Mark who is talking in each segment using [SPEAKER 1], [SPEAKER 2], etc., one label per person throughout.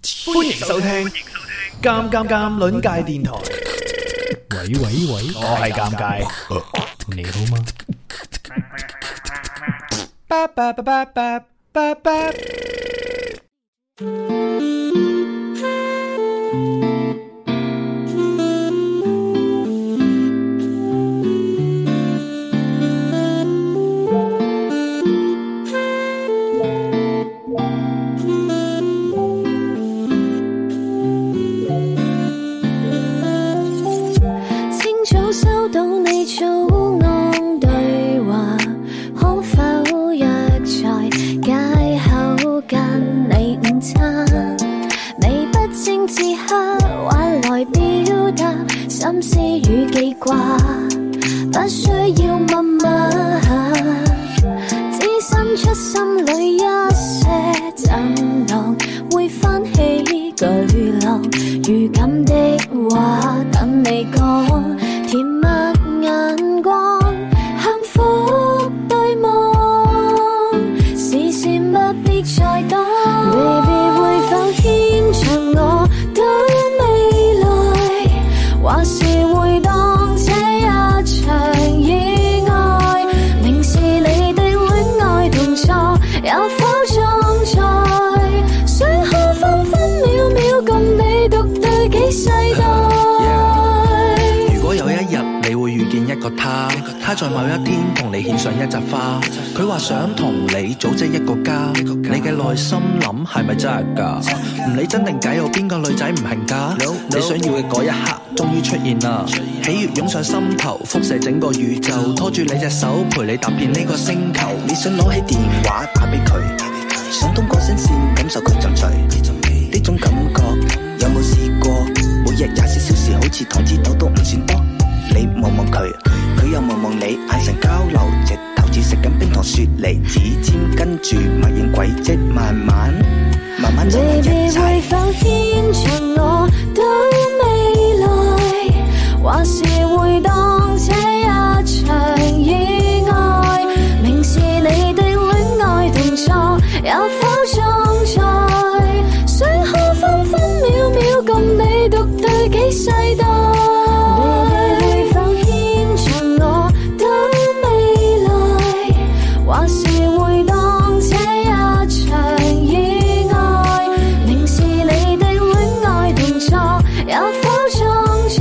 [SPEAKER 1] 歡迎收聽《尷尷尷》鄰界電台。
[SPEAKER 2] 喂喂喂，
[SPEAKER 1] 我係尷尬，
[SPEAKER 2] 你好嗎？
[SPEAKER 1] 巴巴巴巴巴巴巴。
[SPEAKER 3] 清早收到你早安對話，可否約在街口間你午餐？微不正自黑，挽來表達心思與記掛，不需要密碼。只伸出心裏一些震盪，會翻起巨浪。如咁的話，等你講，甜蜜眼光，幸福對望，視線不必再擋。Baby 會否牽着我到未來，還是會當這一場意外？明是你的戀愛動作，有否裝載？想可分分秒秒共你獨對幾世代？
[SPEAKER 4] 如果有一日你會遇見一個他，他在某一天同你獻上一扎花，佢話想同你組織一個家，你嘅內心諗係咪真係㗎？唔理真定假，有邊個女仔唔恨嫁？你想要嘅嗰一刻終於出現啦，喜悅湧上心頭，輻射整個宇宙，拖住你隻手陪你踏遍呢個星球。你想攞起電話打俾佢，想通過聲線感受佢進取。呢種感覺有冇試過？每日廿四小時好似糖之豆都唔算多。你望望佢，佢又望望你，眼神交流，直頭似食緊冰糖雪梨，指尖跟住默認軌跡，慢慢慢慢走埋
[SPEAKER 3] Baby
[SPEAKER 4] 一
[SPEAKER 3] 會
[SPEAKER 4] 齊。
[SPEAKER 3] 否牽着我到未來，還是會當這一場意外？明是你的戀愛動作，有否裝載？想可分分秒秒共你獨對幾世代？Baby 會否牽着我到未來？還是會當這一場意外，明是你的戀愛動作，有否裝載？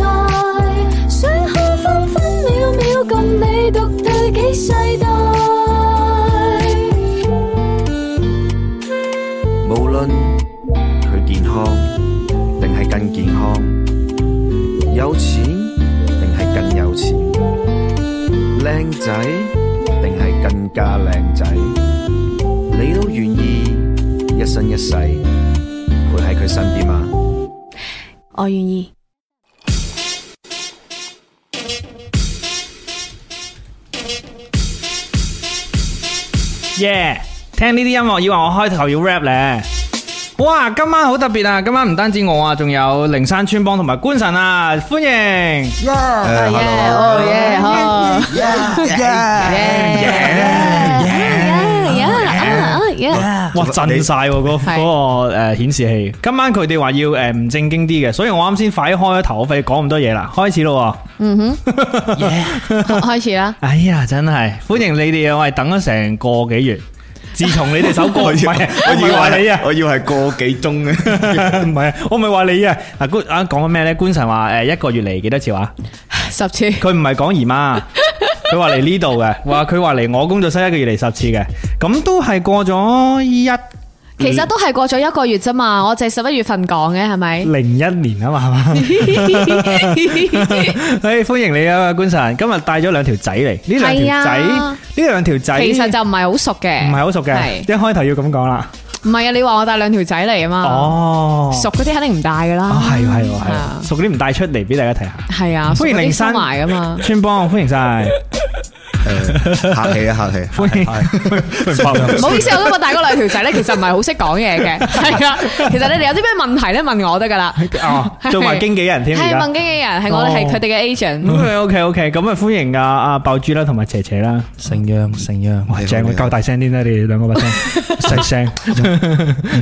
[SPEAKER 3] 想可分分秒秒共你獨對幾世代？
[SPEAKER 5] 無論佢健康定係更健康，有錢定係更有錢，靚仔定係更加靚仔，你都願意一生一世陪喺佢身邊嗎？
[SPEAKER 3] 我願意。
[SPEAKER 6] 耶！聽呢啲音樂以為我開頭要 rap 咧。哇！今晚好特別啊！今晚唔單止我啊，仲有靈山村幫同埋官神啊，歡迎！
[SPEAKER 7] 哦耶，好，
[SPEAKER 6] 哇，震晒喎嗰
[SPEAKER 7] 係
[SPEAKER 6] 嗰個誒顯示器。今晚佢哋話要誒唔正經啲嘅，所以我啱先快啲開咗頭，我費事講咁多嘢啦，開始咯喎。
[SPEAKER 7] 嗯哼，開始啦，
[SPEAKER 6] 哎呀，真係歡迎你哋啊！我係等咗成個幾月，自從你哋首歌唔係， 我以為你啊。
[SPEAKER 5] 我要係個幾鐘嘅，
[SPEAKER 6] 唔係，我唔係話你啊。嗱，官啊講緊咩咧？官神話誒一個月嚟幾多次話？
[SPEAKER 7] 十次，
[SPEAKER 6] 佢唔係講 姨媽，佢話嚟呢度嘅，話佢話嚟我工作室一個月嚟十次嘅，咁都係過咗一
[SPEAKER 7] 其實都係過咗一個月啫嘛，我就係十一月份講嘅，係咪？
[SPEAKER 6] 零一年啊嘛， 係嘛？誒，歡迎你啊，官神，今日帶咗兩條仔嚟，呢兩條仔，
[SPEAKER 7] 係
[SPEAKER 6] 呢
[SPEAKER 7] 啊
[SPEAKER 6] 兩條仔
[SPEAKER 7] 其實
[SPEAKER 6] 唔
[SPEAKER 7] 就唔係好熟嘅，
[SPEAKER 6] 係好熟嘅，
[SPEAKER 7] 係
[SPEAKER 6] 一開頭要咁講啦。
[SPEAKER 7] 唔係啊？你話我帶兩條仔嚟啊嘛，
[SPEAKER 6] 哦，
[SPEAKER 7] 熟嗰啲肯定唔帶噶
[SPEAKER 6] 啊，
[SPEAKER 7] 啦，
[SPEAKER 6] 係喎係喎係
[SPEAKER 7] 係
[SPEAKER 6] 喎，
[SPEAKER 7] 啊
[SPEAKER 6] 熟嗰啲唔帶出嚟俾大家睇下。
[SPEAKER 7] 係啊，
[SPEAKER 6] 歡
[SPEAKER 7] 熟嗰啲
[SPEAKER 6] 迎靈山
[SPEAKER 7] 收埋噶嘛，
[SPEAKER 6] 村幫，歡迎晒。
[SPEAKER 8] 客氣啊，客氣。
[SPEAKER 6] 歡迎。
[SPEAKER 7] 唔 好意思，我今日帶嗰兩條仔咧，其實唔係好識講嘢嘅，係啦。其實你哋有啲咩問題咧，問我得噶啦。
[SPEAKER 6] 哦，做埋經紀人 添，
[SPEAKER 7] 係
[SPEAKER 6] 而家。哦嗯
[SPEAKER 7] 問經紀人，係我哋係佢哋嘅 agent。
[SPEAKER 6] OK，OK，OK，咁啊，歡迎啊，啊，爆珠啦，同埋姐姐啦。
[SPEAKER 2] 成樣成樣，
[SPEAKER 6] 正，夠大聲啲啦，你哋兩個把聲。細聲。
[SPEAKER 8] 陰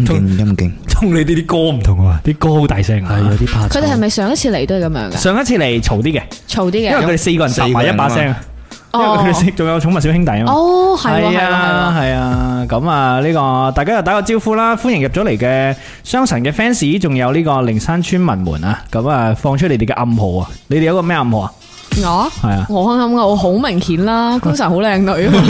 [SPEAKER 8] 勁陰勁，
[SPEAKER 6] 同你哋啲歌唔同啊，啲歌好大聲啊。
[SPEAKER 2] 係有啲怕
[SPEAKER 7] 佢哋係咪上一次嚟都係咁樣噶？
[SPEAKER 6] 上一次嚟嘈啲嘅，
[SPEAKER 7] 嘈啲嘅。
[SPEAKER 6] 因為佢哋四個人集埋一把聲啊，
[SPEAKER 7] 哦
[SPEAKER 6] 因為佢哋仲有寵物小兄弟啊嘛。
[SPEAKER 7] 哦，係喎，
[SPEAKER 6] 係啊，啊
[SPEAKER 7] 係喎，
[SPEAKER 6] 係啊，咁啊，呢個大家又打個招呼啦，歡迎入咗嚟嘅雙神嘅fans，仲有呢個靈山村民們啊，咁啊，放出你哋嘅暗號啊，你哋有個咩暗號啊？
[SPEAKER 7] 係喎。我
[SPEAKER 6] 係啊
[SPEAKER 7] 我啱啱我好明顯啦，官神好靚女啊嘛。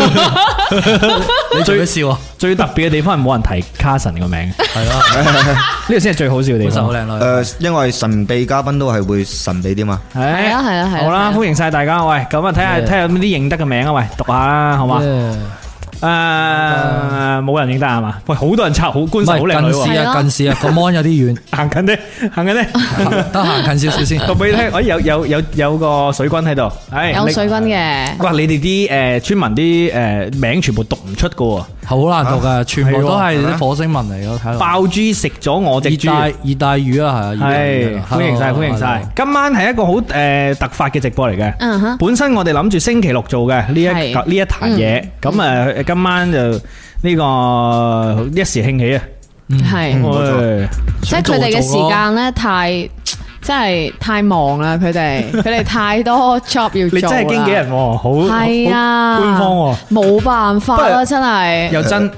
[SPEAKER 2] 你做咩笑啊？
[SPEAKER 6] 最特別嘅地方係冇人提卡神 個名，
[SPEAKER 2] 系咯，
[SPEAKER 6] 呢個先係最好笑嘅地
[SPEAKER 2] 本身好
[SPEAKER 6] 方。
[SPEAKER 2] 靚女。
[SPEAKER 8] 誒，因為神秘嘉賓都係會神秘啲嘛。
[SPEAKER 6] 係
[SPEAKER 7] 係啊係啊係啊
[SPEAKER 6] 好啦，
[SPEAKER 7] 係啊
[SPEAKER 6] 歡迎晒大家。喂，咁啊，睇下
[SPEAKER 2] Yeah
[SPEAKER 6] 睇下有冇啲認得嘅名啊？喂，讀下啦，
[SPEAKER 2] Ờ.
[SPEAKER 6] 好嘛？
[SPEAKER 2] Dạ.
[SPEAKER 6] À, 誒，冇人認得係嘛？喂，好多人插好
[SPEAKER 2] 唔
[SPEAKER 6] 官神好靚女
[SPEAKER 2] 係
[SPEAKER 6] 喎，
[SPEAKER 2] 近視
[SPEAKER 7] 係
[SPEAKER 2] 啊，
[SPEAKER 7] 咯
[SPEAKER 2] 近視啊，個 mon 有啲遠，
[SPEAKER 6] 行近啲，行近啲，
[SPEAKER 2] 得閒近少少先。
[SPEAKER 6] 讀俾你聽。哎，有有有有個水軍喺度，係
[SPEAKER 7] 有
[SPEAKER 6] 你
[SPEAKER 7] 水軍嘅。
[SPEAKER 6] 哇！你哋啲誒村民啲誒名全部讀唔出噶喎，
[SPEAKER 2] 好難讀噶，全部都係
[SPEAKER 8] 係
[SPEAKER 2] 啲
[SPEAKER 8] 咩
[SPEAKER 2] 火星文嚟嘅，睇落。
[SPEAKER 6] 爆豬食咗我只
[SPEAKER 2] 熱
[SPEAKER 6] 豬。
[SPEAKER 2] 帶熱帶魚啊，係啊，
[SPEAKER 6] 系，
[SPEAKER 2] 熱帶魚啊
[SPEAKER 6] 欢迎晒，
[SPEAKER 2] hello，
[SPEAKER 6] 欢迎晒
[SPEAKER 2] hello。
[SPEAKER 6] 今晚係一個好诶突發嘅直播嚟
[SPEAKER 7] 嗯
[SPEAKER 6] 嘅。
[SPEAKER 7] 哼
[SPEAKER 6] 本身我哋諗住星期六做嘅呢一
[SPEAKER 7] 係
[SPEAKER 6] 呢一坛嘢，咁诶今晚就呢個一時興起啊。
[SPEAKER 7] 係。
[SPEAKER 6] Ừ. 喂
[SPEAKER 7] 即係佢哋嘅時間咧太。真係太忙啦！佢哋佢哋太多 job 要做
[SPEAKER 6] 你真係經紀人喎，好
[SPEAKER 7] 系啊，
[SPEAKER 6] 好官方喎。
[SPEAKER 7] 冇辦法
[SPEAKER 6] 不
[SPEAKER 7] 啦，
[SPEAKER 6] 過
[SPEAKER 7] 真係
[SPEAKER 6] 又真呢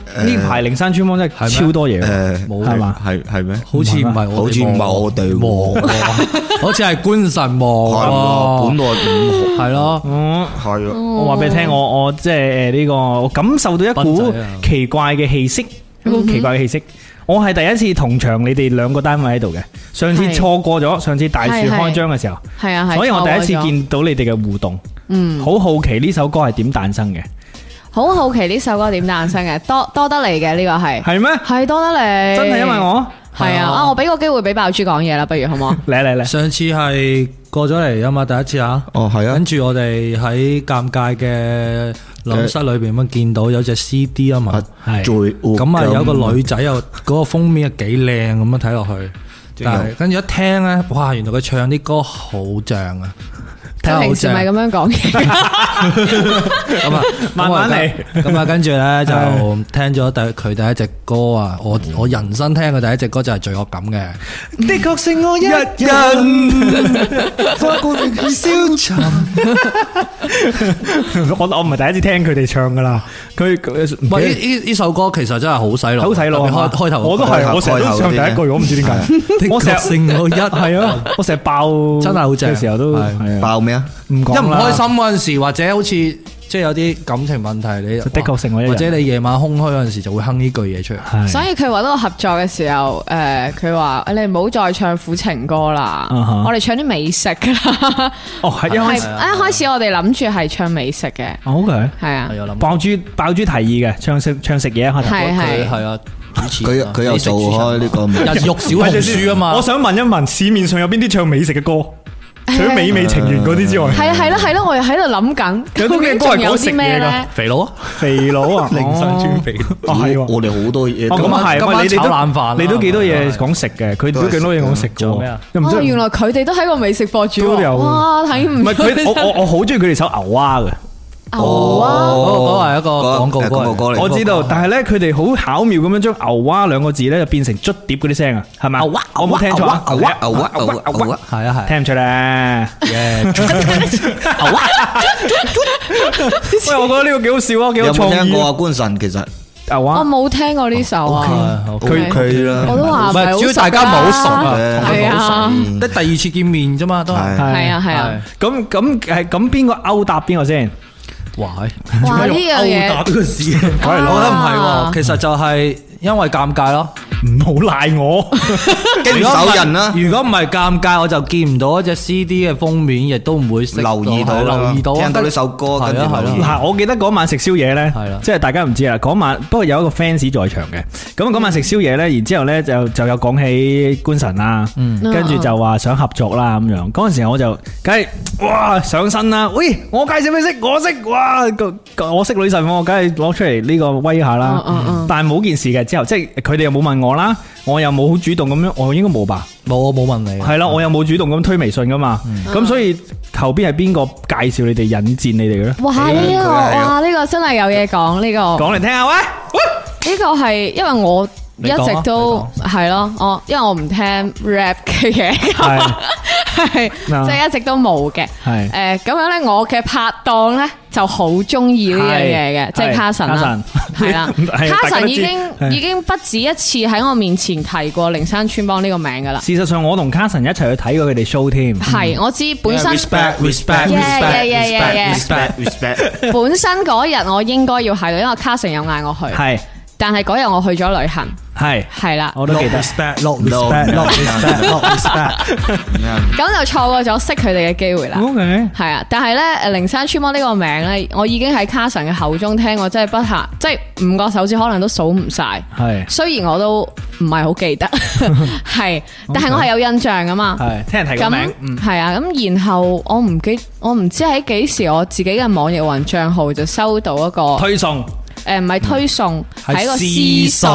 [SPEAKER 6] 排靈山村幫真係
[SPEAKER 2] 係咩
[SPEAKER 6] 超多嘢喎，
[SPEAKER 8] 誒，
[SPEAKER 2] 冇
[SPEAKER 6] 係嘛？
[SPEAKER 8] 係係咩？
[SPEAKER 2] 好似唔係我
[SPEAKER 8] 好似
[SPEAKER 2] 哋
[SPEAKER 8] 唔
[SPEAKER 2] 望
[SPEAKER 8] 係我哋喎
[SPEAKER 2] 望喎，好似係官神
[SPEAKER 8] 係喎，
[SPEAKER 2] 望
[SPEAKER 8] 本
[SPEAKER 2] 喎，
[SPEAKER 8] 來唔
[SPEAKER 2] 係咯。
[SPEAKER 6] 嗯
[SPEAKER 8] 係喎。
[SPEAKER 6] 我話俾你聽，我我即係诶呢個，我感受到一股
[SPEAKER 2] 斌仔啊
[SPEAKER 6] 奇怪嘅氣息，一股奇怪嘅氣息。我係第一次同場，你哋兩個單位喺度嘅。上次
[SPEAKER 7] 係
[SPEAKER 6] 錯過咗，上次大樹
[SPEAKER 7] 係係
[SPEAKER 6] 開張嘅時候，
[SPEAKER 7] 係啊係。
[SPEAKER 6] 所以我第一次
[SPEAKER 7] 錯過咗，
[SPEAKER 6] 見到你哋嘅互動，
[SPEAKER 7] 嗯，
[SPEAKER 6] 好好奇呢首歌係點誕生嘅？
[SPEAKER 7] 好好奇呢首歌點誕生嘅，多多得嚟嘅呢個係，
[SPEAKER 6] 係咩？
[SPEAKER 7] 係多得嚟，
[SPEAKER 6] 真係因為我
[SPEAKER 7] 係
[SPEAKER 2] 係
[SPEAKER 7] 啊
[SPEAKER 2] 啊
[SPEAKER 7] 啊！我俾個機會俾爆珠講嘢啦，不如好唔好？
[SPEAKER 6] 嚟嚟嚟，
[SPEAKER 2] 上次係過咗嚟啊嘛，第一次啊。
[SPEAKER 8] 哦，係啊
[SPEAKER 2] 跟。住我哋喺尷尬嘅冷室裏邊咁見到有隻 CD 啊嘛，
[SPEAKER 6] 係
[SPEAKER 8] 聚
[SPEAKER 2] 咁啊有個女仔又嗰個封面啊幾靚咁樣睇落去，但係跟住一聽咧，哇！原來佢唱啲歌好正啊，聽得
[SPEAKER 7] 佢
[SPEAKER 2] 好
[SPEAKER 7] 平時
[SPEAKER 2] 正
[SPEAKER 7] 咪咁樣講嘢，
[SPEAKER 2] 咁 啊，
[SPEAKER 6] 慢慢嚟
[SPEAKER 2] 咁啊，跟住咧就聽咗第佢第一隻歌啊，我我人生聽佢第一隻歌就係《罪惡感》嘅。
[SPEAKER 6] 的確是我一 我我唔係第一次聽佢哋唱噶啦，佢佢
[SPEAKER 2] 喂，呢呢呢首歌其實真係好洗腦，
[SPEAKER 6] 好洗
[SPEAKER 2] 特
[SPEAKER 6] 腦
[SPEAKER 2] 別
[SPEAKER 6] 係嘛
[SPEAKER 2] 開開頭
[SPEAKER 6] 我都係，
[SPEAKER 8] 開頭
[SPEAKER 6] 我成日都唱第一句，我唔 知點解，我
[SPEAKER 2] 我
[SPEAKER 6] 成
[SPEAKER 2] 成
[SPEAKER 6] 日
[SPEAKER 2] 日我一
[SPEAKER 6] 系
[SPEAKER 2] 係
[SPEAKER 6] 啊，我成日爆
[SPEAKER 2] 真係好正
[SPEAKER 6] 嘅時候都
[SPEAKER 2] 係
[SPEAKER 6] 係啊，
[SPEAKER 8] 爆咩啊？
[SPEAKER 6] 唔
[SPEAKER 2] 一
[SPEAKER 6] 講
[SPEAKER 2] 唔
[SPEAKER 6] 啦
[SPEAKER 2] 開心嗰陣時，或者好似即係有啲感情問題，你
[SPEAKER 6] 就的確成為一人
[SPEAKER 2] 或者你夜晚空虛嗰陣時就會哼呢句嘢出嚟。
[SPEAKER 6] 係
[SPEAKER 7] 所以佢揾我合作嘅時候，誒佢話：哎你唔好再唱苦情歌啦，
[SPEAKER 6] 啊哈
[SPEAKER 7] 我哋唱啲美食㗎啦。
[SPEAKER 6] 哦係 一開
[SPEAKER 7] 係
[SPEAKER 6] 始
[SPEAKER 7] 一開始我哋諗住係唱美食嘅，
[SPEAKER 6] ，OK，
[SPEAKER 7] 係啊
[SPEAKER 2] 係，有諗過，
[SPEAKER 6] 爆珠爆珠提議嘅，唱食唱食嘢一開頭。
[SPEAKER 7] 係
[SPEAKER 2] 佢
[SPEAKER 7] 係
[SPEAKER 2] 係啊，主持
[SPEAKER 8] 佢
[SPEAKER 2] 啊
[SPEAKER 8] 佢又
[SPEAKER 2] 美食
[SPEAKER 8] 做
[SPEAKER 2] 主持人
[SPEAKER 8] 開呢個
[SPEAKER 2] 日肉小紅書啊 嘛，
[SPEAKER 6] 我想問一問市面上有邊啲唱美食嘅歌？除咗美味情緣嗰啲之外，
[SPEAKER 7] 係啊係啦係啦，我又喺度諗緊，
[SPEAKER 6] 有
[SPEAKER 7] 究
[SPEAKER 6] 啲
[SPEAKER 7] 竟
[SPEAKER 6] 咩歌
[SPEAKER 7] 仲
[SPEAKER 6] 係
[SPEAKER 7] 有
[SPEAKER 6] 講食
[SPEAKER 7] 啲咩
[SPEAKER 6] 嘢㗎
[SPEAKER 7] 咧？
[SPEAKER 2] 肥佬啊，
[SPEAKER 6] 肥佬啊，
[SPEAKER 2] 靈山村肥佬。
[SPEAKER 6] 哦係喎。
[SPEAKER 8] 我哋好多嘢
[SPEAKER 6] 哦，咁
[SPEAKER 2] 今晚
[SPEAKER 6] 啊係，
[SPEAKER 2] 今晚
[SPEAKER 6] 喂你哋
[SPEAKER 2] 炒冷飯啦
[SPEAKER 6] 都你都幾多嘢講食嘅，佢都幾多嘢講食嘅
[SPEAKER 2] 做咩
[SPEAKER 6] 喎
[SPEAKER 2] 啊。
[SPEAKER 6] 又唔
[SPEAKER 7] 哦，
[SPEAKER 6] 知
[SPEAKER 7] 原來佢哋都係個美食博主
[SPEAKER 6] 都
[SPEAKER 7] 喎，
[SPEAKER 6] 有
[SPEAKER 7] 哇睇
[SPEAKER 6] 唔
[SPEAKER 7] 唔
[SPEAKER 6] 係佢，我我我好中意佢哋首牛蛙嘅。
[SPEAKER 7] 牛啊！
[SPEAKER 2] 嗰個係一個廣告
[SPEAKER 8] 嗰個誒廣告歌
[SPEAKER 2] 歌
[SPEAKER 8] 嚟
[SPEAKER 2] 嚟，
[SPEAKER 6] 我知道，但係咧，佢哋好巧妙咁樣將牛蛙兩個字咧，就變成捽碟嗰啲聲啊，係咪？
[SPEAKER 8] 牛蛙
[SPEAKER 6] 我冇聽錯啊，
[SPEAKER 8] 牛蛙牛蛙牛蛙牛蛙
[SPEAKER 2] 係 啊係
[SPEAKER 6] 聽唔出咧。
[SPEAKER 2] 嘅，
[SPEAKER 6] 喂，我覺得呢個幾好笑啊，幾
[SPEAKER 8] 有
[SPEAKER 6] 有
[SPEAKER 8] 冇
[SPEAKER 6] 創
[SPEAKER 8] 聽
[SPEAKER 6] 意
[SPEAKER 8] 過啊？
[SPEAKER 6] 啊。
[SPEAKER 8] 官神其實
[SPEAKER 7] 我
[SPEAKER 6] 牛蛙，
[SPEAKER 7] 冇聽過呢首
[SPEAKER 6] 哦
[SPEAKER 7] 啊，
[SPEAKER 8] 佢佢
[SPEAKER 7] 我
[SPEAKER 8] 啦，
[SPEAKER 7] 都話
[SPEAKER 2] 唔係主要
[SPEAKER 7] 係好
[SPEAKER 2] 大
[SPEAKER 7] 啊
[SPEAKER 2] 家冇
[SPEAKER 7] 啦
[SPEAKER 2] 熟啊，
[SPEAKER 7] 係啊，
[SPEAKER 2] 得第二次見面啫嘛，都係。
[SPEAKER 8] 係
[SPEAKER 7] 係啊係啊，
[SPEAKER 6] 咁咁係咁邊個勾搭邊個先？
[SPEAKER 2] 哇！
[SPEAKER 7] 哇
[SPEAKER 2] 勾
[SPEAKER 7] 呢樣
[SPEAKER 2] 搭
[SPEAKER 7] 嘢
[SPEAKER 2] 呢個事，我覺得唔係
[SPEAKER 7] 啊
[SPEAKER 2] 喎。其實就係因為尷尬咯。
[SPEAKER 6] 唔好賴我，
[SPEAKER 8] 經
[SPEAKER 2] 如果唔
[SPEAKER 8] 手
[SPEAKER 2] 係
[SPEAKER 8] 人啦，
[SPEAKER 2] 如果唔係尷尬，我就見唔到一隻 CD 嘅封面，亦都唔會識
[SPEAKER 8] 留意到啦
[SPEAKER 2] 留意到啊
[SPEAKER 8] 聽到呢首歌跟住
[SPEAKER 2] 係啊
[SPEAKER 8] 留意
[SPEAKER 2] 係啊
[SPEAKER 6] 嗱，我記得嗰晚食宵夜咧
[SPEAKER 2] 係啦，
[SPEAKER 6] 即係大家唔知啦。嗰晚不過有一個 fans 在場嘅，咁啊嗰晚食宵夜咧，然之後咧就就有講起官神啦，
[SPEAKER 2] 嗯
[SPEAKER 6] 跟住就話想合作啦咁樣。嗰陣時我就梗係哇上身啦，喂，我介紹俾你識，我識，哇哇，個個我識女神喎，我梗係攞出嚟呢個威下啦。
[SPEAKER 7] 嗯嗯嗯
[SPEAKER 6] 但係冇件事嘅，之後即係佢哋又冇問我啦，我又冇好主動咁樣，我應該冇吧？
[SPEAKER 2] 冇冇問你，
[SPEAKER 6] 係啦，我又冇主動咁推微信噶嘛，
[SPEAKER 2] 嗯
[SPEAKER 6] 咁所以後邊係邊個介紹你哋引薦你哋嘅咧？
[SPEAKER 7] 哇！呢
[SPEAKER 9] 佢
[SPEAKER 6] 啊
[SPEAKER 7] 個
[SPEAKER 9] 係有
[SPEAKER 7] 哇呢個真係有嘢講呢個。
[SPEAKER 6] 講嚟聽下喂，
[SPEAKER 7] 呢個係因為我一
[SPEAKER 9] 你講
[SPEAKER 7] 直
[SPEAKER 9] 啊
[SPEAKER 7] 都係咯，我因為我唔聽 rap 嘅嘢，
[SPEAKER 6] 係
[SPEAKER 7] 係
[SPEAKER 6] 嗱
[SPEAKER 7] 即係一直都冇嘅。
[SPEAKER 6] 係
[SPEAKER 7] 誒咁樣咧，我嘅拍檔咧就好中意呢樣嘢嘅，
[SPEAKER 6] 係
[SPEAKER 7] 即係
[SPEAKER 6] 係
[SPEAKER 7] Carson 啦，
[SPEAKER 6] Carson
[SPEAKER 7] 係 啦
[SPEAKER 6] 係大家都
[SPEAKER 7] ，Carson
[SPEAKER 6] 知
[SPEAKER 7] 已經
[SPEAKER 6] 係
[SPEAKER 7] 已經不止一次喺我面前提過靈山村幫呢個名噶啦。
[SPEAKER 6] 事實上我同 Carson 一齊去睇過佢哋 show 添，
[SPEAKER 7] 係，我知本身
[SPEAKER 9] respect,
[SPEAKER 7] Yeah, yeah, yeah, yeah, yeah.
[SPEAKER 9] respect, respect。
[SPEAKER 7] 本身嗰日我應該要喺度，因為 Carson 有嗌我去，
[SPEAKER 6] 係
[SPEAKER 7] 但係嗰日我去咗旅行，
[SPEAKER 6] 係，
[SPEAKER 7] 係啦，
[SPEAKER 6] 我都記得。
[SPEAKER 2] 落
[SPEAKER 9] respect,
[SPEAKER 2] respect，落 respect，落 respect，
[SPEAKER 7] 咁就錯過咗識佢哋嘅機會啦。
[SPEAKER 6] O K，
[SPEAKER 7] 系啊，但系咧，誒靈山村魔呢個名咧，我已經喺 Carson 嘅口中聽過，真係不下，即係五個手指可能都數唔晒。
[SPEAKER 6] 係
[SPEAKER 7] 雖然我都唔係好記 得，係，但係我係有印象噶嘛。
[SPEAKER 6] 係，聽人提個
[SPEAKER 7] 咁
[SPEAKER 6] 名，嗯，
[SPEAKER 7] 係啊，咁然後我唔記，我唔知喺幾時我自己嘅網易雲帳號就收到一個
[SPEAKER 6] 推嗯送
[SPEAKER 7] 誒，唔係推送，
[SPEAKER 2] 係
[SPEAKER 7] 係一個私
[SPEAKER 2] 私
[SPEAKER 7] 信
[SPEAKER 2] 信，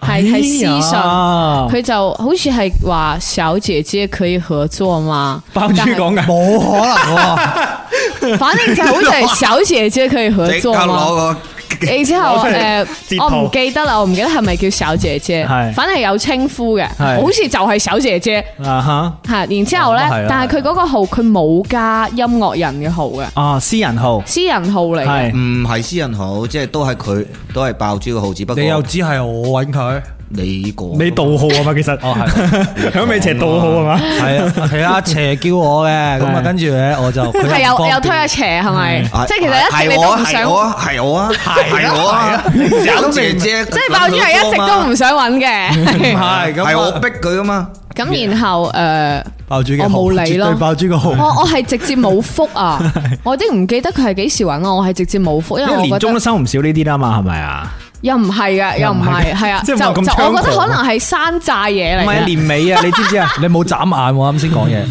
[SPEAKER 7] 係係私信。
[SPEAKER 6] 哎呀
[SPEAKER 7] 佢就好似係話小姐姐可以合作嘛，
[SPEAKER 6] 包豬講嘅，
[SPEAKER 2] 冇可能喎，
[SPEAKER 7] 反正就好似係小姐姐可以合
[SPEAKER 9] 即刻
[SPEAKER 7] 作
[SPEAKER 9] 攞
[SPEAKER 7] 嘛。
[SPEAKER 9] 個
[SPEAKER 7] 然之後
[SPEAKER 6] 攞出嚟
[SPEAKER 7] 誒
[SPEAKER 6] 截，圖
[SPEAKER 7] 我唔記得啦，我唔記得係咪叫小姐姐，
[SPEAKER 6] 係
[SPEAKER 7] 反正係有稱呼嘅，
[SPEAKER 6] 係
[SPEAKER 7] 好似就係小姐姐
[SPEAKER 6] 啊哈，
[SPEAKER 7] 嚇。然之後咧
[SPEAKER 2] 哦係啊，
[SPEAKER 7] 但係佢嗰個號佢冇加音樂人嘅號嘅，
[SPEAKER 6] 啊私人號，
[SPEAKER 7] 私人號嚟嘅。
[SPEAKER 6] 係
[SPEAKER 9] 唔係私人號，即係都係佢，都係爆珠嘅號，只不過
[SPEAKER 2] 你又只係我揾佢，
[SPEAKER 9] 你個
[SPEAKER 6] 你盜號啊嘛，其實
[SPEAKER 2] 哦係，
[SPEAKER 6] 響尾斜盜號啊嘛，
[SPEAKER 2] 係啊，係 啦，邪叫我嘅，咁啊
[SPEAKER 6] 係
[SPEAKER 2] 跟住咧 我就佢
[SPEAKER 7] 係有有推
[SPEAKER 2] 啊，
[SPEAKER 7] 阿邪係咪？
[SPEAKER 6] 嗯
[SPEAKER 9] 啊
[SPEAKER 7] 即係其實一直你
[SPEAKER 9] 係
[SPEAKER 7] 都
[SPEAKER 9] 我
[SPEAKER 7] 唔
[SPEAKER 9] 係
[SPEAKER 7] 想
[SPEAKER 9] 我，啊，係我啊，係我啊，有姐姐，
[SPEAKER 7] 即係爆珠係一直都唔想揾 嘅。
[SPEAKER 9] 係咁，係我逼佢噶嘛，
[SPEAKER 7] 咁然後誒，
[SPEAKER 2] 爆珠嘅
[SPEAKER 7] 我
[SPEAKER 2] 號，
[SPEAKER 7] 冇理咯
[SPEAKER 2] 絕對爆珠嘅號，
[SPEAKER 7] 我我係直接冇覆 啊，我已經唔記得佢係幾時揾我，我係直接冇覆，因
[SPEAKER 6] 因
[SPEAKER 7] 為
[SPEAKER 6] 為
[SPEAKER 7] 我
[SPEAKER 6] 年
[SPEAKER 7] 覺
[SPEAKER 6] 中
[SPEAKER 7] 得
[SPEAKER 6] 都。收唔少呢啲啦嘛，係咪啊？
[SPEAKER 7] 又唔係嘅，又唔 係，係啊，
[SPEAKER 6] 即
[SPEAKER 7] 就
[SPEAKER 6] 係
[SPEAKER 7] 就
[SPEAKER 6] 冇
[SPEAKER 7] 我
[SPEAKER 6] 咁猖
[SPEAKER 7] 覺得可
[SPEAKER 6] 狂
[SPEAKER 7] 能係山寨嘢嚟
[SPEAKER 6] 唔係啊
[SPEAKER 7] 嘅。
[SPEAKER 6] 年尾啊，你知唔 知啊？
[SPEAKER 2] 你冇眨眼喎，啱先講嘢，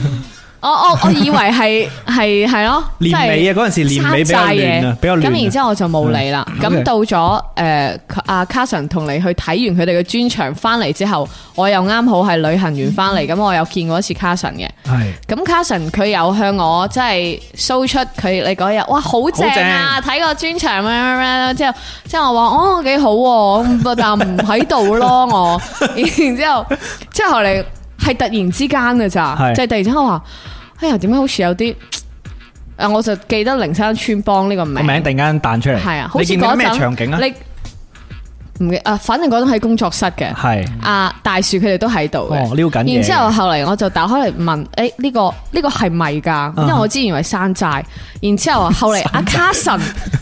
[SPEAKER 7] 我我我以為係 係係咯，即
[SPEAKER 6] 年
[SPEAKER 7] 係
[SPEAKER 6] 尾啊，嗰陣時年尾比較
[SPEAKER 7] 山寨
[SPEAKER 6] 亂啊
[SPEAKER 7] 嘢，
[SPEAKER 6] 比較亂啊。
[SPEAKER 7] 咁然之後我就冇理啦。
[SPEAKER 6] 嗯
[SPEAKER 7] 咁
[SPEAKER 6] OK
[SPEAKER 7] 到咗誒阿 Carson 同你去睇完佢哋嘅專場翻嚟之後，我又啱好係旅行完翻嚟，咁我又見過一次 Carson 嘅。
[SPEAKER 6] 係
[SPEAKER 7] 咁 Carson 佢有向我即係 show 出佢你嗰日，哇好正啊！睇個專場咩咩咩，之後之後我話哦幾好喎，咁啊但唔喺度咯 我，然之後之後後嚟係突然之間嘅咋，
[SPEAKER 6] 係
[SPEAKER 7] 即係突然之間我話，哎呀點解好似有啲誒，我就記得靈山村幫呢個
[SPEAKER 6] 個
[SPEAKER 7] 名
[SPEAKER 6] 名突然間彈出嚟，
[SPEAKER 7] 係啊，好
[SPEAKER 6] 你
[SPEAKER 7] 似
[SPEAKER 6] 見到
[SPEAKER 7] 嗰
[SPEAKER 6] 咩
[SPEAKER 7] 陣
[SPEAKER 6] 場景啊？
[SPEAKER 7] 你唔記啊，反正嗰陣喺工作室嘅。
[SPEAKER 6] 係
[SPEAKER 7] 啊大樹佢哋都喺度嘅
[SPEAKER 6] 哦撩緊嘢
[SPEAKER 7] 然之後後嚟我就打開嚟問，誒呢個呢個係咪㗎？
[SPEAKER 6] 啊
[SPEAKER 7] 因為我之前以為山寨，然之後後嚟阿 Carson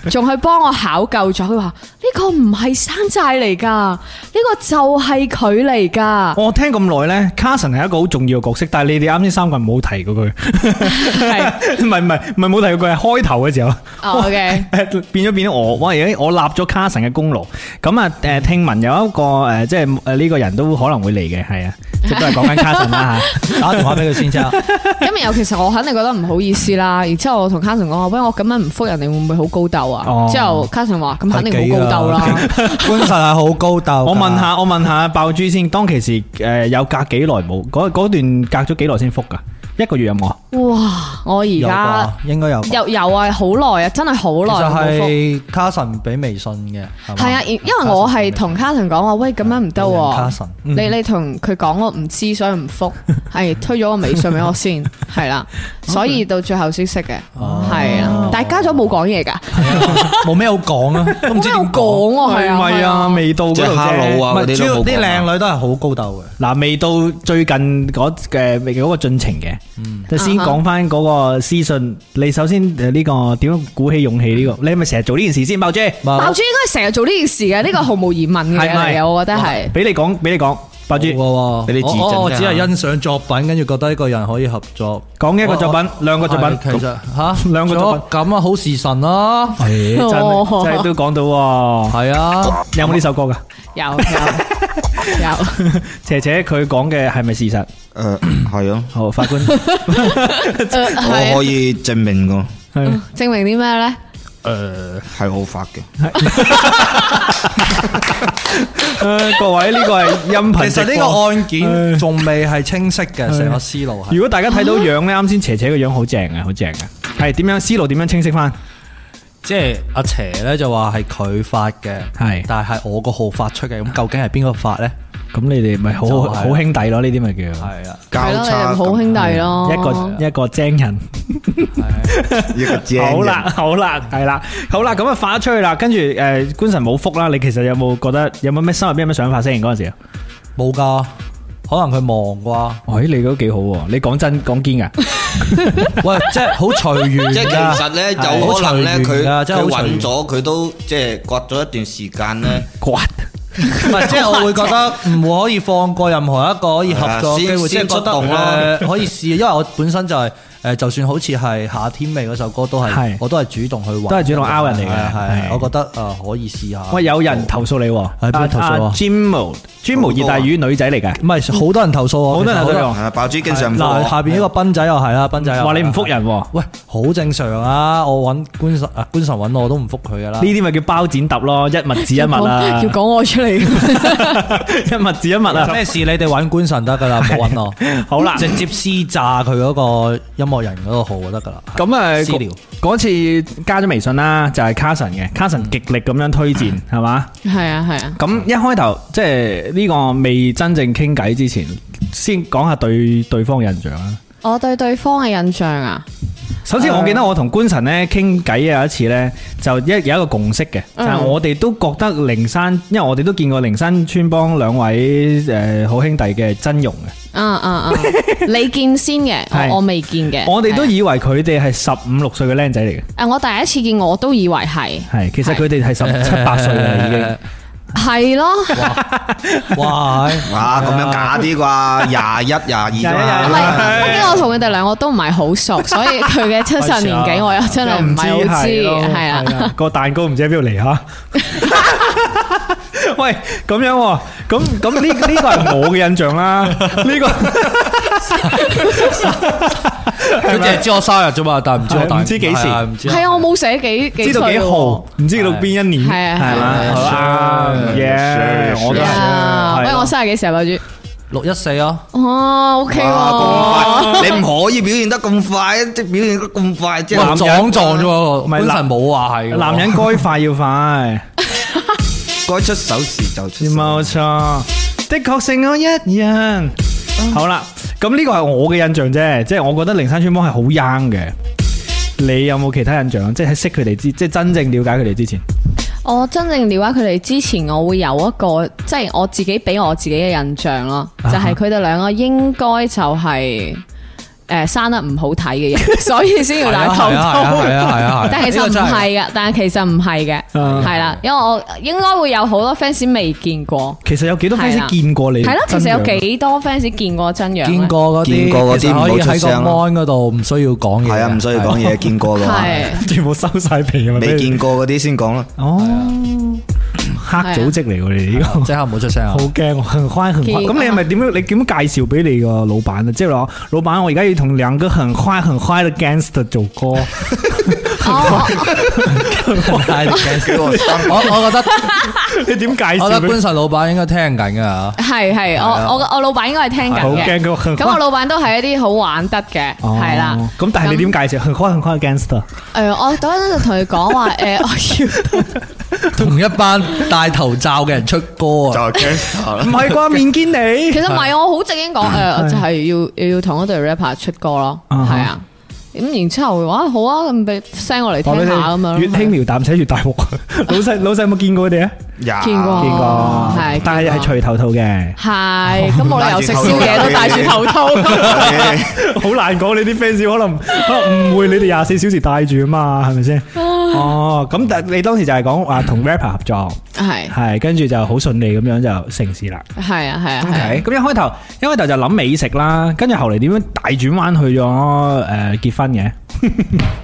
[SPEAKER 7] 仲去幫我考究咗，佢話呢個唔係山寨嚟㗎，呢個就係佢嚟 㗎。
[SPEAKER 6] 我聽咁耐咧，Carson 係一個好重要嘅角色，但係你哋啱先三個人冇提過佢， 唔係唔係唔係冇提過佢，係開頭嘅時候。
[SPEAKER 7] 哦，OK
[SPEAKER 6] 誒 變咗變咗我，哇！而家我立咗 Carson 嘅功勞，咁啊誒聽聞有一個誒即係誒呢個人都可能會嚟嘅，係啊，即係都係講緊 Carson 啦嚇。
[SPEAKER 2] 打電話俾佢 先啫。
[SPEAKER 7] 咁然後其實我肯定覺得唔好意思啦，然之後我同 Carson 講話，喂我咁樣唔復人哋會唔會好高竇啊
[SPEAKER 6] 哦？
[SPEAKER 7] 之後 Carson 話咁肯定好高竇 啦。
[SPEAKER 2] 官神係好高鬥㗎。
[SPEAKER 6] 我問下我問下爆珠先，當其時誒有隔幾耐冇？嗰嗰段隔咗幾耐先復㗎？一個月有冇啊？
[SPEAKER 7] 哇！我而家
[SPEAKER 2] 有啩，應該有啩。
[SPEAKER 7] 又又啊，好耐啊，真係好耐冇復。
[SPEAKER 2] 其實係Carson俾微信嘅，係嘛？
[SPEAKER 7] 系啊，而因為我係同 Carson 講話，喂咁樣唔得
[SPEAKER 2] 老人
[SPEAKER 7] 喎
[SPEAKER 2] Carson，。
[SPEAKER 7] 你你同佢講我唔知，所以唔復，係推咗個微信俾我先，係啦，所以到最後先識嘅，係啦。但係加咗冇講嘢㗎，
[SPEAKER 2] 冇咩好講啊，都唔知點講。
[SPEAKER 7] 冇講喎，係啊，
[SPEAKER 6] 唔係啊，未到嗰
[SPEAKER 9] 即
[SPEAKER 6] 度
[SPEAKER 9] 係
[SPEAKER 6] 啫
[SPEAKER 9] hello 啊
[SPEAKER 2] 唔
[SPEAKER 9] 嗰啲都冇講啊。
[SPEAKER 2] 係，主要啲靚女都係好高鬥嘅。
[SPEAKER 6] 嗱，未到最近嗰嘅嗰個進程嘅，就先講翻嗰個私信。你首先誒呢個點樣鼓起勇氣呢個？你係咪成日做呢件事先，爆姐？
[SPEAKER 7] 爆珠應該成日做呢件事嘅，呢個毫無疑問嘅嘢
[SPEAKER 6] 係咪
[SPEAKER 7] 嚟嘅，我覺得係。
[SPEAKER 6] 俾你講，俾你講，爆
[SPEAKER 2] 冇喎，
[SPEAKER 6] 珠
[SPEAKER 9] 俾你自證
[SPEAKER 2] 我-我-
[SPEAKER 9] 啫，
[SPEAKER 2] 我只係欣賞作品，跟住覺得呢個人可以合作。
[SPEAKER 6] 講一個作品，兩個作品，
[SPEAKER 2] 係，其實，吓？
[SPEAKER 6] 兩個作品。
[SPEAKER 2] 咁啊，好時辰啦。
[SPEAKER 6] 真
[SPEAKER 7] 哦
[SPEAKER 6] 係 真係都講到喎。
[SPEAKER 2] 係啊。
[SPEAKER 6] 有冇呢首歌㗎？
[SPEAKER 7] 有有有。
[SPEAKER 6] 姐姐佢講嘅係咪事實？
[SPEAKER 9] 誒係啊，
[SPEAKER 6] 好，法官
[SPEAKER 7] 呃係
[SPEAKER 9] 我
[SPEAKER 7] 啊
[SPEAKER 9] 可以證明噶，
[SPEAKER 6] 係
[SPEAKER 7] 證明啲咩咧？
[SPEAKER 6] 诶，
[SPEAKER 9] 系我發嘅，
[SPEAKER 6] 誒各位呢個係音頻
[SPEAKER 2] 其實
[SPEAKER 6] 直
[SPEAKER 2] 呢
[SPEAKER 6] 播。
[SPEAKER 2] 個案件仲未係清晰嘅，成個思路係。
[SPEAKER 6] 如果大家睇到樣咧，啱先斜斜個樣好正啊，好正啊。係點樣思路點樣清晰翻？
[SPEAKER 2] 即係阿邪咧就話係佢發嘅，
[SPEAKER 6] 係
[SPEAKER 2] 但係我個號發出嘅，咁究竟係邊個發咧？
[SPEAKER 6] 咁你哋咪好
[SPEAKER 2] 就係
[SPEAKER 6] 好兄弟咯？呢啲咪叫
[SPEAKER 2] 係啦，
[SPEAKER 7] 係
[SPEAKER 9] 交
[SPEAKER 7] 咯，你
[SPEAKER 9] 叉
[SPEAKER 7] 哋好兄弟咯，
[SPEAKER 6] 一個一個精人。
[SPEAKER 9] 一個精人
[SPEAKER 6] 好啦，好啦，係啦，好啦，咁啊發咗出去啦，跟住诶官神冇福啦，你其實有冇覺得有冇咩心入邊有咩想法先嗰阵时？啊
[SPEAKER 2] 冇㗎，可能佢忙
[SPEAKER 6] 喂，哎你都幾好喎，你講真講堅噶。
[SPEAKER 2] 啩。 喂，即係好隨緣㗎。啊
[SPEAKER 9] 即係其實咧，有可能咧，佢
[SPEAKER 2] 好隨緣㗎真係
[SPEAKER 9] 佢
[SPEAKER 2] 好隨緣
[SPEAKER 9] 揾咗佢都即係割咗一段時間咧，
[SPEAKER 2] 唔係，即係我會覺得唔可以放過任何一個可以合作嘅機
[SPEAKER 9] 係啊
[SPEAKER 2] 會，即
[SPEAKER 9] 先
[SPEAKER 2] 係覺
[SPEAKER 9] 先出
[SPEAKER 2] 得呃
[SPEAKER 9] 動啦
[SPEAKER 2] 誒可以試，因為我本身就係誒，就算好似係夏天味嗰首歌，都
[SPEAKER 6] 係
[SPEAKER 2] 係我都係主動去揾，
[SPEAKER 6] 都係主動 out 人嚟嘅
[SPEAKER 2] 係啊係啊
[SPEAKER 6] 係
[SPEAKER 2] 我覺得啊可以試下。
[SPEAKER 6] 喂，有人啊投訴你喎，
[SPEAKER 2] 係邊個投訴我
[SPEAKER 6] j i m o j i m o 熱帶魚女仔嚟嘅，
[SPEAKER 2] 唔係好多人投訴我，
[SPEAKER 6] 好多人投訴
[SPEAKER 9] 啊，爆珠經常
[SPEAKER 2] 嗱，下邊呢個斌仔又係啦，斌仔又
[SPEAKER 6] 我，
[SPEAKER 2] 係
[SPEAKER 6] 話你唔復人喎，
[SPEAKER 2] 喂，好正常啊！我揾官神啊，官神揾我我都唔覆佢噶啦
[SPEAKER 6] 呢。啲咪叫包剪揼咯，一物指一
[SPEAKER 7] 要
[SPEAKER 6] 物啊
[SPEAKER 7] 講要，講我出嚟，
[SPEAKER 6] 一物指一物啊。
[SPEAKER 2] 咩事你哋揾官神得噶啦， 唔好揾我。
[SPEAKER 6] 好啦
[SPEAKER 2] 直接私炸佢嗰個音樂人嗰個號就得 噶啦。
[SPEAKER 6] 咁啊，
[SPEAKER 2] 私聊
[SPEAKER 6] 嗰嗰次加咗微信啦，就係 Carson 嘅，Carson 極力咁樣推 薦，係嘛？
[SPEAKER 7] 係啊係啊，
[SPEAKER 6] 咁一開頭即係呢個未真正傾偈之前，先講下對對方嘅印象啦。
[SPEAKER 7] 我對對方嘅印象啊，
[SPEAKER 6] 首先，我記得我同官神咧傾偈啊有一次咧，就一有一個共識嘅，就
[SPEAKER 7] 嗯
[SPEAKER 6] 係我哋都覺得靈山，因為我哋都見過靈山村幫兩位誒好兄弟嘅真容嘅，
[SPEAKER 7] 啊啊啊，你見先嘅，
[SPEAKER 6] 係
[SPEAKER 7] 我我未見嘅，
[SPEAKER 6] 我哋都
[SPEAKER 7] 係啊
[SPEAKER 6] 以為佢哋係十五六歲嘅僆仔嚟嘅，
[SPEAKER 7] 誒，我第一次見我都以為係
[SPEAKER 6] 係其實佢哋係十七八歲 啦已經。
[SPEAKER 7] 係咯，
[SPEAKER 2] 哇！
[SPEAKER 9] 哇，咁樣假啲啩，廿一、廿
[SPEAKER 7] 唔
[SPEAKER 9] 二啫
[SPEAKER 7] 係，
[SPEAKER 9] 嘛。
[SPEAKER 7] 畢竟我同佢哋兩個都唔係好熟，所以佢嘅真實年紀我又真係唔係好知，係啊。
[SPEAKER 6] 啊，个蛋糕唔知喺邊度嚟吓。 喂，咁樣喎，咁咁呢呢個係我嘅印象啦，呢 個
[SPEAKER 2] 佢淨係知我生日啫嘛，但係唔知我大
[SPEAKER 6] 係唔知幾時
[SPEAKER 2] 係啊唔知
[SPEAKER 7] 係啊，我冇寫幾幾
[SPEAKER 6] 知道
[SPEAKER 7] 歲
[SPEAKER 6] 幾號，
[SPEAKER 7] 喎。
[SPEAKER 6] 唔知道邊一年，
[SPEAKER 7] 係啊係啊
[SPEAKER 6] 係嘛？好啱
[SPEAKER 5] Sure，
[SPEAKER 6] ，yeah，我都
[SPEAKER 5] sure，
[SPEAKER 6] 係。
[SPEAKER 7] 啊
[SPEAKER 6] 係啊
[SPEAKER 7] 喂，我生日幾時啊，樓主？
[SPEAKER 2] 六一四啊，
[SPEAKER 7] 哦，OK 喎。
[SPEAKER 9] 哇，咁快！你唔可以表現得咁快，即係表現得咁快，即係
[SPEAKER 2] 哇撞撞啫喎，
[SPEAKER 6] 唔係
[SPEAKER 2] 本
[SPEAKER 6] 男
[SPEAKER 2] 身冇話係嘅喎
[SPEAKER 6] 男人該快要快，
[SPEAKER 9] 該出手時就出手。
[SPEAKER 6] 冇錯，的確勝我一人。好啦，咁呢個係我嘅印象啫，即係我覺得靈山村幫係好 young 嘅。你有冇其他印象？即係喺識佢哋之，即係真正了解佢哋之前。
[SPEAKER 7] 我真正了解佢哋之前，我會有一個即係我自己俾我自己嘅印象咯，就係佢哋兩個應該就係誒生得唔好睇嘅人，所以先要
[SPEAKER 2] 係
[SPEAKER 7] 戴
[SPEAKER 2] 啊
[SPEAKER 7] 頭
[SPEAKER 2] 係啊係啊
[SPEAKER 7] 套。
[SPEAKER 2] 係啊係啊，
[SPEAKER 7] 但其實
[SPEAKER 2] 呢個
[SPEAKER 7] 唔
[SPEAKER 2] 真
[SPEAKER 7] 係嘅，但其實唔係嘅，
[SPEAKER 6] 嗯
[SPEAKER 7] 係啦，因為我應該會有好多 fans 未見過，
[SPEAKER 6] 其實有幾多
[SPEAKER 7] 係
[SPEAKER 6] fans
[SPEAKER 7] 啦
[SPEAKER 6] 見過你？
[SPEAKER 7] 係咯，其實有
[SPEAKER 6] 真樣？
[SPEAKER 7] 幾多 fans 見過真樣咧？
[SPEAKER 2] 見過嗰啲，
[SPEAKER 9] 見過嗰啲
[SPEAKER 2] 其實可以
[SPEAKER 9] 唔好出
[SPEAKER 2] 喺個
[SPEAKER 9] 聲啦
[SPEAKER 2] mon 嗰度唔需要講嘢嘅，
[SPEAKER 9] 係啊，唔需要講嘢，見過嘅話，
[SPEAKER 7] 係
[SPEAKER 6] 全部收晒皮啦！
[SPEAKER 9] 未
[SPEAKER 6] 俾你
[SPEAKER 9] 見過嗰啲 先講啦。
[SPEAKER 6] 哦，黑組織嚟喎你哋呢 個。
[SPEAKER 2] 即刻唔好出聲啊
[SPEAKER 6] 好！驚，我很歡很歡。
[SPEAKER 7] 見啊
[SPEAKER 6] 咁你係咪點樣？你點樣介紹俾你個老闆啊？即係話，老闆，我而家要同兩個很歡很歡嘅 gangster 做歌。
[SPEAKER 7] 哦
[SPEAKER 2] 我我覺得
[SPEAKER 6] 你點介
[SPEAKER 2] 我
[SPEAKER 6] 紹
[SPEAKER 2] 覺
[SPEAKER 6] 俾
[SPEAKER 2] 得？官神老闆應該聽緊㗎嚇。
[SPEAKER 7] 係係，我我我老闆應該係聽
[SPEAKER 6] 好
[SPEAKER 7] 緊
[SPEAKER 6] 驚
[SPEAKER 7] 嘅。
[SPEAKER 6] 個很
[SPEAKER 7] 咁我老闆都係一啲好玩得嘅，
[SPEAKER 6] 哦
[SPEAKER 7] 係啦。
[SPEAKER 6] 咁但係你點介紹很歡很歡 嘅 gangster？
[SPEAKER 7] 誒，我嗰陣就同佢講 話誒，我
[SPEAKER 2] 同一班戴頭罩嘅人出歌啊！
[SPEAKER 6] 唔係啩？面堅你
[SPEAKER 7] 要，其 實唔係，我好正經講誒，就係要要同嗰隊 rapper 出歌咯，
[SPEAKER 6] 啊哈
[SPEAKER 7] 係啊。咁然之後話好啊，咁俾 send 我嚟
[SPEAKER 6] 我
[SPEAKER 7] 聽下咁樣咯。
[SPEAKER 6] 越輕描淡寫越大鑊。老 細老細有冇見過佢哋啊？
[SPEAKER 7] 見過，
[SPEAKER 6] 見過，
[SPEAKER 7] 哦係，
[SPEAKER 6] 但係
[SPEAKER 7] 見過
[SPEAKER 6] 係除哦頭套 嘅，
[SPEAKER 7] 係，咁冇理由食宵夜都戴住頭套。
[SPEAKER 6] 好難講。你啲 fans 可能可能誤會你哋廿四小時戴住啊嘛，係咪先？哦，咁但係你當時就係講話同 rapper 合 作。
[SPEAKER 7] 係
[SPEAKER 6] 系，跟住就好順利咁樣就成事啦。
[SPEAKER 7] 係啊係啊係啊。
[SPEAKER 6] OK，咁一開頭一開頭就諗美食啦，跟住後嚟點樣大轉彎去咗诶結婚嘅？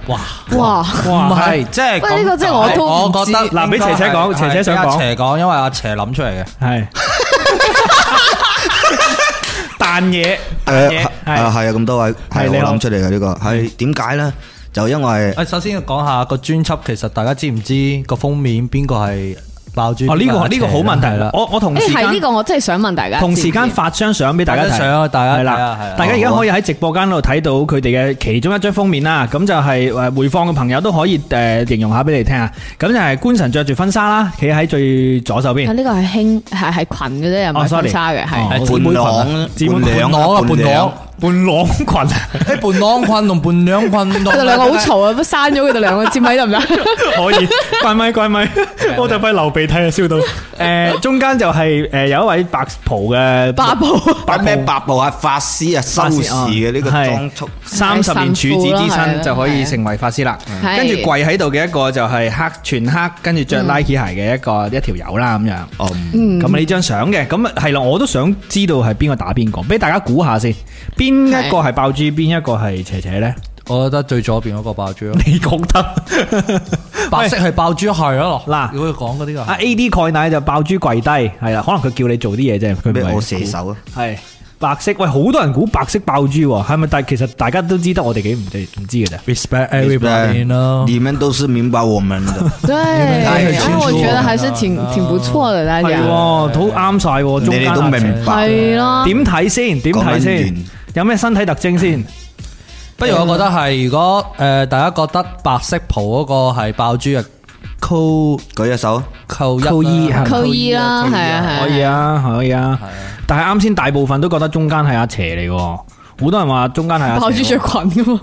[SPEAKER 2] 哇，
[SPEAKER 7] 哇！
[SPEAKER 2] 唔係即係
[SPEAKER 7] 喂呢個真係我都唔
[SPEAKER 2] 我覺得
[SPEAKER 7] 知
[SPEAKER 6] 嗱俾斜斜講斜斜想講
[SPEAKER 2] 阿斜講，因為阿斜諗出嚟嘅。
[SPEAKER 6] 係蛋嘢，
[SPEAKER 9] 誒
[SPEAKER 6] 蛋嘢
[SPEAKER 9] 係啊，
[SPEAKER 6] 係
[SPEAKER 9] 係啊，咁多位
[SPEAKER 8] Ờ,
[SPEAKER 6] 係
[SPEAKER 9] 係
[SPEAKER 6] 你
[SPEAKER 9] 我
[SPEAKER 6] 好
[SPEAKER 9] 諗出嚟嘅呢個係點解咧？
[SPEAKER 8] 就因為
[SPEAKER 2] 诶，首先要講下個專輯，其實大家知唔知個封面邊個係爆珠？
[SPEAKER 6] 哦，呢
[SPEAKER 2] 邊
[SPEAKER 6] 個
[SPEAKER 2] 係
[SPEAKER 6] 呢個好
[SPEAKER 2] 邪啊
[SPEAKER 6] 問題
[SPEAKER 2] 係
[SPEAKER 6] 啦。我我同
[SPEAKER 7] 诶，
[SPEAKER 6] 時
[SPEAKER 7] 系呢
[SPEAKER 6] 間
[SPEAKER 7] 個我真係想問大家。
[SPEAKER 6] 同時間
[SPEAKER 7] 知唔知
[SPEAKER 6] 發張相俾大家
[SPEAKER 2] 發張
[SPEAKER 6] 睇。
[SPEAKER 2] 相啊大家睇
[SPEAKER 6] 係
[SPEAKER 2] 啊係
[SPEAKER 6] 啦
[SPEAKER 2] 啊，
[SPEAKER 6] 大家而家可以喺直播間嗰度睇到佢哋嘅其中一張封面啦。咁就係誒回放嘅朋友都可以誒形容下俾你聽啊。咁就係官神着住婚紗啦，企喺最左手
[SPEAKER 7] 啊
[SPEAKER 6] 邊。
[SPEAKER 7] 呢個係興係係裙嘅啫，又唔
[SPEAKER 6] 哦
[SPEAKER 7] 係婚
[SPEAKER 6] ，sorry
[SPEAKER 7] 紗嘅，係
[SPEAKER 6] 哦
[SPEAKER 8] 伴
[SPEAKER 6] 姊妹群啊
[SPEAKER 8] 郎
[SPEAKER 6] 姊妹
[SPEAKER 8] 伴娘
[SPEAKER 2] 伴郎啊
[SPEAKER 8] 啊，
[SPEAKER 2] 伴
[SPEAKER 8] 娘
[SPEAKER 2] 郎。
[SPEAKER 6] 伴郎 裙啊！
[SPEAKER 2] 誒伴郎困同伴娘困，佢
[SPEAKER 7] 佢哋兩個好嘈啊，不如刪咗佢哋兩個知唔知得唔 得？
[SPEAKER 6] 可以，怪咪怪咪，我就快流鼻涕啊，笑到。诶，中間就係诶有一位白袍嘅
[SPEAKER 7] 八步
[SPEAKER 8] 擺咩白布啊、法師啊、
[SPEAKER 6] 法
[SPEAKER 8] 修
[SPEAKER 6] 師
[SPEAKER 8] 士
[SPEAKER 6] 啊
[SPEAKER 8] 嘅呢個
[SPEAKER 6] 係
[SPEAKER 8] 裝束，
[SPEAKER 6] 三十年處子之身就可以成為法師啦。嗯
[SPEAKER 7] 係
[SPEAKER 6] 跟住跪喺度嘅一個就係黑全黑，跟住着 Nike 鞋嘅一個一條友啦咁樣。
[SPEAKER 8] 哦，
[SPEAKER 6] 咁呢張相嘅，咁係啦，我都想知道係邊個打邊個，俾大家估下先，邊一個係爆珠，邊一個係斜斜咧？
[SPEAKER 2] 我覺得最左邊嗰個爆珠咯，
[SPEAKER 6] 你覺 得？
[SPEAKER 2] 白色係爆珠係咯。
[SPEAKER 6] 嗱
[SPEAKER 2] 如果佢講嗰啲
[SPEAKER 6] 啊
[SPEAKER 2] 個
[SPEAKER 6] A D 蓋奶就爆珠跪低，係啦，可能佢叫你做啲嘢啫，佢唔
[SPEAKER 8] 咩
[SPEAKER 6] 係
[SPEAKER 8] 我射手啊，
[SPEAKER 6] 系白色，喂，好多人估白色爆珠喎，係咪？但其實大家都知得我哋幾唔知唔知嘅咋。
[SPEAKER 2] respect everybody 咯。
[SPEAKER 8] 你們都是明白我們的。
[SPEAKER 7] 对，
[SPEAKER 2] 太
[SPEAKER 7] 然后我
[SPEAKER 2] 清楚
[SPEAKER 7] 覺得
[SPEAKER 2] 了
[SPEAKER 7] 還是挺挺不錯的，大
[SPEAKER 6] 係
[SPEAKER 7] 家
[SPEAKER 6] 喎，好啱晒喎，中
[SPEAKER 8] 你
[SPEAKER 6] 間
[SPEAKER 8] 哋都
[SPEAKER 6] 啊
[SPEAKER 8] 明白，
[SPEAKER 7] 係咯。
[SPEAKER 6] 點睇先？點睇
[SPEAKER 8] 講緊
[SPEAKER 6] 先
[SPEAKER 8] 完？
[SPEAKER 6] 有咩身體特徵先？
[SPEAKER 2] 不如我覺得係，如果誒大家覺得白色袍嗰個係爆珠嘅扣
[SPEAKER 8] 舉一手，
[SPEAKER 2] 扣一
[SPEAKER 6] 扣一
[SPEAKER 2] 啦
[SPEAKER 6] 係
[SPEAKER 7] 扣一啦，係啊係啊，
[SPEAKER 6] 可以啊，可以啊。但係啱先大部分都覺得中間係阿邪嚟喎，好多人話中間係 阿
[SPEAKER 7] 爆珠
[SPEAKER 6] 邪
[SPEAKER 7] 着
[SPEAKER 6] 喎。
[SPEAKER 7] 裙噶嘛，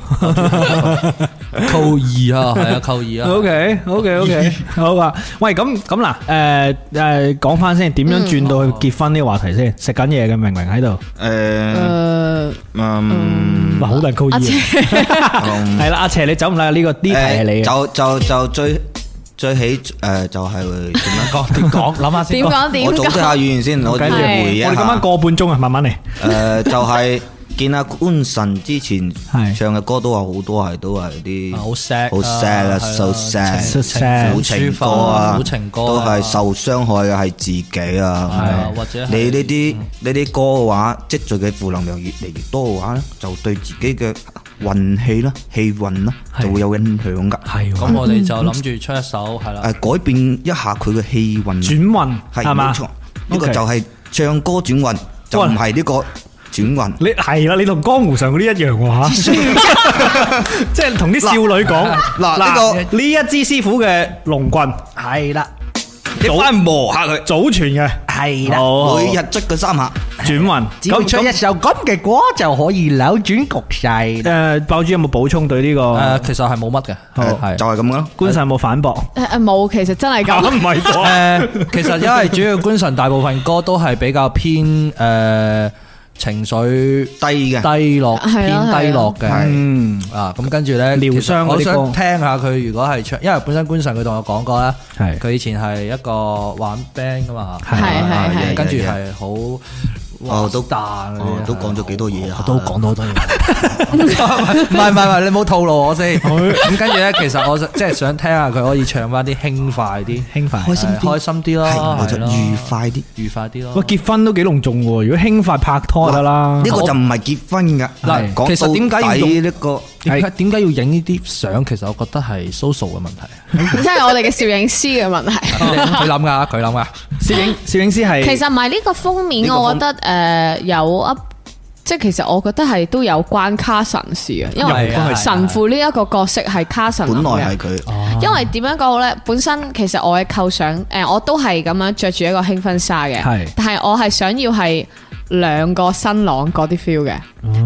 [SPEAKER 2] 扣二啊，係啊，扣二啊。
[SPEAKER 6] O K O K O K，好啊。喂，咁咁嗱，诶诶，講翻先，點樣轉到去結婚呢個話題先？食緊嘢嘅明明喺度，
[SPEAKER 8] 誒，
[SPEAKER 7] Ừ. 诶，
[SPEAKER 8] um, 嗯，
[SPEAKER 6] 哇，好多人高二
[SPEAKER 7] 阿
[SPEAKER 6] 啊。
[SPEAKER 7] 姐
[SPEAKER 8] 嗯
[SPEAKER 6] 係啦，阿邪你走唔甩呢個呢題係
[SPEAKER 8] 誒
[SPEAKER 6] 你嘅。
[SPEAKER 8] 就就就最最起誒就係會點樣講？
[SPEAKER 2] 講講諗下先
[SPEAKER 7] 點。講點
[SPEAKER 8] 我組織下
[SPEAKER 7] 講？
[SPEAKER 8] 語言先，我回
[SPEAKER 6] 緊
[SPEAKER 7] 要
[SPEAKER 8] 憶一
[SPEAKER 6] 我哋今晚
[SPEAKER 8] 下。
[SPEAKER 6] 個半鐘啊，慢慢嚟。
[SPEAKER 8] 誒，就係見阿官神之前唱嘅歌都話好多係都係啲
[SPEAKER 2] 啊好 sad 啊
[SPEAKER 8] 好 sad 啊
[SPEAKER 2] 係啊
[SPEAKER 8] ，so sad，
[SPEAKER 6] 情 so sad
[SPEAKER 8] 苦情歌啊，
[SPEAKER 2] 苦情歌啊
[SPEAKER 8] 都係受傷害嘅係自己啊
[SPEAKER 2] 啊。或者係
[SPEAKER 8] 你呢啲呢啲歌嘅話，積聚嘅負能量越嚟越多嘅話咧，就對自己嘅運氣啦、氣運啦，就會有影響㗎。
[SPEAKER 6] 係喎
[SPEAKER 2] 咁我哋就諗住出一首係啦。
[SPEAKER 8] 誒，改變一下佢嘅氣運。
[SPEAKER 6] 轉運
[SPEAKER 8] 係
[SPEAKER 6] 係嘛
[SPEAKER 8] 冇錯，？呢個
[SPEAKER 6] OK
[SPEAKER 8] 就係唱歌轉運，就唔係呢個轉運。
[SPEAKER 6] 你係啦，你同江湖上嗰啲一樣 喎嚇，即係同啲少女講
[SPEAKER 8] 嗱呢
[SPEAKER 6] 呢一支師傅嘅龍棍
[SPEAKER 8] 係啦，你翻去磨下佢。
[SPEAKER 6] 祖傳嘅，
[SPEAKER 9] 係啦，
[SPEAKER 6] 好
[SPEAKER 8] 每日捽佢三下，
[SPEAKER 6] 轉運。
[SPEAKER 9] 只要出一首咁嘅歌就可以扭轉局勢。
[SPEAKER 6] 誒，爆主有冇補充對呢
[SPEAKER 2] 誒，
[SPEAKER 6] 個
[SPEAKER 2] 其實係冇乜嘅，
[SPEAKER 8] 誒
[SPEAKER 2] 係
[SPEAKER 8] 就係咁咯。
[SPEAKER 6] 官神有冇反駁？
[SPEAKER 7] 誒誒冇，其實真係
[SPEAKER 6] 咁
[SPEAKER 7] 咁，
[SPEAKER 6] 唔係講
[SPEAKER 2] 誒，其實因為主要官神大部分歌都係比較偏誒情緒
[SPEAKER 8] 低嘅，
[SPEAKER 2] 低落，
[SPEAKER 7] 係
[SPEAKER 2] 偏
[SPEAKER 7] 啊
[SPEAKER 2] 低落嘅。
[SPEAKER 6] 嗯，
[SPEAKER 2] 啊，咁跟住咧，
[SPEAKER 6] 療
[SPEAKER 2] 其實
[SPEAKER 6] 傷嗰啲
[SPEAKER 2] 我
[SPEAKER 6] 歌
[SPEAKER 2] 想聽下佢如果係唱，因為本身官神佢同我講過啦，
[SPEAKER 6] 係
[SPEAKER 2] 佢以前係一個玩 band 噶嘛，
[SPEAKER 6] 係
[SPEAKER 7] 係係
[SPEAKER 8] 係
[SPEAKER 7] 係
[SPEAKER 2] 跟住係好。
[SPEAKER 8] 哦都
[SPEAKER 2] 彈
[SPEAKER 8] 哦都講咗幾多嘢啊
[SPEAKER 2] 都講到好多嘢。唔係唔係唔係，你冇套路我先。咁跟住咧，其實我想即係想聽下佢可以唱翻啲輕快啲、
[SPEAKER 6] 興奮。
[SPEAKER 8] 開心啲
[SPEAKER 2] 開心啲咯，
[SPEAKER 8] 係我就
[SPEAKER 2] 係咯
[SPEAKER 8] 愉快啲。
[SPEAKER 2] 愉快啲
[SPEAKER 6] 喂，
[SPEAKER 2] 咯。
[SPEAKER 6] 結婚都幾隆重喎，如果輕快拍拖就得啦
[SPEAKER 8] 呢。個就唔係結婚噶。
[SPEAKER 2] 嗱
[SPEAKER 8] 講
[SPEAKER 2] 其實點解要
[SPEAKER 8] 到
[SPEAKER 2] 用
[SPEAKER 8] 底呢個？
[SPEAKER 2] 點解點解要影呢啲相？其實我覺得係 social 嘅問題。
[SPEAKER 7] 真係我哋嘅攝影師嘅問題。
[SPEAKER 2] 佢諗㗎，佢諗㗎。
[SPEAKER 6] 攝影攝影師係
[SPEAKER 7] 其實唔係呢個封面，我覺得誒有一。即係其實我覺得係都有關卡神事嘅，因
[SPEAKER 2] 有關
[SPEAKER 7] 為
[SPEAKER 2] 係
[SPEAKER 7] 神父呢一個角色係卡神
[SPEAKER 8] 本
[SPEAKER 7] 諗嘅
[SPEAKER 8] 來係佢，
[SPEAKER 7] 因為點樣講好咧？本身其實我嘅構想，誒、我都係咁樣着住一個輕婚紗
[SPEAKER 6] 係
[SPEAKER 7] 嘅，但係我係想要係兩個新郎嗰啲 feel 嘅，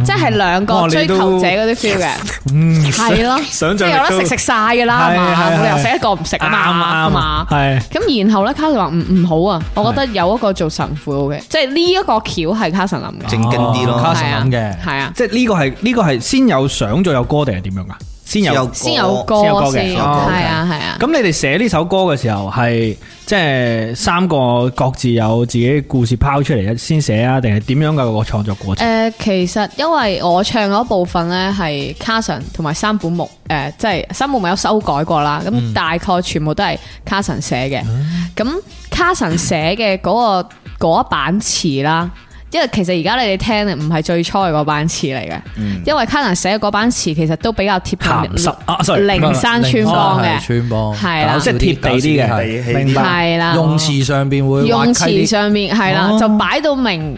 [SPEAKER 7] 即係兩
[SPEAKER 6] 哦哇
[SPEAKER 7] 個
[SPEAKER 6] 你
[SPEAKER 7] 追
[SPEAKER 6] 都
[SPEAKER 7] 求者嗰啲 feel 嘅， 係咯，
[SPEAKER 6] 想
[SPEAKER 7] 即係
[SPEAKER 6] 像力
[SPEAKER 7] 有
[SPEAKER 6] 都
[SPEAKER 7] 得食食晒㗎啦，
[SPEAKER 6] 係
[SPEAKER 7] 係嘛，
[SPEAKER 6] 係
[SPEAKER 7] 冇理由
[SPEAKER 6] 係
[SPEAKER 7] 食一個唔食啊嘛，係
[SPEAKER 6] 啱
[SPEAKER 7] 嘛
[SPEAKER 6] 啱，係。
[SPEAKER 7] 咁然後咧，卡神話唔唔好啊，我覺得有一個做神父嘅，即係呢一個橋係卡神諗嘅，
[SPEAKER 8] 正經啲
[SPEAKER 2] 哦卡
[SPEAKER 8] 咯。
[SPEAKER 2] 神
[SPEAKER 7] 係啊
[SPEAKER 2] 諗嘅
[SPEAKER 7] 係啊，
[SPEAKER 6] 即係呢個係呢個係先有相再有歌定係點樣噶？先有
[SPEAKER 8] 有
[SPEAKER 7] 先有歌
[SPEAKER 6] 先有歌嘅
[SPEAKER 7] 先，係
[SPEAKER 6] 哦
[SPEAKER 7] 啊係啊，
[SPEAKER 6] 咁你哋寫呢首歌嘅時候係即係三個各自有自己故事拋出嚟先寫啊，定係點樣嘅個創作
[SPEAKER 7] 誒、
[SPEAKER 6] 過程？
[SPEAKER 7] 呃其實因為我唱嗰部分呢係 Carson 同埋三本木誒、呃即係三本木有修改過啦。咁、大概全部都係 Carson 寫嘅。咁 Carson 寫嘅嗰個嗰一版詞啦，因為其實而家你哋聽唔係最初嘅嗰班詞嚟嘅，因為 Kana 寫嘅嗰班詞其實都比較貼
[SPEAKER 6] 鹹
[SPEAKER 7] 近
[SPEAKER 6] 濕啊，sorry，
[SPEAKER 7] 靈
[SPEAKER 2] 嗯
[SPEAKER 7] 山村幫嘅，
[SPEAKER 2] 穿幫
[SPEAKER 7] 係啦
[SPEAKER 6] 哦即係貼地啲嘅，明白？
[SPEAKER 7] 係啦，
[SPEAKER 2] 用詞上邊會滑
[SPEAKER 7] 用
[SPEAKER 2] 稽啲
[SPEAKER 7] 詞上面係啦，就擺到明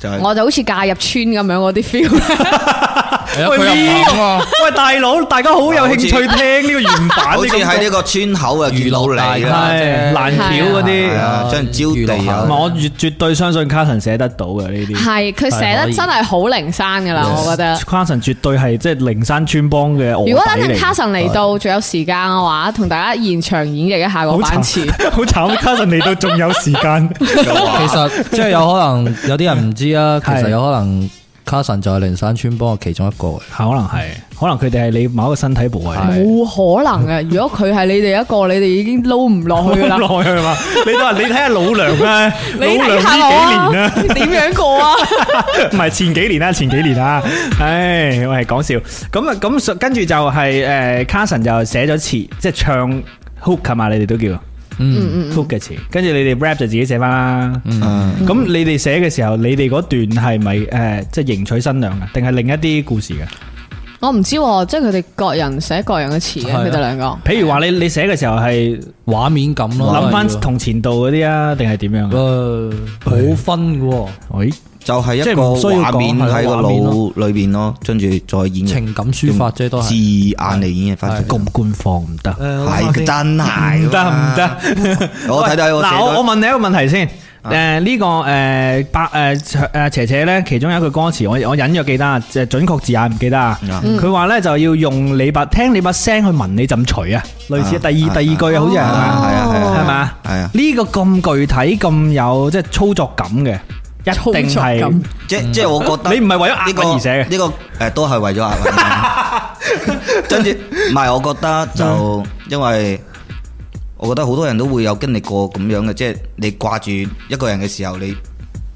[SPEAKER 7] 誒，我就好似嫁入村咁樣嗰啲 feel。
[SPEAKER 2] 係啊佢又唔肯喎，
[SPEAKER 6] 喂，大佬，大家好有興趣聽呢個原版，
[SPEAKER 8] 好似喺呢個村口啊
[SPEAKER 2] 娛
[SPEAKER 8] 見到
[SPEAKER 2] 樂大
[SPEAKER 8] 你
[SPEAKER 2] 家
[SPEAKER 8] 啦，
[SPEAKER 7] 啊
[SPEAKER 6] 係爛橋嗰
[SPEAKER 8] 係
[SPEAKER 6] 啲。
[SPEAKER 8] 啊，將人招地
[SPEAKER 6] 唔
[SPEAKER 8] 啊
[SPEAKER 6] 係，，我絕絕對相信 Carson 寫得到嘅呢啲。
[SPEAKER 7] 係佢寫得真係好靈山噶啦，我覺得。
[SPEAKER 6] Carson 絕對係即係靈山村幫嘅卧底
[SPEAKER 7] 如果等陣
[SPEAKER 6] 嚟
[SPEAKER 7] Carson 嚟到，仲有時間嘅話，同大家現場演繹一下嗰班 詞。
[SPEAKER 6] 好慘，Carson 嚟到仲有時間，
[SPEAKER 2] 其實即係有可能有啲人唔知啊，其
[SPEAKER 6] 係
[SPEAKER 2] 實有可能卡神就係靈山村幫嘅其中一個嚟。
[SPEAKER 6] 可能係，可能佢哋係你某一個身體部位。
[SPEAKER 7] 冇可能嘅，如果佢係你哋一個，你哋已經撈唔落去㗎啦。
[SPEAKER 6] 落去嘛？你都話你睇下老梁啊，
[SPEAKER 7] 你
[SPEAKER 6] 老梁
[SPEAKER 7] 睇下
[SPEAKER 6] 呢幾
[SPEAKER 7] 我
[SPEAKER 6] 年啊
[SPEAKER 7] 啊，，點樣過啊？
[SPEAKER 6] 唔係前幾年啦，前幾年啦，唉，我係講笑。咁啊，咁跟住就係誒，Carson 就寫咗詞，即係唱 hook 係嘛？你哋都叫
[SPEAKER 2] 嗯，
[SPEAKER 6] hook 嘅詞，跟住你哋 rap 就自己寫翻啦。
[SPEAKER 8] 嗯，
[SPEAKER 6] 咁你哋寫嘅時候，你哋嗰段係咪誒即係迎娶新娘啊？定係另一啲故事嘅？
[SPEAKER 7] 我唔知喎，即係佢哋各人寫各樣嘅詞
[SPEAKER 2] 係
[SPEAKER 7] 嘅，
[SPEAKER 2] 啊
[SPEAKER 7] 佢哋兩個。
[SPEAKER 6] 譬如話你你寫嘅時候係
[SPEAKER 2] 畫面感咯。
[SPEAKER 6] 諗翻
[SPEAKER 2] 要
[SPEAKER 6] 同前度嗰啲啊，定係點樣啊？
[SPEAKER 2] 誒冇分嘅喎，
[SPEAKER 6] 喂，
[SPEAKER 8] 就係
[SPEAKER 2] 即
[SPEAKER 8] 一
[SPEAKER 2] 係
[SPEAKER 8] 個
[SPEAKER 2] 唔需要
[SPEAKER 8] 畫面
[SPEAKER 2] 講係
[SPEAKER 8] 喺個
[SPEAKER 2] 畫面咯
[SPEAKER 8] 腦裏邊咯，跟住再演繹
[SPEAKER 2] 情感抒發啫都係
[SPEAKER 8] 字眼嚟演繹翻，
[SPEAKER 6] 咁官方唔得。
[SPEAKER 8] 係真係
[SPEAKER 6] 唔得
[SPEAKER 8] 㗎
[SPEAKER 6] 唔
[SPEAKER 8] 嘛
[SPEAKER 6] 得，
[SPEAKER 8] 我睇睇我
[SPEAKER 6] 嗱，我
[SPEAKER 8] 寫
[SPEAKER 6] 我問你一個問題先。誒呢個誒白誒誒斜斜咧，其中有一句歌詞，我我隱約記得啊，即係準確字眼唔記得啊。佢話咧就要用你把聽你把聲去聞你陣除啊，類似第二
[SPEAKER 8] 啊
[SPEAKER 6] 第二句啊，好似係
[SPEAKER 8] 啊
[SPEAKER 6] 嘛
[SPEAKER 8] 係啊係啊
[SPEAKER 6] 係嘛？
[SPEAKER 8] 係啊
[SPEAKER 6] 呢個咁具體咁有即係操作感嘅，
[SPEAKER 7] 操
[SPEAKER 6] 一定
[SPEAKER 7] 作
[SPEAKER 6] 係
[SPEAKER 7] 感
[SPEAKER 8] 即即係我覺得
[SPEAKER 6] 你唔係為咗押
[SPEAKER 8] 呢個
[SPEAKER 6] 韻而寫嘅。
[SPEAKER 8] 呢個誒都係為咗押韻。 跟住唔係，我覺得就
[SPEAKER 6] 嗯
[SPEAKER 8] 因為我覺得好多人都會有經歷過咁樣嘅，即係你掛住一個人嘅時候，你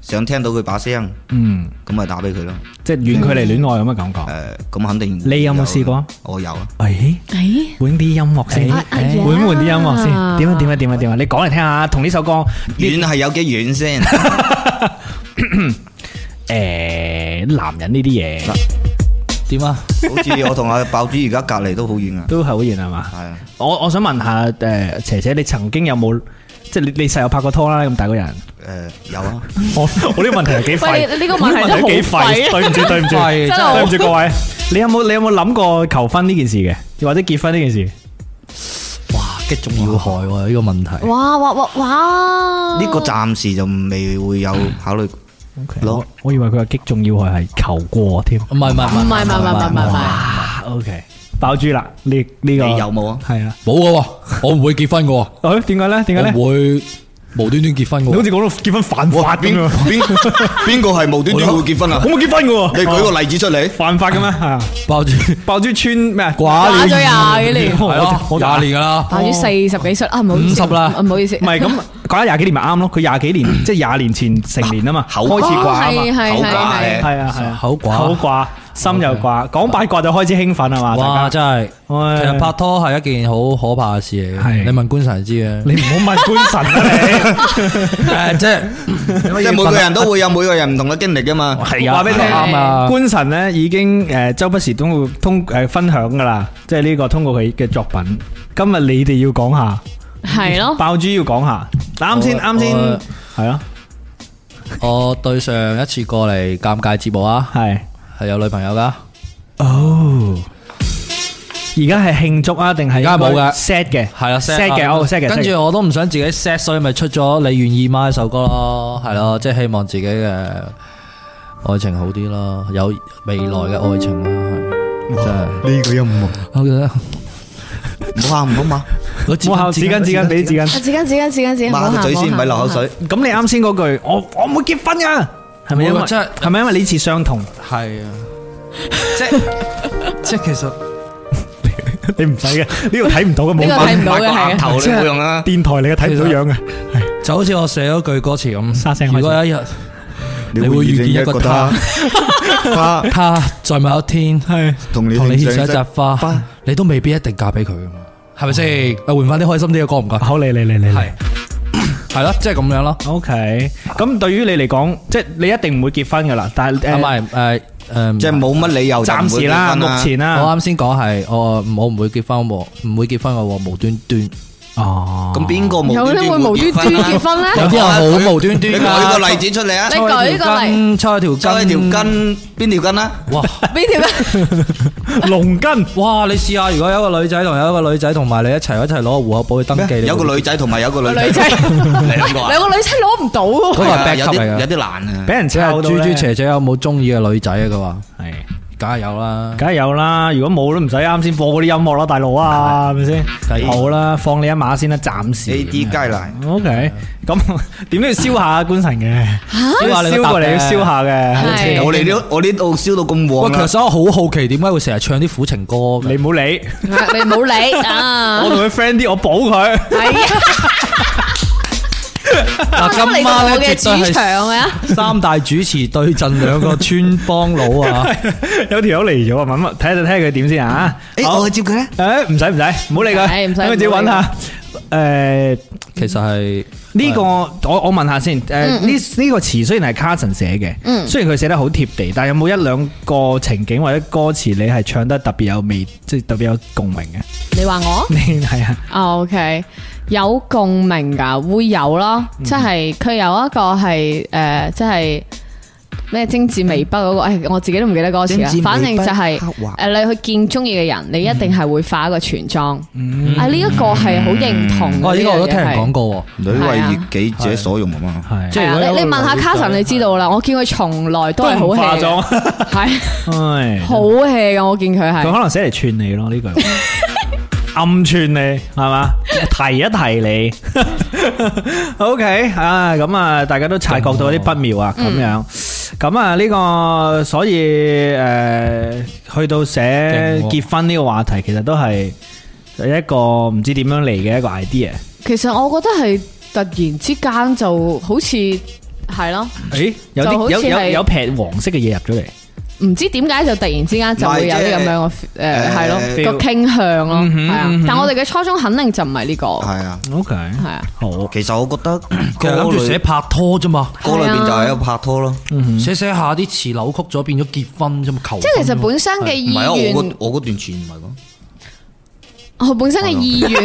[SPEAKER 8] 想聽到佢把聲，
[SPEAKER 6] 嗯，
[SPEAKER 8] 咁咪打俾佢咯。
[SPEAKER 6] 即係遠距離戀愛咁嘅感覺。
[SPEAKER 8] 嗯誒，咁肯定。
[SPEAKER 6] 你有冇試過？
[SPEAKER 8] 我有啊。
[SPEAKER 6] 誒。
[SPEAKER 7] 誒，
[SPEAKER 6] 換啲音樂先，
[SPEAKER 2] 誒
[SPEAKER 6] 換
[SPEAKER 2] 哎呀
[SPEAKER 6] 換啲音樂先，點啊點啊點啊點啊！你講嚟聽下，同呢首歌
[SPEAKER 8] 遠係有幾遠先？
[SPEAKER 6] 誒男人呢啲嘢
[SPEAKER 2] 點啊？
[SPEAKER 8] 好似我同阿爆主而家隔離都好遠啊。
[SPEAKER 6] 都係好遠係嘛？
[SPEAKER 8] 係啊，
[SPEAKER 6] 我我想問下誒姐姐，你曾經有冇即係你你細有拍過拖啦？咁大個人，
[SPEAKER 8] 誒有啊。
[SPEAKER 6] 我我呢個問題係幾
[SPEAKER 7] 喂，
[SPEAKER 6] 廢，
[SPEAKER 7] 你呢個問題真係好
[SPEAKER 6] 廢，
[SPEAKER 7] 廢啊！
[SPEAKER 6] 對唔住對唔住
[SPEAKER 2] 廢真
[SPEAKER 7] 係
[SPEAKER 6] 對唔住各位，你有冇你有冇諗過求婚呢件事嘅，又或者結婚呢件事？
[SPEAKER 2] 哇，擊中要害喎呢個問題。
[SPEAKER 7] 哇哇哇哇！
[SPEAKER 8] 呢個暫時就未會有考慮。
[SPEAKER 6] 我我以為佢話擊中要害係求過添。
[SPEAKER 2] 唔係唔係
[SPEAKER 7] 唔係唔係唔係唔係唔係，
[SPEAKER 6] 啊，OK，爆珠啦，呢呢
[SPEAKER 8] 你
[SPEAKER 6] 個
[SPEAKER 8] 有冇啊？
[SPEAKER 6] 係啊？
[SPEAKER 2] 冇嘅喎，我唔會結婚嘅喎，
[SPEAKER 6] 誒點解咧？
[SPEAKER 2] 我
[SPEAKER 6] 點解咧？
[SPEAKER 2] 唔會無端端結婚嘅
[SPEAKER 6] 你好
[SPEAKER 2] 喎。
[SPEAKER 6] 似講到結婚犯法咁 樣，
[SPEAKER 8] 邊邊個係無端端會結婚啊
[SPEAKER 6] 我？冇結婚嘅喎，
[SPEAKER 8] 你舉個例子出嚟。
[SPEAKER 6] 犯法嘅 咩？係啊
[SPEAKER 2] 爆住
[SPEAKER 6] 爆珠村咩？
[SPEAKER 2] 寡
[SPEAKER 7] 打
[SPEAKER 2] 了
[SPEAKER 7] 咗廿幾年，
[SPEAKER 2] 係咯，廿年㗎啦。
[SPEAKER 7] 打咗四十幾歲啊，唔好意思，
[SPEAKER 2] 五十啦
[SPEAKER 7] 唔好意思，
[SPEAKER 6] 唔係咁 講咗廿幾年咪啱咯，佢廿幾年即係廿年前成年啊嘛，
[SPEAKER 8] 口
[SPEAKER 6] 開始掛啊
[SPEAKER 7] 哦係
[SPEAKER 6] 嘛，
[SPEAKER 7] 係
[SPEAKER 8] 口
[SPEAKER 7] 係
[SPEAKER 8] 掛
[SPEAKER 7] 係
[SPEAKER 8] 嘅
[SPEAKER 6] 係啊係啊，
[SPEAKER 2] 口掛
[SPEAKER 6] 口掛，心又掛，講八卦就開始興奮係嘛，
[SPEAKER 2] 哇！
[SPEAKER 6] 大家
[SPEAKER 2] 真係，
[SPEAKER 6] 喂
[SPEAKER 2] 其實拍拖係一件好可怕嘅事嚟
[SPEAKER 6] 係
[SPEAKER 2] 嘅。你問官神就知嘅。
[SPEAKER 6] 你唔好問官神 啊
[SPEAKER 2] 誒，即係
[SPEAKER 8] 即係每個人都會有每個人唔同嘅經歷噶嘛。
[SPEAKER 6] 你，話俾你聽。
[SPEAKER 2] 啱啊！
[SPEAKER 6] 官神咧已經誒周不時都會通誒分享噶啦，即係呢個通過佢嘅作品。今日你哋要講下，
[SPEAKER 7] 係咯，
[SPEAKER 6] 爆珠要講下。啱先
[SPEAKER 2] 我
[SPEAKER 6] 啱先
[SPEAKER 2] 我
[SPEAKER 6] 係咯，
[SPEAKER 2] 我對上一次過嚟尷尬節目啊，
[SPEAKER 6] 係。
[SPEAKER 2] 係有女朋友噶，
[SPEAKER 6] 哦，而家係慶祝啊，定係
[SPEAKER 2] 而家冇㗎
[SPEAKER 6] set 嘅，
[SPEAKER 2] 係啊啦
[SPEAKER 6] set 嘅，哦 set 嘅，
[SPEAKER 2] 跟
[SPEAKER 6] set 嘅
[SPEAKER 2] 住我都唔想自己 set，所以咪出咗《你願意嗎》呢首歌咯，係
[SPEAKER 6] 哦
[SPEAKER 2] 咯，即係希望自己嘅愛情好啲咯，有未來嘅愛情啦，係真係。
[SPEAKER 8] 呢個音樂，
[SPEAKER 2] 我覺得
[SPEAKER 8] 唔好喊唔好嘛，
[SPEAKER 2] 我
[SPEAKER 6] 冇後紙巾紙巾俾啲紙
[SPEAKER 7] 啊紙巾紙巾紙巾紙巾，
[SPEAKER 8] 抹
[SPEAKER 7] 唔
[SPEAKER 8] 下
[SPEAKER 7] 好
[SPEAKER 8] 嘴
[SPEAKER 7] 喊
[SPEAKER 8] 先，唔係流口。水。
[SPEAKER 6] 巾。咁你啱先嗰句，我我冇結婚噶，係咪因為
[SPEAKER 2] 我真係
[SPEAKER 6] 係咪因為呢次相同？
[SPEAKER 2] 係啊，即係即係其實
[SPEAKER 6] 你唔使嘅，呢度睇唔到嘅，
[SPEAKER 7] 呢個睇唔到嘅係啊，
[SPEAKER 8] 頭你冇用啦。
[SPEAKER 6] 電台你嘅睇
[SPEAKER 2] 唔到
[SPEAKER 6] 樣嘅。
[SPEAKER 2] 就好似我寫咗句歌詞
[SPEAKER 6] 沙聲開
[SPEAKER 2] 咁，
[SPEAKER 6] 始
[SPEAKER 2] 如果有一日你會遇見一個他，
[SPEAKER 8] 他
[SPEAKER 2] 他在某一天
[SPEAKER 6] 係
[SPEAKER 8] 同你
[SPEAKER 2] 同你
[SPEAKER 8] 獻
[SPEAKER 2] 獻上一
[SPEAKER 8] 上
[SPEAKER 2] 扎花，你都未 Ờ,
[SPEAKER 6] À.
[SPEAKER 2] 必一定嫁俾佢噶嘛，係咪先？啊，換翻啲開心啲嘅歌唔該。
[SPEAKER 6] 好嚟嚟嚟嚟，
[SPEAKER 2] 係系咯，即系咁样咯。
[SPEAKER 6] OK，咁對於你嚟講，即係你一定唔會結婚噶啦，但係
[SPEAKER 2] 啊，
[SPEAKER 6] 誒
[SPEAKER 2] 唔系诶诶，誒
[SPEAKER 8] 即係冇乜理由就唔會
[SPEAKER 6] 暫時啦，
[SPEAKER 8] 結
[SPEAKER 6] 目
[SPEAKER 8] 婚
[SPEAKER 6] 前啦，
[SPEAKER 2] 我啱先講係我我唔會結婚喎，唔會結婚嘅喎，無端端
[SPEAKER 6] 哦，
[SPEAKER 8] 咁邊個無
[SPEAKER 7] 有
[SPEAKER 8] 端
[SPEAKER 7] 啲會
[SPEAKER 8] 端
[SPEAKER 7] 無端端
[SPEAKER 8] 會結
[SPEAKER 7] 結
[SPEAKER 8] 婚啊？
[SPEAKER 7] 婚
[SPEAKER 2] 有
[SPEAKER 7] 咧？
[SPEAKER 2] 啲人好無端端
[SPEAKER 8] 你舉個例子出嚟啊
[SPEAKER 7] 你！舉個例，
[SPEAKER 2] 例，抽一條筋，
[SPEAKER 8] 抽一條，筋，邊條筋啊？
[SPEAKER 2] 哇！
[SPEAKER 7] 邊條咧？
[SPEAKER 6] 龍筋
[SPEAKER 2] 哇！你試下，如果有一個女仔同有一個女仔同埋你一齊一齊攞個户口簿去登記，
[SPEAKER 8] 有個女仔同埋有個女
[SPEAKER 7] 女仔，
[SPEAKER 8] 兩個啊？
[SPEAKER 7] 兩個女仔攞唔到喎。
[SPEAKER 2] 嗰個係
[SPEAKER 8] 係啊
[SPEAKER 2] back
[SPEAKER 8] 有
[SPEAKER 2] up
[SPEAKER 8] 啲
[SPEAKER 2] 嚟
[SPEAKER 8] 有
[SPEAKER 2] 嘅，
[SPEAKER 8] 啲難啊！
[SPEAKER 6] 俾 人
[SPEAKER 2] 即係
[SPEAKER 6] 抄到
[SPEAKER 2] 豬豬
[SPEAKER 6] 咧，
[SPEAKER 2] 姐姐有冇中意嘅女仔啊？佢話
[SPEAKER 6] 係，
[SPEAKER 2] 梗係有啦，
[SPEAKER 6] 梗係有啦，如果冇都唔使啱先播嗰啲音樂啦，大佬啊，係咪
[SPEAKER 2] 係
[SPEAKER 6] 先？好啦，放你一馬先啦，暫時
[SPEAKER 8] A D 街難，
[SPEAKER 6] OK，咁 點都要燒下官神嘅，
[SPEAKER 2] 燒下你個
[SPEAKER 6] 燒過
[SPEAKER 2] 答
[SPEAKER 6] 嚟
[SPEAKER 2] 嘅
[SPEAKER 6] 要燒下嘅，
[SPEAKER 7] 係
[SPEAKER 8] 我哋呢我呢度燒到咁
[SPEAKER 2] 喂，
[SPEAKER 8] 旺
[SPEAKER 2] 其
[SPEAKER 8] 啦
[SPEAKER 2] 實，我好好奇點解會成日唱啲苦情歌嘅
[SPEAKER 6] 你唔好理，
[SPEAKER 7] 你唔好理啊
[SPEAKER 6] 我！同佢 friend 啲，我補佢。
[SPEAKER 2] 嗱，今晚咧絕對
[SPEAKER 7] 主場
[SPEAKER 2] 係
[SPEAKER 7] 啊
[SPEAKER 2] 三大主持對陣兩個村幫佬啊！
[SPEAKER 6] 有條友嚟咗啊，問問睇下睇下佢點先啊。
[SPEAKER 8] 誒，我去接佢咧。
[SPEAKER 6] 诶，唔使唔使，唔好理
[SPEAKER 7] 係
[SPEAKER 6] 佢，
[SPEAKER 7] 唔使
[SPEAKER 6] 等佢自己揾下。诶，
[SPEAKER 2] 其實係
[SPEAKER 6] 呢個我我問下先。
[SPEAKER 7] 嗯
[SPEAKER 6] 诶，呢呢個詞雖然係 Carson 寫嘅，雖然佢寫得好貼地，但有冇一兩個情景或者歌詞你係唱得特別有味，即係特別有共鳴嘅？
[SPEAKER 7] 你話我？
[SPEAKER 6] 你係啊，
[SPEAKER 7] 啊，OK，有共鳴㗎，會有咯，即係佢有一個係誒，即係咩精緻眉筆嗰個，誒我自己都唔記得歌詞
[SPEAKER 8] 精
[SPEAKER 7] 啦
[SPEAKER 8] 緻眉筆，
[SPEAKER 7] 反正就係
[SPEAKER 8] 刻畫
[SPEAKER 7] 誒你去見中意嘅人，你一定係會化一個全妝，啊呢一個係好認同嘅，
[SPEAKER 2] 哦，呢個我都聽人
[SPEAKER 7] 樣嘢係
[SPEAKER 2] 講過
[SPEAKER 8] 女為悅己者所用啊嘛，
[SPEAKER 6] 係
[SPEAKER 2] 即係
[SPEAKER 7] 係
[SPEAKER 2] 如
[SPEAKER 7] 啊
[SPEAKER 2] 果
[SPEAKER 7] 你
[SPEAKER 2] 有
[SPEAKER 7] 你
[SPEAKER 2] 個
[SPEAKER 7] 問下
[SPEAKER 2] 女仔
[SPEAKER 7] Carson 你知道啦，我見佢從來都係好
[SPEAKER 6] 都唔
[SPEAKER 7] hea，
[SPEAKER 6] 化
[SPEAKER 7] 嘅
[SPEAKER 6] 妝，
[SPEAKER 7] 係
[SPEAKER 6] 唉，
[SPEAKER 7] 好 hea 嘅，我見佢
[SPEAKER 6] 佢
[SPEAKER 7] 係
[SPEAKER 6] 可能寫嚟串你咯呢句。暗串你係嘛？提一提你。O K 啊，咁啊，大家都察覺到啲不妙啊，咁樣。咁啊，呢個所以诶，誒去到寫
[SPEAKER 2] 勁喎
[SPEAKER 6] 結婚呢個話題，其實都係一個唔知點樣嚟嘅一個 idea。
[SPEAKER 7] 其實我覺得係突然之間就好似係咯。
[SPEAKER 6] 诶，有
[SPEAKER 7] 就
[SPEAKER 6] 啲
[SPEAKER 7] 好
[SPEAKER 6] 有
[SPEAKER 7] 似
[SPEAKER 6] 有
[SPEAKER 7] 係
[SPEAKER 6] 有撇黃色嘅嘢入咗嚟。
[SPEAKER 7] 唔知點解就突然之間就會有啲咁樣
[SPEAKER 8] 係
[SPEAKER 7] 嘅誒係
[SPEAKER 6] 誒
[SPEAKER 7] 咯個傾向咯，
[SPEAKER 6] 嗯哼
[SPEAKER 7] 係啊
[SPEAKER 6] 嗯哼。
[SPEAKER 7] 但我哋嘅初衷肯定就唔係呢個，係
[SPEAKER 8] 係啊。
[SPEAKER 6] O K，
[SPEAKER 7] 啊，
[SPEAKER 6] 好，
[SPEAKER 8] 其實我覺得
[SPEAKER 2] 其實
[SPEAKER 8] 歌
[SPEAKER 2] 諗住寫
[SPEAKER 8] 裏
[SPEAKER 2] 拍拖啫嘛，
[SPEAKER 8] 歌裏邊就係一個拍拖咯，
[SPEAKER 2] 寫寫下啲詞扭曲咗，變咗結婚啫嘛，求
[SPEAKER 7] 即係其實
[SPEAKER 2] 婚啫嘛
[SPEAKER 7] 本身嘅
[SPEAKER 8] 唔
[SPEAKER 7] 意
[SPEAKER 8] 係啊！我嗰
[SPEAKER 7] 願，
[SPEAKER 8] 我嗰段全唔係講。
[SPEAKER 7] 我本身嘅意願，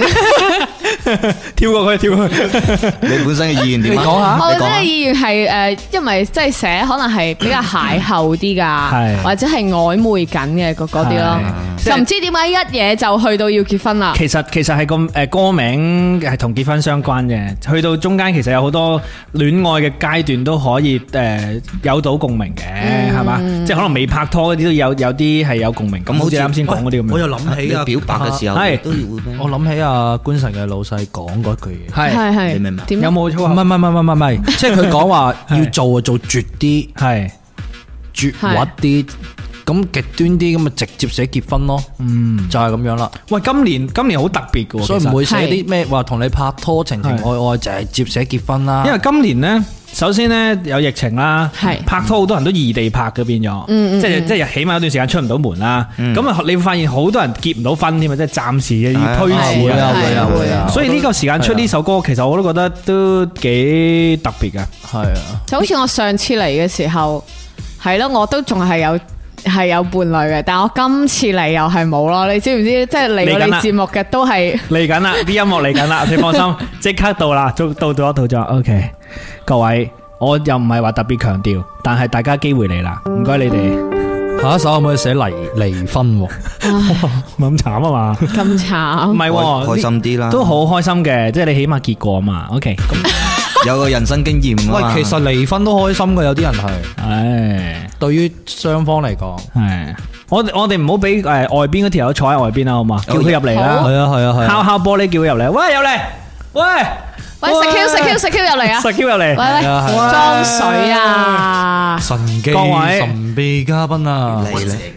[SPEAKER 6] 跳過佢，跳過佢。
[SPEAKER 8] 你本身嘅意願點啊？
[SPEAKER 2] 你講下
[SPEAKER 7] 我
[SPEAKER 8] 你
[SPEAKER 7] 本身嘅
[SPEAKER 8] 講
[SPEAKER 7] 意願係誒，因為即係寫可能係比較邂逅啲
[SPEAKER 6] 係
[SPEAKER 7] 㗎，或者係曖昧緊嘅嗰嗰啲咯，
[SPEAKER 6] 係
[SPEAKER 7] 就唔知點解一嘢就去到要結婚啦。
[SPEAKER 6] 其實其實係個誒歌名係同結婚相關嘅，去到中間其實有好多戀愛嘅階段都可以誒、呃有到共鳴嘅，係嘛、即係可能未拍拖嗰啲都有有啲係有共鳴，咁
[SPEAKER 8] 咁
[SPEAKER 6] 好
[SPEAKER 8] 好
[SPEAKER 6] 似
[SPEAKER 8] 似
[SPEAKER 6] 啱先講嗰啲咁
[SPEAKER 2] 我
[SPEAKER 6] 樣。
[SPEAKER 2] 又諗
[SPEAKER 8] 你
[SPEAKER 2] 起啊，
[SPEAKER 8] 表白嘅時候
[SPEAKER 6] 係
[SPEAKER 8] 都要咩？
[SPEAKER 2] 我諗起啊官神嘅老細講嗰句嘢。
[SPEAKER 6] 係
[SPEAKER 7] 係
[SPEAKER 8] 你明唔
[SPEAKER 7] 係
[SPEAKER 8] 明
[SPEAKER 7] 點
[SPEAKER 6] 有
[SPEAKER 7] 啊？
[SPEAKER 6] 冇粗
[SPEAKER 2] 唔係
[SPEAKER 6] 口？
[SPEAKER 2] 唔係唔係唔係唔係， 即係佢講話
[SPEAKER 6] 係
[SPEAKER 2] 要做就做絕啲、
[SPEAKER 6] 係
[SPEAKER 2] 絕核啲，咁極端啲咁咪直接寫結婚咯，
[SPEAKER 6] 嗯，
[SPEAKER 2] 就係咁樣啦。
[SPEAKER 6] 喂，今年今年好特別嘅喎，
[SPEAKER 2] 所以
[SPEAKER 6] 其實
[SPEAKER 2] 唔會寫啲咩話同你拍拖情情愛愛，就係直接寫結婚啦。
[SPEAKER 6] 因為今年呢，首先呢，有疫情啦，
[SPEAKER 7] 係
[SPEAKER 6] 拍拖好多人都異地拍嘅變咗，
[SPEAKER 7] 嗯嗯
[SPEAKER 6] 即係即係起碼有段時間出唔到門啦。咁啊、你會發現好多人結唔到婚添啊，即係暫時嘅要推
[SPEAKER 2] 啊
[SPEAKER 6] 遲
[SPEAKER 2] 會啊
[SPEAKER 7] 係
[SPEAKER 2] 會啊
[SPEAKER 7] 係
[SPEAKER 2] 會啊，
[SPEAKER 6] 所以呢個時間出呢首歌，其實我都覺得都幾特別嘅。
[SPEAKER 2] 係啊，
[SPEAKER 7] 就好似我上次嚟嘅時候，係咯，我都仲係有係有伴侶嘅，但我今次嚟又係冇咯。你知唔知？即係嚟我
[SPEAKER 6] 嚟緊
[SPEAKER 7] 哋
[SPEAKER 6] 啦
[SPEAKER 7] 節目嘅都係
[SPEAKER 6] 嚟緊啦，啲音樂嚟緊啦， 你放心，即刻到啦，到到咗到咗。OK，各位，我又唔係話特別強調，但係大家機會嚟啦，唔該你哋。
[SPEAKER 2] 下一首可唔可以寫離離婚喎？
[SPEAKER 6] 唔係咁慘啊嘛，
[SPEAKER 7] 咁
[SPEAKER 6] 唔
[SPEAKER 7] 慘。
[SPEAKER 8] 開
[SPEAKER 6] 係喎，
[SPEAKER 8] 開心啲啦，
[SPEAKER 6] 都好開心嘅，即係你起碼結過嘛。OK，咁
[SPEAKER 8] 有個人生經驗啊嘛。
[SPEAKER 2] 喂，其實離婚都開心嘅，有啲人係
[SPEAKER 6] 唉
[SPEAKER 2] 對於雙方嚟講，
[SPEAKER 6] 係，我我哋唔好俾誒外邊嗰條友坐喺外邊啊啦，好嘛？叫佢入嚟啦，
[SPEAKER 2] 係啊係啊係
[SPEAKER 6] 敲
[SPEAKER 2] 啊，
[SPEAKER 6] 敲玻璃叫佢入嚟，喂入嚟，喂
[SPEAKER 7] 喂，食 Q 食 Q 食 Q 入嚟啊！
[SPEAKER 6] 實 Q 入嚟
[SPEAKER 7] 喂。喂，裝水啊！
[SPEAKER 2] 神機
[SPEAKER 6] 各位
[SPEAKER 2] 神秘嘉賓啊！
[SPEAKER 8] 嚟咧，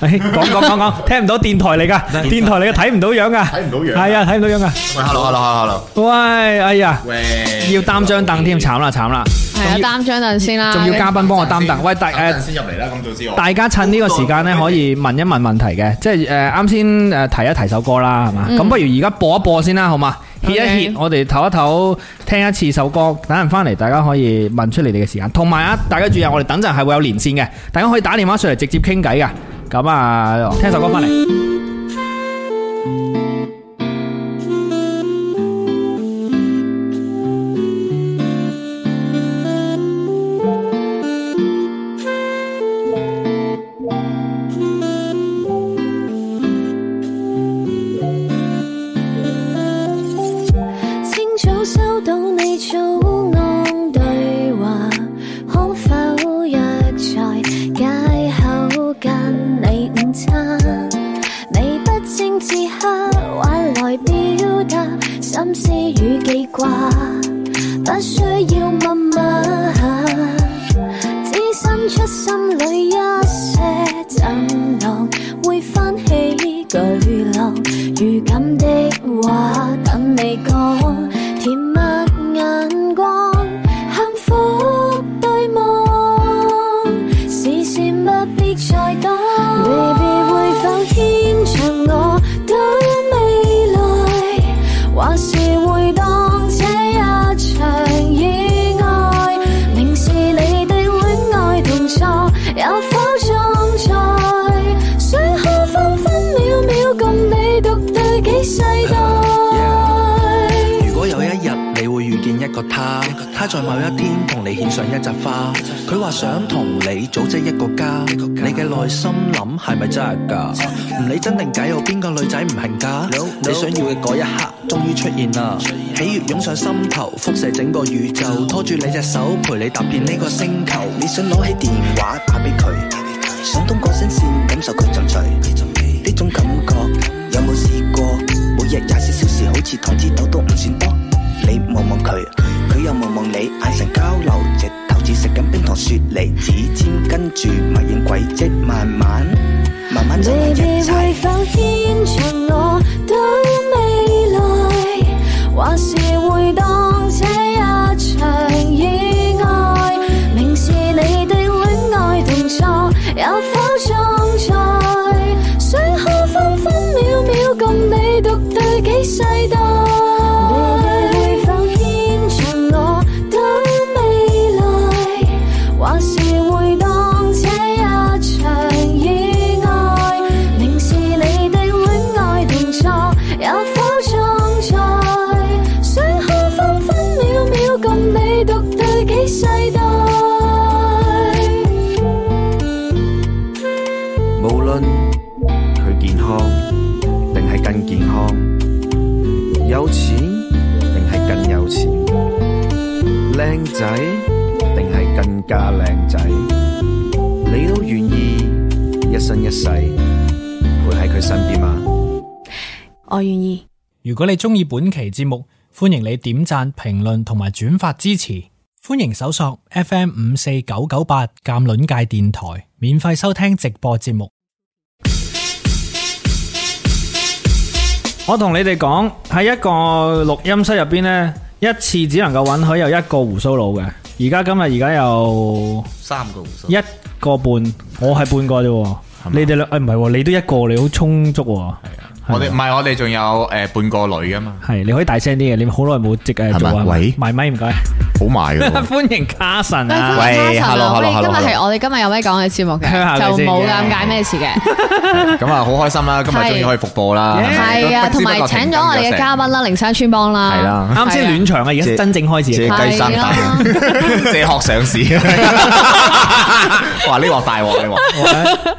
[SPEAKER 6] 哎講講講講，聽唔到電台嚟噶，電台嚟嘅睇唔到樣噶，
[SPEAKER 10] 睇唔到樣
[SPEAKER 6] 係啊睇唔到樣噶。
[SPEAKER 9] 喂，hello，hello，hello，hello。
[SPEAKER 6] 喂，哎呀，
[SPEAKER 9] 喂，
[SPEAKER 6] 要擔張凳添，慘啦慘啦，
[SPEAKER 7] 系啊，擔張凳先啦，
[SPEAKER 6] 仲要嘉賓幫我擔凳。喂，大
[SPEAKER 10] 等
[SPEAKER 6] 誒
[SPEAKER 10] 陣。先入嚟啦，咁早知我。
[SPEAKER 6] 大家趁呢個時間咧，可以問一問問題嘅，即係誒啱先誒提一提首歌啦，係嘛？
[SPEAKER 7] 嗯
[SPEAKER 6] 咁、不如而家播一播先啦，好嘛？歇
[SPEAKER 7] OK
[SPEAKER 6] 一歇，我哋唞一唞，聽一次首歌，等陣翻嚟大家可以問出你哋嘅時間。同埋啊，大家注意啊，我哋等陣係會有連線嘅，大家可以打電話上嚟直接傾偈嘅。咁啊，聽首歌翻嚟。
[SPEAKER 3] 清早收到你早安對話，可否約在街口跟你午餐？你不正自刻玩來表達心思與記掛，不需要密碼。只伸出心里一些震荡，會翻起巨浪。如感的話，等你講，甜蜜眼光，幸福對望，視線不必再擋。Baby 會否牽着我到未來，還是會當這一場意外？明是你的戀愛動作，有否裝載？想可分分秒秒共你獨對幾世代？
[SPEAKER 4] 如果有一日你會遇見一個他，他在某一天同你獻上一扎花，佢話想同你組織一個家，你嘅內心諗係咪真係㗎？唔理真定假，有邊個女仔唔恨㗎？你想要嘅嗰一刻終於出現啦，喜悅湧上心頭，輻射整個宇宙，拖住你隻手陪你踏遍呢個星球。你想攞起電話打俾佢，想通過聲線感受佢進取。呢種感覺有冇試過？每日廿四小時好似糖紙豆都唔算多。你望望佢，佢又望望你，眼神交流，直頭似食緊冰糖雪梨，指尖跟住默認軌跡，慢慢慢慢走埋一
[SPEAKER 3] Baby 會
[SPEAKER 4] 齊。
[SPEAKER 3] 否牽着我到未來，還是會當這一場意外？明是你的戀愛動作，有否裝載？想可分分秒秒共你獨對幾世代？Baby 會否牽着我到未來，還是會當這一場意外？明是你的戀愛動作，有否裝載？想可分分秒秒共你獨對幾世代？
[SPEAKER 5] 無論佢健康定係更健康，有錢定係更有錢，靚仔定係更加靚仔，你都願意一生一世陪喺佢身邊嗎？
[SPEAKER 7] 我願意。
[SPEAKER 11] 如果你中意本期節目，歡迎你點讚、評論同埋轉發支持。歡迎搜索 FM 五四九九八鑑論界電台，免費收聽直播節目。
[SPEAKER 6] 我同你哋講，喺一個錄音室入邊呢，一次只能夠允許有一個胡鬚佬嘅。而家今日而家有
[SPEAKER 8] 三個胡鬚
[SPEAKER 6] 一個半，我係半個啫喎。你哋兩，誒哎唔係喎，你都一個，你好充足喎。
[SPEAKER 10] 我哋唔係，我哋仲有誒半個女噶嘛，
[SPEAKER 6] 係，你可以大聲啲嘅，你好耐冇即誒做
[SPEAKER 10] 係咪
[SPEAKER 6] 啊。
[SPEAKER 10] 喂
[SPEAKER 6] 埋咪唔該，
[SPEAKER 10] 好埋嘅喎。
[SPEAKER 6] 歡迎卡神
[SPEAKER 7] 喂
[SPEAKER 6] 啊！
[SPEAKER 10] 喂，hello，
[SPEAKER 7] 喂今
[SPEAKER 10] hello，
[SPEAKER 7] 日
[SPEAKER 10] hello，
[SPEAKER 7] 係我哋今日有咩講嘅節目 嘅，
[SPEAKER 6] 聽下佢
[SPEAKER 7] 就
[SPEAKER 6] 先
[SPEAKER 7] 冇尷尬咩事嘅，
[SPEAKER 10] 咁啊，好開心啦！今日
[SPEAKER 7] 係
[SPEAKER 10] 終於可以復播啦，
[SPEAKER 7] 係啊，
[SPEAKER 10] 不
[SPEAKER 7] 同
[SPEAKER 10] 知不
[SPEAKER 7] 埋
[SPEAKER 10] 覺
[SPEAKER 7] 請
[SPEAKER 10] 停
[SPEAKER 7] 咗我哋
[SPEAKER 10] 更咗
[SPEAKER 7] 嘅嘉賓啦，靈山村幫啦，
[SPEAKER 10] 係啦
[SPEAKER 6] 啱先暖場啊，而家真正開始。
[SPEAKER 7] 係啦，
[SPEAKER 10] 成 借殼上市，哇！呢鑊大鑊，呢鑊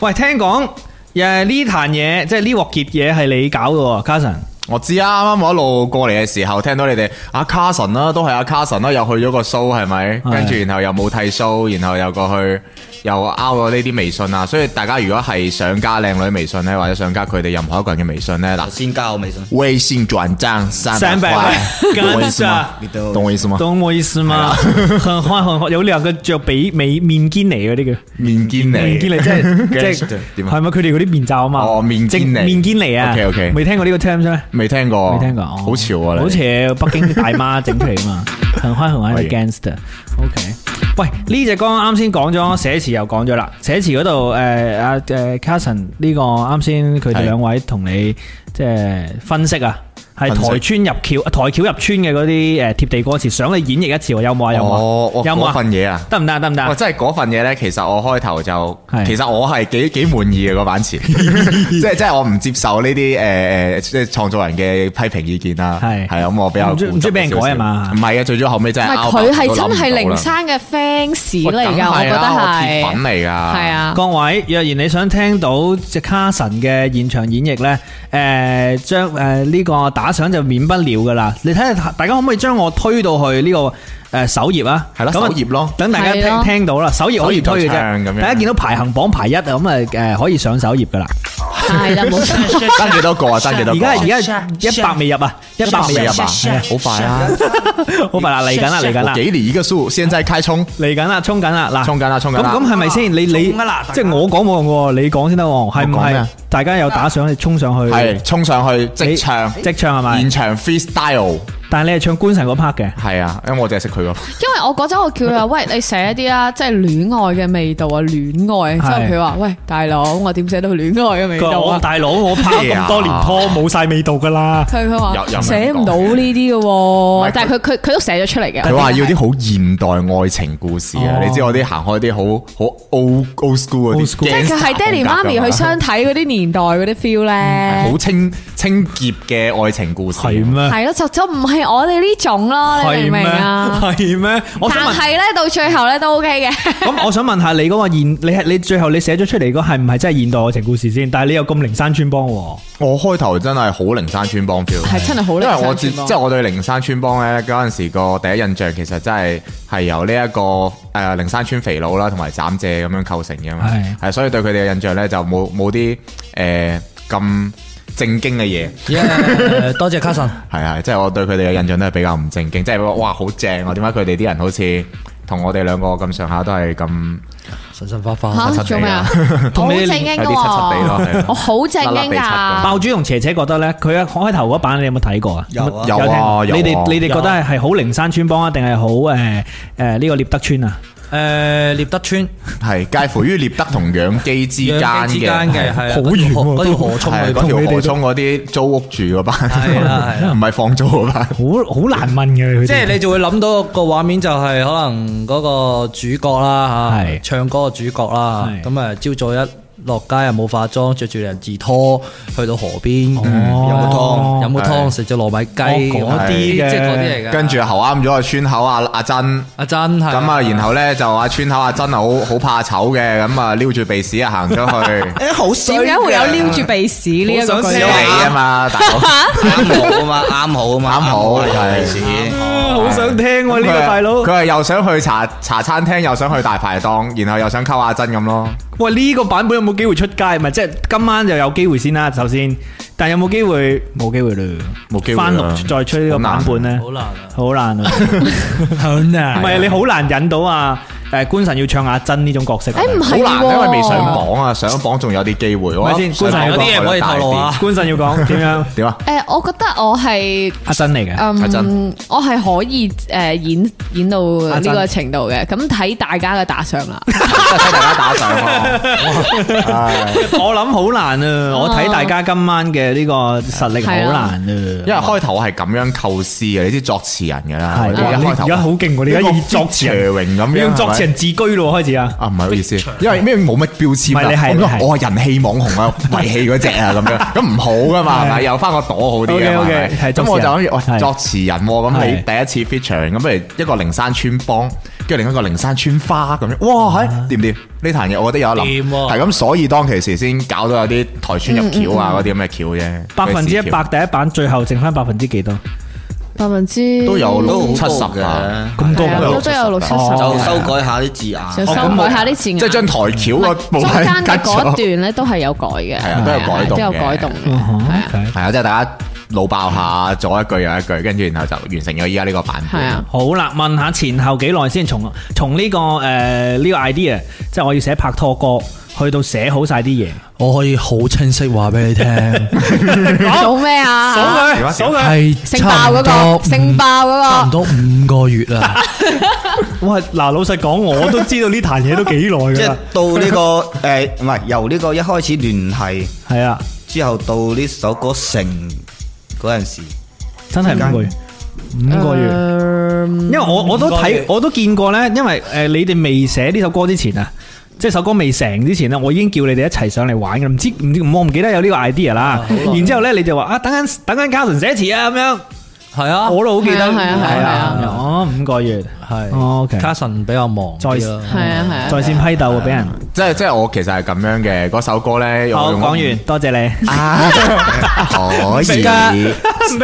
[SPEAKER 6] 喂，聽講誒呢壇嘢，即係呢鑊劫嘢係你搞嘅喎，卡神。
[SPEAKER 10] 我知啊！啱啱我一路過嚟嘅時候，聽到你哋啊阿卡神啦，都係阿卡神啦，又去咗個 show 係咪？
[SPEAKER 6] 係
[SPEAKER 10] 跟住然後又冇剃 show，然後又過去又 out 咗呢啲微信啊，所以大家如果係想加靚女微信咧，或者想加佢哋任何一個人嘅微信咧，嗱，
[SPEAKER 8] 先加我微信，
[SPEAKER 10] 微信轉賬三
[SPEAKER 6] 三百
[SPEAKER 10] 塊
[SPEAKER 6] 塊
[SPEAKER 10] 懂我意思嗎？懂我意思嗎？
[SPEAKER 6] 懂我意思嗎？很花很
[SPEAKER 10] 啊
[SPEAKER 6] 花，有兩個着比美面堅尼嗰啲叫
[SPEAKER 10] 面堅尼，
[SPEAKER 6] 面堅尼 即係即係
[SPEAKER 10] 點啊
[SPEAKER 6] 係咪佢哋嗰啲面罩啊嘛？
[SPEAKER 10] 哦，面堅
[SPEAKER 6] 正
[SPEAKER 10] 尼，
[SPEAKER 6] 面堅尼啊
[SPEAKER 10] OK，OK
[SPEAKER 6] 未聽過呢個 term 咩？
[SPEAKER 10] 未聽過，
[SPEAKER 6] 未聽過，哦
[SPEAKER 10] 好潮啊！你
[SPEAKER 6] 好似北京大媽整 出嚟嘛，很開很開 against。OK，喂，呢只歌啱先講咗，寫詞又講咗啦，寫詞嗰度誒阿誒 Carson 呢個啱先佢哋
[SPEAKER 10] 係
[SPEAKER 6] 兩位同你即係分析啊，係
[SPEAKER 10] 分析
[SPEAKER 6] 台村入橋、啊台橋入村嘅嗰啲誒貼地歌詞，想你演繹一次喎，有冇啊？有冇
[SPEAKER 10] 哦
[SPEAKER 6] 啊？
[SPEAKER 10] 哇
[SPEAKER 6] 有冇
[SPEAKER 10] 嗰份嘢啊
[SPEAKER 6] 得唔得？得唔得
[SPEAKER 10] 哇！？真係嗰份嘢咧，其實我開頭就
[SPEAKER 6] 係，
[SPEAKER 10] 其實我係幾幾滿意嘅個版 詞，即係即係我唔接受呢啲誒誒，即係創作人嘅批評意見啦。
[SPEAKER 6] 係
[SPEAKER 10] 係啊，咁我比較
[SPEAKER 6] 唔知唔知俾人改係嘛
[SPEAKER 10] 固執少少唔係啊，最咗後尾真係
[SPEAKER 7] 係
[SPEAKER 10] out
[SPEAKER 7] 佢係
[SPEAKER 10] 爆咗
[SPEAKER 7] 真係
[SPEAKER 10] 諗唔到啦
[SPEAKER 7] 靈山嘅 fans 嚟
[SPEAKER 10] 喂梗
[SPEAKER 7] 㗎，
[SPEAKER 10] 係啦
[SPEAKER 7] 我覺得
[SPEAKER 10] 我
[SPEAKER 7] 係
[SPEAKER 10] 鐵粉嚟㗎。係
[SPEAKER 7] 係 啊。
[SPEAKER 6] 各位，若然你想聽到只卡神嘅現場演繹呢，誒將誒呢個打賞就免不了噶啦。你睇下大家可唔可以將我推到去呢、個誒、呃首頁啊？
[SPEAKER 10] 係啦
[SPEAKER 6] 咁啊
[SPEAKER 10] 首頁咯
[SPEAKER 6] 等大家
[SPEAKER 7] 係
[SPEAKER 6] 聽
[SPEAKER 7] 咯
[SPEAKER 6] 聽到啦。首頁可以推嘅
[SPEAKER 10] 首頁就唱咁
[SPEAKER 6] 啫，
[SPEAKER 10] 樣
[SPEAKER 6] 大家見到排行榜排一啊，咁啊誒可以上首頁噶啦。
[SPEAKER 7] 系啦，冇錯。
[SPEAKER 10] 爭幾多個啊？爭幾多
[SPEAKER 6] 而
[SPEAKER 10] 個
[SPEAKER 6] 家
[SPEAKER 10] 啊？
[SPEAKER 6] 而家一百未入啊，一百
[SPEAKER 10] 百
[SPEAKER 6] 未
[SPEAKER 10] 未
[SPEAKER 6] 入
[SPEAKER 10] 入
[SPEAKER 6] 啊
[SPEAKER 10] 啊，
[SPEAKER 6] 係啊
[SPEAKER 10] 好快啊！
[SPEAKER 6] 好快啦，嚟緊啦，嚟緊啦
[SPEAKER 10] 我。給你一個數，現在開衝，
[SPEAKER 6] 嚟緊啦，衝緊啦，嗱，
[SPEAKER 10] 衝緊啦衝緊啦
[SPEAKER 6] 啊咁咁係咪先？你你
[SPEAKER 8] 衝㗎啦大家
[SPEAKER 6] 即係我講冇用喎，你講先得喎，係唔
[SPEAKER 10] 我講咩
[SPEAKER 6] 係
[SPEAKER 10] 啊？
[SPEAKER 6] 大家有打賞，你衝上去，
[SPEAKER 10] 係衝上去
[SPEAKER 6] 你
[SPEAKER 10] 即唱，
[SPEAKER 6] 即唱係咪
[SPEAKER 10] 現？場 freestyle，
[SPEAKER 6] 但係你係唱官神嗰 part 嘅，
[SPEAKER 10] 係啊，因為我淨係識佢個。
[SPEAKER 7] 因為我嗰陣我叫佢話，喂，你寫一啲啦，即係戀愛嘅味道啊，戀愛。之後
[SPEAKER 6] 係
[SPEAKER 7] 佢話，喂，大佬，我點寫到戀愛嘅味
[SPEAKER 6] 佢話
[SPEAKER 7] 道
[SPEAKER 6] 我
[SPEAKER 7] 啊？
[SPEAKER 6] 哦大佬，我拍咗咁多年拖，冇晒味道噶啦。
[SPEAKER 7] 佢佢
[SPEAKER 10] 有有
[SPEAKER 7] 話寫唔到呢啲嘅喎，但係佢佢佢都寫咗出嚟嘅。
[SPEAKER 10] 佢話要啲好現代愛情故事啊！
[SPEAKER 6] 哦
[SPEAKER 10] 你知我啲行開啲好好 old old school 嗰
[SPEAKER 6] Old
[SPEAKER 10] 啲
[SPEAKER 6] school
[SPEAKER 7] 即係
[SPEAKER 10] gangster 風格㗎嘛，嗯
[SPEAKER 7] 佢係爹哋媽咪去相睇嗰啲年代嗰啲 feel 咧
[SPEAKER 10] 好，清清潔嘅愛情故事，
[SPEAKER 6] 係咩？
[SPEAKER 7] 係咯，啊就就唔係我哋呢種咯，你明
[SPEAKER 6] 係
[SPEAKER 7] 唔明
[SPEAKER 6] 咩？
[SPEAKER 7] 啊？
[SPEAKER 6] 係咩？我想
[SPEAKER 7] 但
[SPEAKER 6] 問，
[SPEAKER 7] 係咧，到最後咧都 OK 嘅。
[SPEAKER 6] 咁我想問下你嗰個現，你係你最後你寫咗出嚟嗰係唔係真係現代愛情故事先？但係你又咁靈山村幫喎，
[SPEAKER 10] 我開頭真係好靈山村幫 feel，
[SPEAKER 7] 係真係好靈
[SPEAKER 10] 因為我
[SPEAKER 7] 山村幫
[SPEAKER 10] 接即係我對靈山村幫咧嗰陣時個第一印象其實真係係由呢一個誒靈山村肥佬啦同埋斬姐咁樣構成嘅嘛，
[SPEAKER 6] 係
[SPEAKER 10] 係所以對佢哋嘅印象咧就冇冇啲誒咁正經嘅嘢。
[SPEAKER 2] Yeah，多謝卡神。
[SPEAKER 10] 係啊，即係我對佢哋嘅印象都係比較唔正經，即係哇好正啊！點解佢哋啲人好似同我哋兩個咁上下都係咁
[SPEAKER 2] 神神化化，
[SPEAKER 7] 吓做咩啊？ 好正經嘅
[SPEAKER 10] 有啲柒柒地咯係
[SPEAKER 7] 喎
[SPEAKER 10] 啊，
[SPEAKER 7] 我好正經
[SPEAKER 10] 甩甩地柒咁
[SPEAKER 7] 㗎。
[SPEAKER 6] 爆主同邪邪覺得咧，佢一開頭嗰版你有冇睇過啊？
[SPEAKER 8] 有啊
[SPEAKER 10] 有啊
[SPEAKER 6] 有聽過你
[SPEAKER 10] 有啊
[SPEAKER 6] 哋你哋覺
[SPEAKER 2] 有
[SPEAKER 6] 得係
[SPEAKER 2] 啊
[SPEAKER 6] 係好靈山村幫啊，定係好誒誒呢個獵德村啊？
[SPEAKER 2] 誒，獵德村
[SPEAKER 10] 係介乎於獵德同養基之間
[SPEAKER 2] 兩基之間
[SPEAKER 10] 嘅
[SPEAKER 2] 嘅，係啊
[SPEAKER 6] 好遠喎
[SPEAKER 2] 嗰條河嗰條河
[SPEAKER 10] 係
[SPEAKER 2] 涌
[SPEAKER 10] 啊
[SPEAKER 2] 裏
[SPEAKER 10] 嗰
[SPEAKER 2] 邊
[SPEAKER 10] 條河涌嗰啲租屋住嗰班，
[SPEAKER 2] 係啦係啦
[SPEAKER 10] 唔係放租嗰班，
[SPEAKER 6] 好好難問嘅佢哋。
[SPEAKER 2] 即係你就會諗到個畫面就係可能嗰個主角啦
[SPEAKER 6] 係
[SPEAKER 2] 嚇，唱歌嘅主角啦
[SPEAKER 6] 係，
[SPEAKER 2] 咁啊朝早一落街又冇化妝，着住人字拖去到河邊，飲個
[SPEAKER 6] 哦
[SPEAKER 2] 湯，飲個湯，食咗糯米雞，啊
[SPEAKER 6] 哦嗰啲嘅
[SPEAKER 2] 即係嗰啲嚟嘅。
[SPEAKER 10] 跟住喉啱咗個村口阿阿珍。
[SPEAKER 2] 阿珍係
[SPEAKER 10] 咁啊，然後咧就阿村口阿珍啊好好怕醜嘅，咁啊撩住鼻屎啊行咗去，
[SPEAKER 8] 诶，好衰
[SPEAKER 7] 點解會有
[SPEAKER 8] 嘅
[SPEAKER 7] 撩住鼻屎呢一個
[SPEAKER 6] 好想
[SPEAKER 7] 句
[SPEAKER 10] 因
[SPEAKER 7] 呢？
[SPEAKER 6] 聽
[SPEAKER 10] 為啊嘛，大佬。
[SPEAKER 8] 啱好啊嘛，啱好啊嘛，
[SPEAKER 10] 啱好係
[SPEAKER 8] 系
[SPEAKER 6] 啊好想聽喎呢個
[SPEAKER 10] 佢係
[SPEAKER 6] 大佬。
[SPEAKER 10] 佢係又想去茶茶餐廳，又想去大排檔，然後又想溝阿珍咁咯。
[SPEAKER 6] 喂，呢、個版本有冇機會出街？咪即係今晚就有機會先啦，首先。但有冇機會？冇機會嘞，
[SPEAKER 10] 冇機會啦
[SPEAKER 6] 翻錄再出呢個版本咧，
[SPEAKER 2] 好難啊！
[SPEAKER 6] 好難啊！
[SPEAKER 11] 好
[SPEAKER 6] 唔
[SPEAKER 11] 難
[SPEAKER 6] 係你好難啊引到啊！誒，官神要唱阿珍呢種角色。啊
[SPEAKER 7] 哎誒唔
[SPEAKER 10] 好
[SPEAKER 7] 係
[SPEAKER 10] 難，啊
[SPEAKER 7] 喎
[SPEAKER 10] 因為未上榜啊，上榜仲有啲機會。啊我
[SPEAKER 6] 咪先
[SPEAKER 10] 上
[SPEAKER 6] 觀
[SPEAKER 10] 榜
[SPEAKER 6] 察有
[SPEAKER 10] 嗰
[SPEAKER 6] 啲
[SPEAKER 2] 嘢唔可以透露啊
[SPEAKER 6] 官神要講點樣？
[SPEAKER 10] 點啊？
[SPEAKER 7] 誒，我覺得我係
[SPEAKER 6] 阿珍嚟嘅。
[SPEAKER 10] 阿珍
[SPEAKER 7] 嗯，我係可以誒演演到
[SPEAKER 6] 阿
[SPEAKER 7] 呢
[SPEAKER 6] 珍
[SPEAKER 7] 個程度嘅，咁睇大家嘅打賞啦。
[SPEAKER 10] 睇大家打賞啊！
[SPEAKER 6] 我諗好難
[SPEAKER 7] 哦
[SPEAKER 6] 啊！我睇大家今晚嘅呢個實力好難啊！
[SPEAKER 10] 因為開頭我係咁樣構思嘅，你知作詞人㗎啦。
[SPEAKER 6] 係啊
[SPEAKER 10] 我一
[SPEAKER 6] 你
[SPEAKER 10] 開頭啊
[SPEAKER 6] 而家好勁喎！你而家要作詞
[SPEAKER 10] 邪
[SPEAKER 6] 人，
[SPEAKER 10] 榮咁
[SPEAKER 6] 你
[SPEAKER 10] 樣，
[SPEAKER 6] 要
[SPEAKER 10] 係
[SPEAKER 6] 作詞
[SPEAKER 10] 咪
[SPEAKER 6] 人自居咯，開始啊！
[SPEAKER 10] 啊，唔係好意思，因為咩冇乜標籤
[SPEAKER 6] 唔係你
[SPEAKER 10] 啦。
[SPEAKER 6] 係你
[SPEAKER 10] 我
[SPEAKER 6] 係
[SPEAKER 10] 我係人氣網紅啊， 遺氣嗰只啊，咁樣咁唔好噶嘛，係咪？有翻個朵好啲啊嘛
[SPEAKER 6] OK，OK，
[SPEAKER 10] 係咪
[SPEAKER 6] 係作
[SPEAKER 10] 咁
[SPEAKER 6] 詞人
[SPEAKER 10] 我就諗住，
[SPEAKER 6] 係
[SPEAKER 10] 喂，作詞人喎，咁你第一次 feature，咁不如一個靈山村幫，跟住另一個靈山村花咁樣，哇，係
[SPEAKER 6] 啊
[SPEAKER 10] 掂唔掂？呢壇嘢我覺得有得諗，
[SPEAKER 2] 掂喎
[SPEAKER 10] 係咁，所以當其時先搞到有啲
[SPEAKER 6] 嗯
[SPEAKER 10] 台村入橋啊嗰啲咁嘅橋啫，
[SPEAKER 6] 百分之一
[SPEAKER 10] 嗰啲
[SPEAKER 6] 百
[SPEAKER 10] 小橋
[SPEAKER 6] 第一版，最後剩翻百分之幾多？
[SPEAKER 7] 百分之
[SPEAKER 10] 都有六哦
[SPEAKER 8] 都
[SPEAKER 10] 七
[SPEAKER 8] 好
[SPEAKER 10] 十
[SPEAKER 8] 高嘅
[SPEAKER 10] 噶，
[SPEAKER 6] 咁
[SPEAKER 7] 多係啊都都有六七十嘅
[SPEAKER 8] 就修改下啲字眼。
[SPEAKER 7] 就修改下啲字眼，
[SPEAKER 10] 哦即係將台橋個部
[SPEAKER 7] 中
[SPEAKER 10] 分
[SPEAKER 7] 間嘅
[SPEAKER 10] 間
[SPEAKER 7] 嗰段咧都係有改嘅，
[SPEAKER 10] 係啊都有改動嘅
[SPEAKER 7] 都有改動
[SPEAKER 6] 嗯
[SPEAKER 7] 嘅。
[SPEAKER 10] 係啊，即係大家腦爆下左一句右一句，跟住然後就完成咗依家呢個版
[SPEAKER 7] 係啊
[SPEAKER 10] 本。
[SPEAKER 6] 好啦，問下前後幾耐先從從呢個诶呢個 idea，即係我要寫拍拖歌，去到寫好晒啲嘢。
[SPEAKER 2] 我可以好清晰話俾你 聽，
[SPEAKER 7] 做咩
[SPEAKER 6] 數
[SPEAKER 7] 啊？
[SPEAKER 6] 佢，數佢。
[SPEAKER 2] 係
[SPEAKER 7] 性爆
[SPEAKER 2] 差唔
[SPEAKER 7] 嗰個，
[SPEAKER 2] 多
[SPEAKER 7] 性爆
[SPEAKER 2] 差唔
[SPEAKER 7] 嗰個，
[SPEAKER 2] 多五個月啦。
[SPEAKER 6] 哇，嗱，老實講，我都知道呢壇嘢都幾
[SPEAKER 8] 即
[SPEAKER 6] 耐
[SPEAKER 8] 係
[SPEAKER 6] 噶啦。
[SPEAKER 8] 到呢個诶，唔係由呢個一開始聯繫
[SPEAKER 6] 係啊，
[SPEAKER 8] 之後到呢首歌成嗰陣時，
[SPEAKER 6] 真係呃五個月，五個月。因為我我都睇我都見過咧，因為诶你哋未寫呢首歌之前啊。即係首歌未成之前咧，我已經叫你哋一齊上嚟玩嘅，唔知唔知我唔記得有呢個 idea 啦。然之後咧，你就話哦啊，等緊等緊嘉倫寫詞啊咁樣，
[SPEAKER 2] 係啊，
[SPEAKER 6] 我都好記得，
[SPEAKER 7] 係啊係啊係啊
[SPEAKER 6] 係哦，五個月。
[SPEAKER 2] 係。
[SPEAKER 6] OK
[SPEAKER 2] 卡神比較忙啲咯，
[SPEAKER 7] 係啊係啊，
[SPEAKER 6] 在線批鬥啊，俾人。
[SPEAKER 10] 即係即係我其實係咁樣嘅，嗰首歌咧，
[SPEAKER 6] 好，
[SPEAKER 10] 我用
[SPEAKER 6] 講完，多謝你。
[SPEAKER 10] 啊，可以
[SPEAKER 2] 明㗎
[SPEAKER 10] 學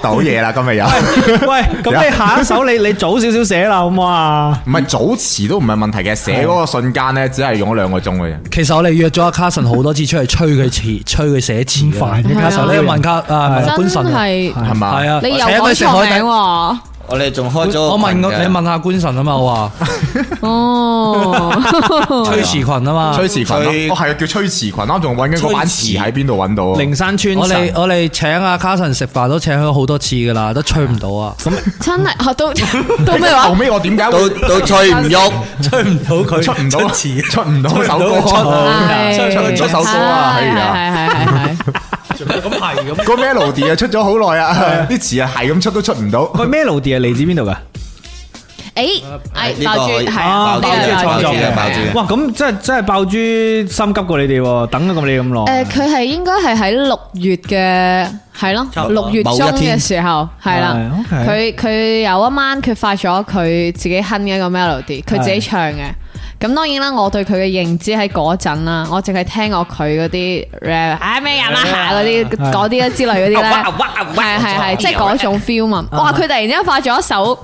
[SPEAKER 10] 到嘢啦，今日有。
[SPEAKER 6] 喂，咁你下一首你你早少少寫啦，好唔好啊？
[SPEAKER 10] 唔係早遲都唔係問題嘅，寫嗰個瞬間咧，只係用咗兩個鐘嘅啫。
[SPEAKER 2] 其實我哋約咗阿卡神好多次出去催佢詞，催佢寫詞
[SPEAKER 6] 咁煩嘅
[SPEAKER 7] 卡神
[SPEAKER 2] 呢個問卡啊，問官
[SPEAKER 7] 真
[SPEAKER 2] 神啊
[SPEAKER 7] 係
[SPEAKER 10] 係嘛？
[SPEAKER 2] 係啊，
[SPEAKER 7] 你又
[SPEAKER 2] 請佢
[SPEAKER 7] 改
[SPEAKER 2] 食
[SPEAKER 7] 錯
[SPEAKER 2] 海
[SPEAKER 7] 名
[SPEAKER 2] 底。
[SPEAKER 7] 喎，
[SPEAKER 8] 我哋仲開咗個
[SPEAKER 2] 我問
[SPEAKER 8] 群
[SPEAKER 2] 過
[SPEAKER 8] 嘅
[SPEAKER 2] 你問下官神啊嘛，我話
[SPEAKER 7] 哦。
[SPEAKER 2] 崔詞群啊嘛，
[SPEAKER 10] 崔詞群
[SPEAKER 8] 崔
[SPEAKER 10] 咯，哦係啊，叫崔詞群，啱仲揾緊嗰版詞喺邊度揾到啊？
[SPEAKER 6] 靈山村
[SPEAKER 2] 我哋
[SPEAKER 6] 神
[SPEAKER 2] 我哋請阿卡神食飯都請佢好多次噶啦，都吹唔到啊，
[SPEAKER 7] 真係啊，到到咩
[SPEAKER 10] 後
[SPEAKER 7] 話？
[SPEAKER 10] 尾我點解
[SPEAKER 8] 到
[SPEAKER 10] 會
[SPEAKER 8] 到吹唔喐，
[SPEAKER 2] 吹唔到佢
[SPEAKER 10] 出唔到
[SPEAKER 2] 詞，
[SPEAKER 10] 出唔到首
[SPEAKER 2] 出唔到
[SPEAKER 10] 歌？
[SPEAKER 7] 係
[SPEAKER 10] 出出咗首歌啊
[SPEAKER 7] 係
[SPEAKER 10] 係啊
[SPEAKER 7] 係係係 係
[SPEAKER 2] 咁係咁。
[SPEAKER 10] 個 melody 啊出咗好耐啊， 啲詞啊係咁出都出唔到。
[SPEAKER 6] 個 melody 係嚟自邊度噶？
[SPEAKER 7] 誒，
[SPEAKER 8] 呢
[SPEAKER 7] 係
[SPEAKER 8] 個
[SPEAKER 7] 爆珠
[SPEAKER 8] 可以
[SPEAKER 7] 係
[SPEAKER 6] 啊
[SPEAKER 7] 啊，
[SPEAKER 8] 爆
[SPEAKER 6] 呢
[SPEAKER 8] 珠
[SPEAKER 7] 呢
[SPEAKER 6] 個係
[SPEAKER 8] 嘅，
[SPEAKER 7] 個
[SPEAKER 6] 爆
[SPEAKER 8] 爆
[SPEAKER 6] 珠
[SPEAKER 8] 珠
[SPEAKER 7] 嘅
[SPEAKER 8] 嘅，爆珠嘅。
[SPEAKER 6] 哇，咁真係真係爆珠心急過你哋，喎，等咗咁你咁耐
[SPEAKER 7] 誒，。佢係應該係喺六月嘅，係
[SPEAKER 8] 差
[SPEAKER 7] 咯，
[SPEAKER 8] 唔多
[SPEAKER 7] 六月中嘅時候，係啦
[SPEAKER 6] 係。，OK
[SPEAKER 7] 佢佢有一晚佢發咗佢自己哼嘅一個 melody，佢自己唱嘅。咁當然啦，我對佢嘅認知喺嗰陣啦，我淨係聽過佢嗰啲 rap，唉咩人啊嗰啲嗰啲之類嗰啲咧，係係係，即係嗰種 feel 嘛。哇！佢突然之間發咗一首，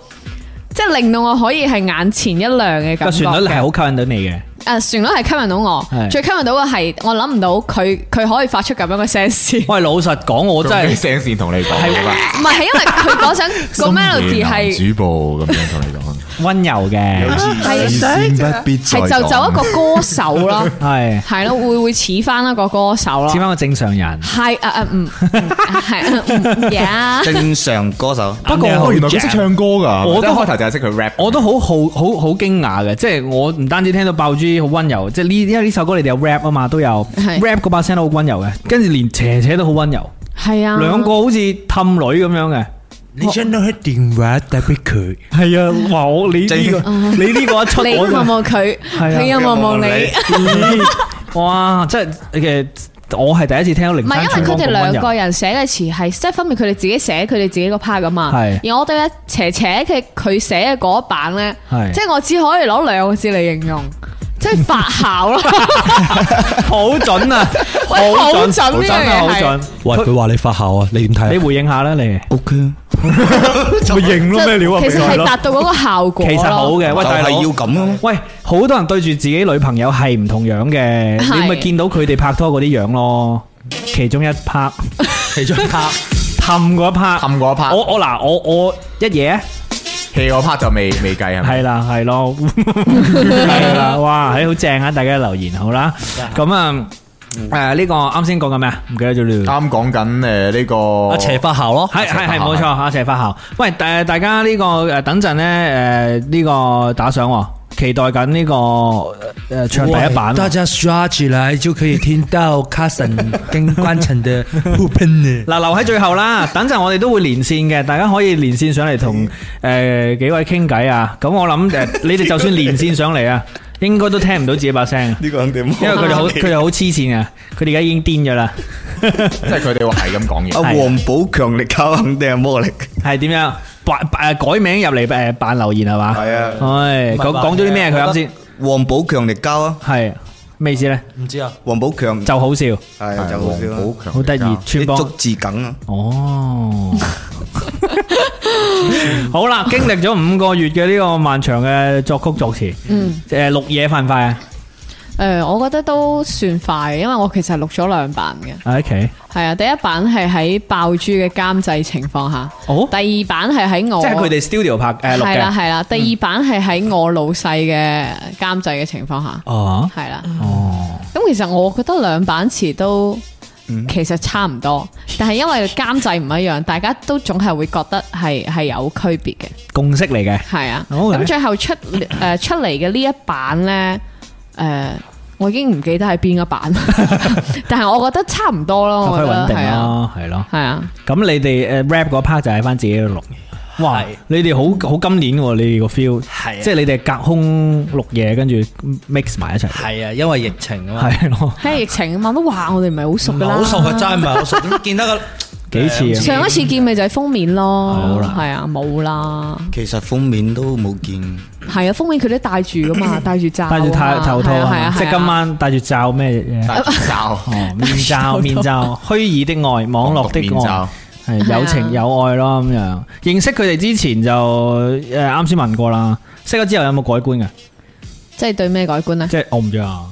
[SPEAKER 7] 即係令到我可以係眼前一亮嘅感
[SPEAKER 6] 個
[SPEAKER 7] 覺
[SPEAKER 6] 旋律
[SPEAKER 7] 嘅
[SPEAKER 6] 係好吸引到你嘅，
[SPEAKER 7] 誒呃旋律係吸引到我
[SPEAKER 6] 係，
[SPEAKER 7] 最吸引到嘅係我諗唔到佢佢可以發出咁樣嘅聲 線，
[SPEAKER 6] 喂，老實講，我真
[SPEAKER 10] 用咩
[SPEAKER 6] 係
[SPEAKER 10] 聲線同你講好吧？
[SPEAKER 7] 唔係係因為佢嗰陣個 melody 係
[SPEAKER 10] 啊主播咁樣同你講，
[SPEAKER 6] 温柔嘅，
[SPEAKER 7] 係
[SPEAKER 10] 線不必
[SPEAKER 7] 係就就一個歌手 咯，
[SPEAKER 6] 係
[SPEAKER 7] 係咯會會似翻一個歌手
[SPEAKER 6] 似
[SPEAKER 7] 咯，
[SPEAKER 6] 翻個正常人。
[SPEAKER 7] 係啊啊嗯嗯係嗯呀，
[SPEAKER 8] 正常歌手，
[SPEAKER 6] 不過
[SPEAKER 10] 哦，原來佢識唱歌噶，我
[SPEAKER 6] 我
[SPEAKER 10] 都
[SPEAKER 6] 都
[SPEAKER 10] 開頭就係識佢 rap。
[SPEAKER 6] 我都好好好好驚訝嘅，即係我唔單止聽到爆珠好温柔，即係呢因為呢首歌你哋有 rap 啊嘛，都有
[SPEAKER 7] 係
[SPEAKER 6] rap 嗰把聲都好温柔嘅，跟住連斜斜都好温柔，
[SPEAKER 7] 係啊，
[SPEAKER 6] 兩個好似氹女咁樣嘅。
[SPEAKER 2] 你想到佢電話打俾佢，
[SPEAKER 6] 係啊，哇！我你呢個
[SPEAKER 7] 哦
[SPEAKER 6] 你呢個一出
[SPEAKER 7] 你
[SPEAKER 6] 我
[SPEAKER 7] 望
[SPEAKER 6] 就
[SPEAKER 7] 望 佢，
[SPEAKER 6] 啊
[SPEAKER 7] 佢又望望你，唔
[SPEAKER 6] 咦哇！即係嘅，我係第一次聽到零
[SPEAKER 7] 係
[SPEAKER 6] 山
[SPEAKER 7] 因為
[SPEAKER 6] 全
[SPEAKER 7] 佢
[SPEAKER 6] 光
[SPEAKER 7] 哋
[SPEAKER 6] 咁温
[SPEAKER 7] 兩
[SPEAKER 6] 柔
[SPEAKER 7] 個。人寫嘅詞係即係分別佢哋自己寫佢哋自己個 part 噶嘛，
[SPEAKER 6] 係
[SPEAKER 7] 而我對阿斜斜嘅佢寫嘅嗰一版咧。
[SPEAKER 6] 係
[SPEAKER 7] 即系我只可以攞兩個字嚟形容，即係發姣 咯，
[SPEAKER 6] 好準啊！好
[SPEAKER 7] 喂好
[SPEAKER 6] 準，
[SPEAKER 7] 準呢樣
[SPEAKER 6] 真係好
[SPEAKER 7] 嘢係
[SPEAKER 6] 準。
[SPEAKER 2] 喂佢話你發姣啊，你點
[SPEAKER 6] 你
[SPEAKER 10] Ờ.
[SPEAKER 2] 睇啊？
[SPEAKER 6] 回應下啦，你
[SPEAKER 8] OK，
[SPEAKER 6] 咪
[SPEAKER 7] 即
[SPEAKER 6] 認咯咩料啊？
[SPEAKER 7] 係其實
[SPEAKER 6] 俾佢
[SPEAKER 7] 係
[SPEAKER 6] 咯
[SPEAKER 7] 達到嗰個效果
[SPEAKER 6] 其
[SPEAKER 7] 咯
[SPEAKER 6] 實好嘅，
[SPEAKER 8] 就
[SPEAKER 6] 喂大
[SPEAKER 8] 係
[SPEAKER 6] 佬
[SPEAKER 8] 要。咁咯。
[SPEAKER 6] 喂，好多人對住自己女朋友係唔同樣嘅，
[SPEAKER 7] 係
[SPEAKER 6] 你咪見到佢哋拍拖嗰啲樣咯。其中一 part
[SPEAKER 2] 其中一 part
[SPEAKER 6] 氹嗰一 part，
[SPEAKER 10] 氹嗰一 part
[SPEAKER 6] 我我嗱我我一嘢
[SPEAKER 10] hea 嗰 part 就未未計係咪？
[SPEAKER 6] 係啦係咯，係啦，哇，係好正啊！大家留言好啦，咁啊誒呢個啱先講緊咩啊？唔記得咗啦。
[SPEAKER 10] 啱講緊誒呢個
[SPEAKER 2] 阿斜發姣咯，
[SPEAKER 6] 係係係
[SPEAKER 10] 發姣
[SPEAKER 6] 冇錯，阿謝發姣。喂，誒大家呢個誒等陣咧誒呢個打賞喎，期待緊呢個誒唱第一版
[SPEAKER 2] 喂
[SPEAKER 6] 喎。。
[SPEAKER 2] 大家刷起来就可以听到卡神跟关城 的互喷呢
[SPEAKER 6] 嗱，留喺最後 啦，等陣我哋都會連線嘅，大家可以連線上嚟
[SPEAKER 2] 嗯
[SPEAKER 6] 同诶幾位傾偈啊。咁 我諗诶，呃你哋就算連線上嚟啊，應該都聽唔到自己把聲，啊
[SPEAKER 8] 呢個肯定
[SPEAKER 6] 因為佢哋好佢哋好黐線啊，佢哋而家已經癲咗啦，
[SPEAKER 10] 即係佢哋會係咁 講
[SPEAKER 8] 阿
[SPEAKER 10] 嘢。
[SPEAKER 8] 王寶強力交肯定係魔力，
[SPEAKER 6] 係點樣扮诶改名入嚟诶扮留言係嘛？
[SPEAKER 8] 係啊
[SPEAKER 6] 唉，
[SPEAKER 2] 唔係
[SPEAKER 6] 講
[SPEAKER 2] 扮
[SPEAKER 6] 講咗啲咩？
[SPEAKER 2] 嘅
[SPEAKER 6] 佢
[SPEAKER 2] 我
[SPEAKER 6] 啱
[SPEAKER 2] 覺
[SPEAKER 6] 先
[SPEAKER 8] 王寶強力交啊，
[SPEAKER 6] 係咩意思咧？
[SPEAKER 2] 唔知啊，
[SPEAKER 8] 王寶強
[SPEAKER 6] 就好笑，
[SPEAKER 8] 係就好少
[SPEAKER 10] 王
[SPEAKER 8] 啦，
[SPEAKER 10] 寶強
[SPEAKER 6] 好得意，
[SPEAKER 8] 你
[SPEAKER 6] 穿幫
[SPEAKER 8] 捉字梗啊，
[SPEAKER 6] 哦。好啦，經歷咗五個月嘅呢個漫長嘅作曲作詞，
[SPEAKER 7] 嗯，
[SPEAKER 6] 诶，錄嘢快唔快啊
[SPEAKER 7] 诶，我覺得都算快，因為我其實錄咗兩版嘅。
[SPEAKER 6] ？OK，
[SPEAKER 7] 係啊，第一版係喺爆珠嘅監製情況下，
[SPEAKER 6] 哦，
[SPEAKER 7] 第二版係喺我
[SPEAKER 6] 即係佢哋 studio 拍诶录
[SPEAKER 7] 係啦
[SPEAKER 6] 嘅，嗯
[SPEAKER 7] 係啦，第二版係喺我老細嘅監製嘅情況下，
[SPEAKER 6] 哦，
[SPEAKER 7] 係啦。
[SPEAKER 6] 哦，
[SPEAKER 7] 咁其實我覺得兩版詞都其實差唔多，但係因為監製唔一樣，大家都總係會覺得係係有區別嘅。
[SPEAKER 6] 共識嚟嘅，
[SPEAKER 7] 係啊，
[SPEAKER 6] 好嘅
[SPEAKER 7] 咁最後出誒、呃出嚟嘅呢一版呢，誒、我已經唔記得係邊一版，但係我覺得差唔多咯，我
[SPEAKER 6] 可以
[SPEAKER 7] 覺
[SPEAKER 6] 穩
[SPEAKER 7] 得係
[SPEAKER 6] 定
[SPEAKER 7] 啊，
[SPEAKER 6] 咯，係咯。
[SPEAKER 7] 係啊，
[SPEAKER 6] 咁你哋诶 rap 嗰 part 就喺翻自己度錄。哇！你哋好好今年喎，你哋個 feel，
[SPEAKER 2] 係啊
[SPEAKER 6] 即係你哋隔空錄嘢，跟住 mix 埋一齊，
[SPEAKER 2] 系啊，因为疫情啊嘛，
[SPEAKER 6] 係咯，
[SPEAKER 7] 喺疫情啊嘛，都話我哋唔係好熟
[SPEAKER 2] 唔
[SPEAKER 7] 噶
[SPEAKER 2] 係
[SPEAKER 7] 啦，
[SPEAKER 2] 好熟啊，真係唔係好 熟，咁見得個
[SPEAKER 6] 幾次啊？
[SPEAKER 7] 上一次見咪就係封面咯
[SPEAKER 2] 好，啦
[SPEAKER 7] 係啊，冇啦，
[SPEAKER 8] 其實封面都冇見。
[SPEAKER 7] 係啊，封面佢都戴住噶嘛，戴住罩啊嘛，
[SPEAKER 6] 戴住頭頭套
[SPEAKER 7] 係啊，係
[SPEAKER 6] 啊
[SPEAKER 7] 啊，，
[SPEAKER 6] 即係
[SPEAKER 7] 係啊
[SPEAKER 6] 今晚戴住罩咩 嘢？
[SPEAKER 10] 罩
[SPEAKER 6] 哦，面
[SPEAKER 7] 戴
[SPEAKER 6] 罩
[SPEAKER 7] 住頭套
[SPEAKER 6] 面罩，虛擬的愛，網絡的
[SPEAKER 10] 面罩
[SPEAKER 6] 愛，
[SPEAKER 7] 啊
[SPEAKER 6] 係有情有愛咯咁樣。認識佢哋之前就誒啱先問過啦，識咗之後有冇改觀嘅？
[SPEAKER 7] 即係對咩改觀呢？
[SPEAKER 6] 即係我唔知啊，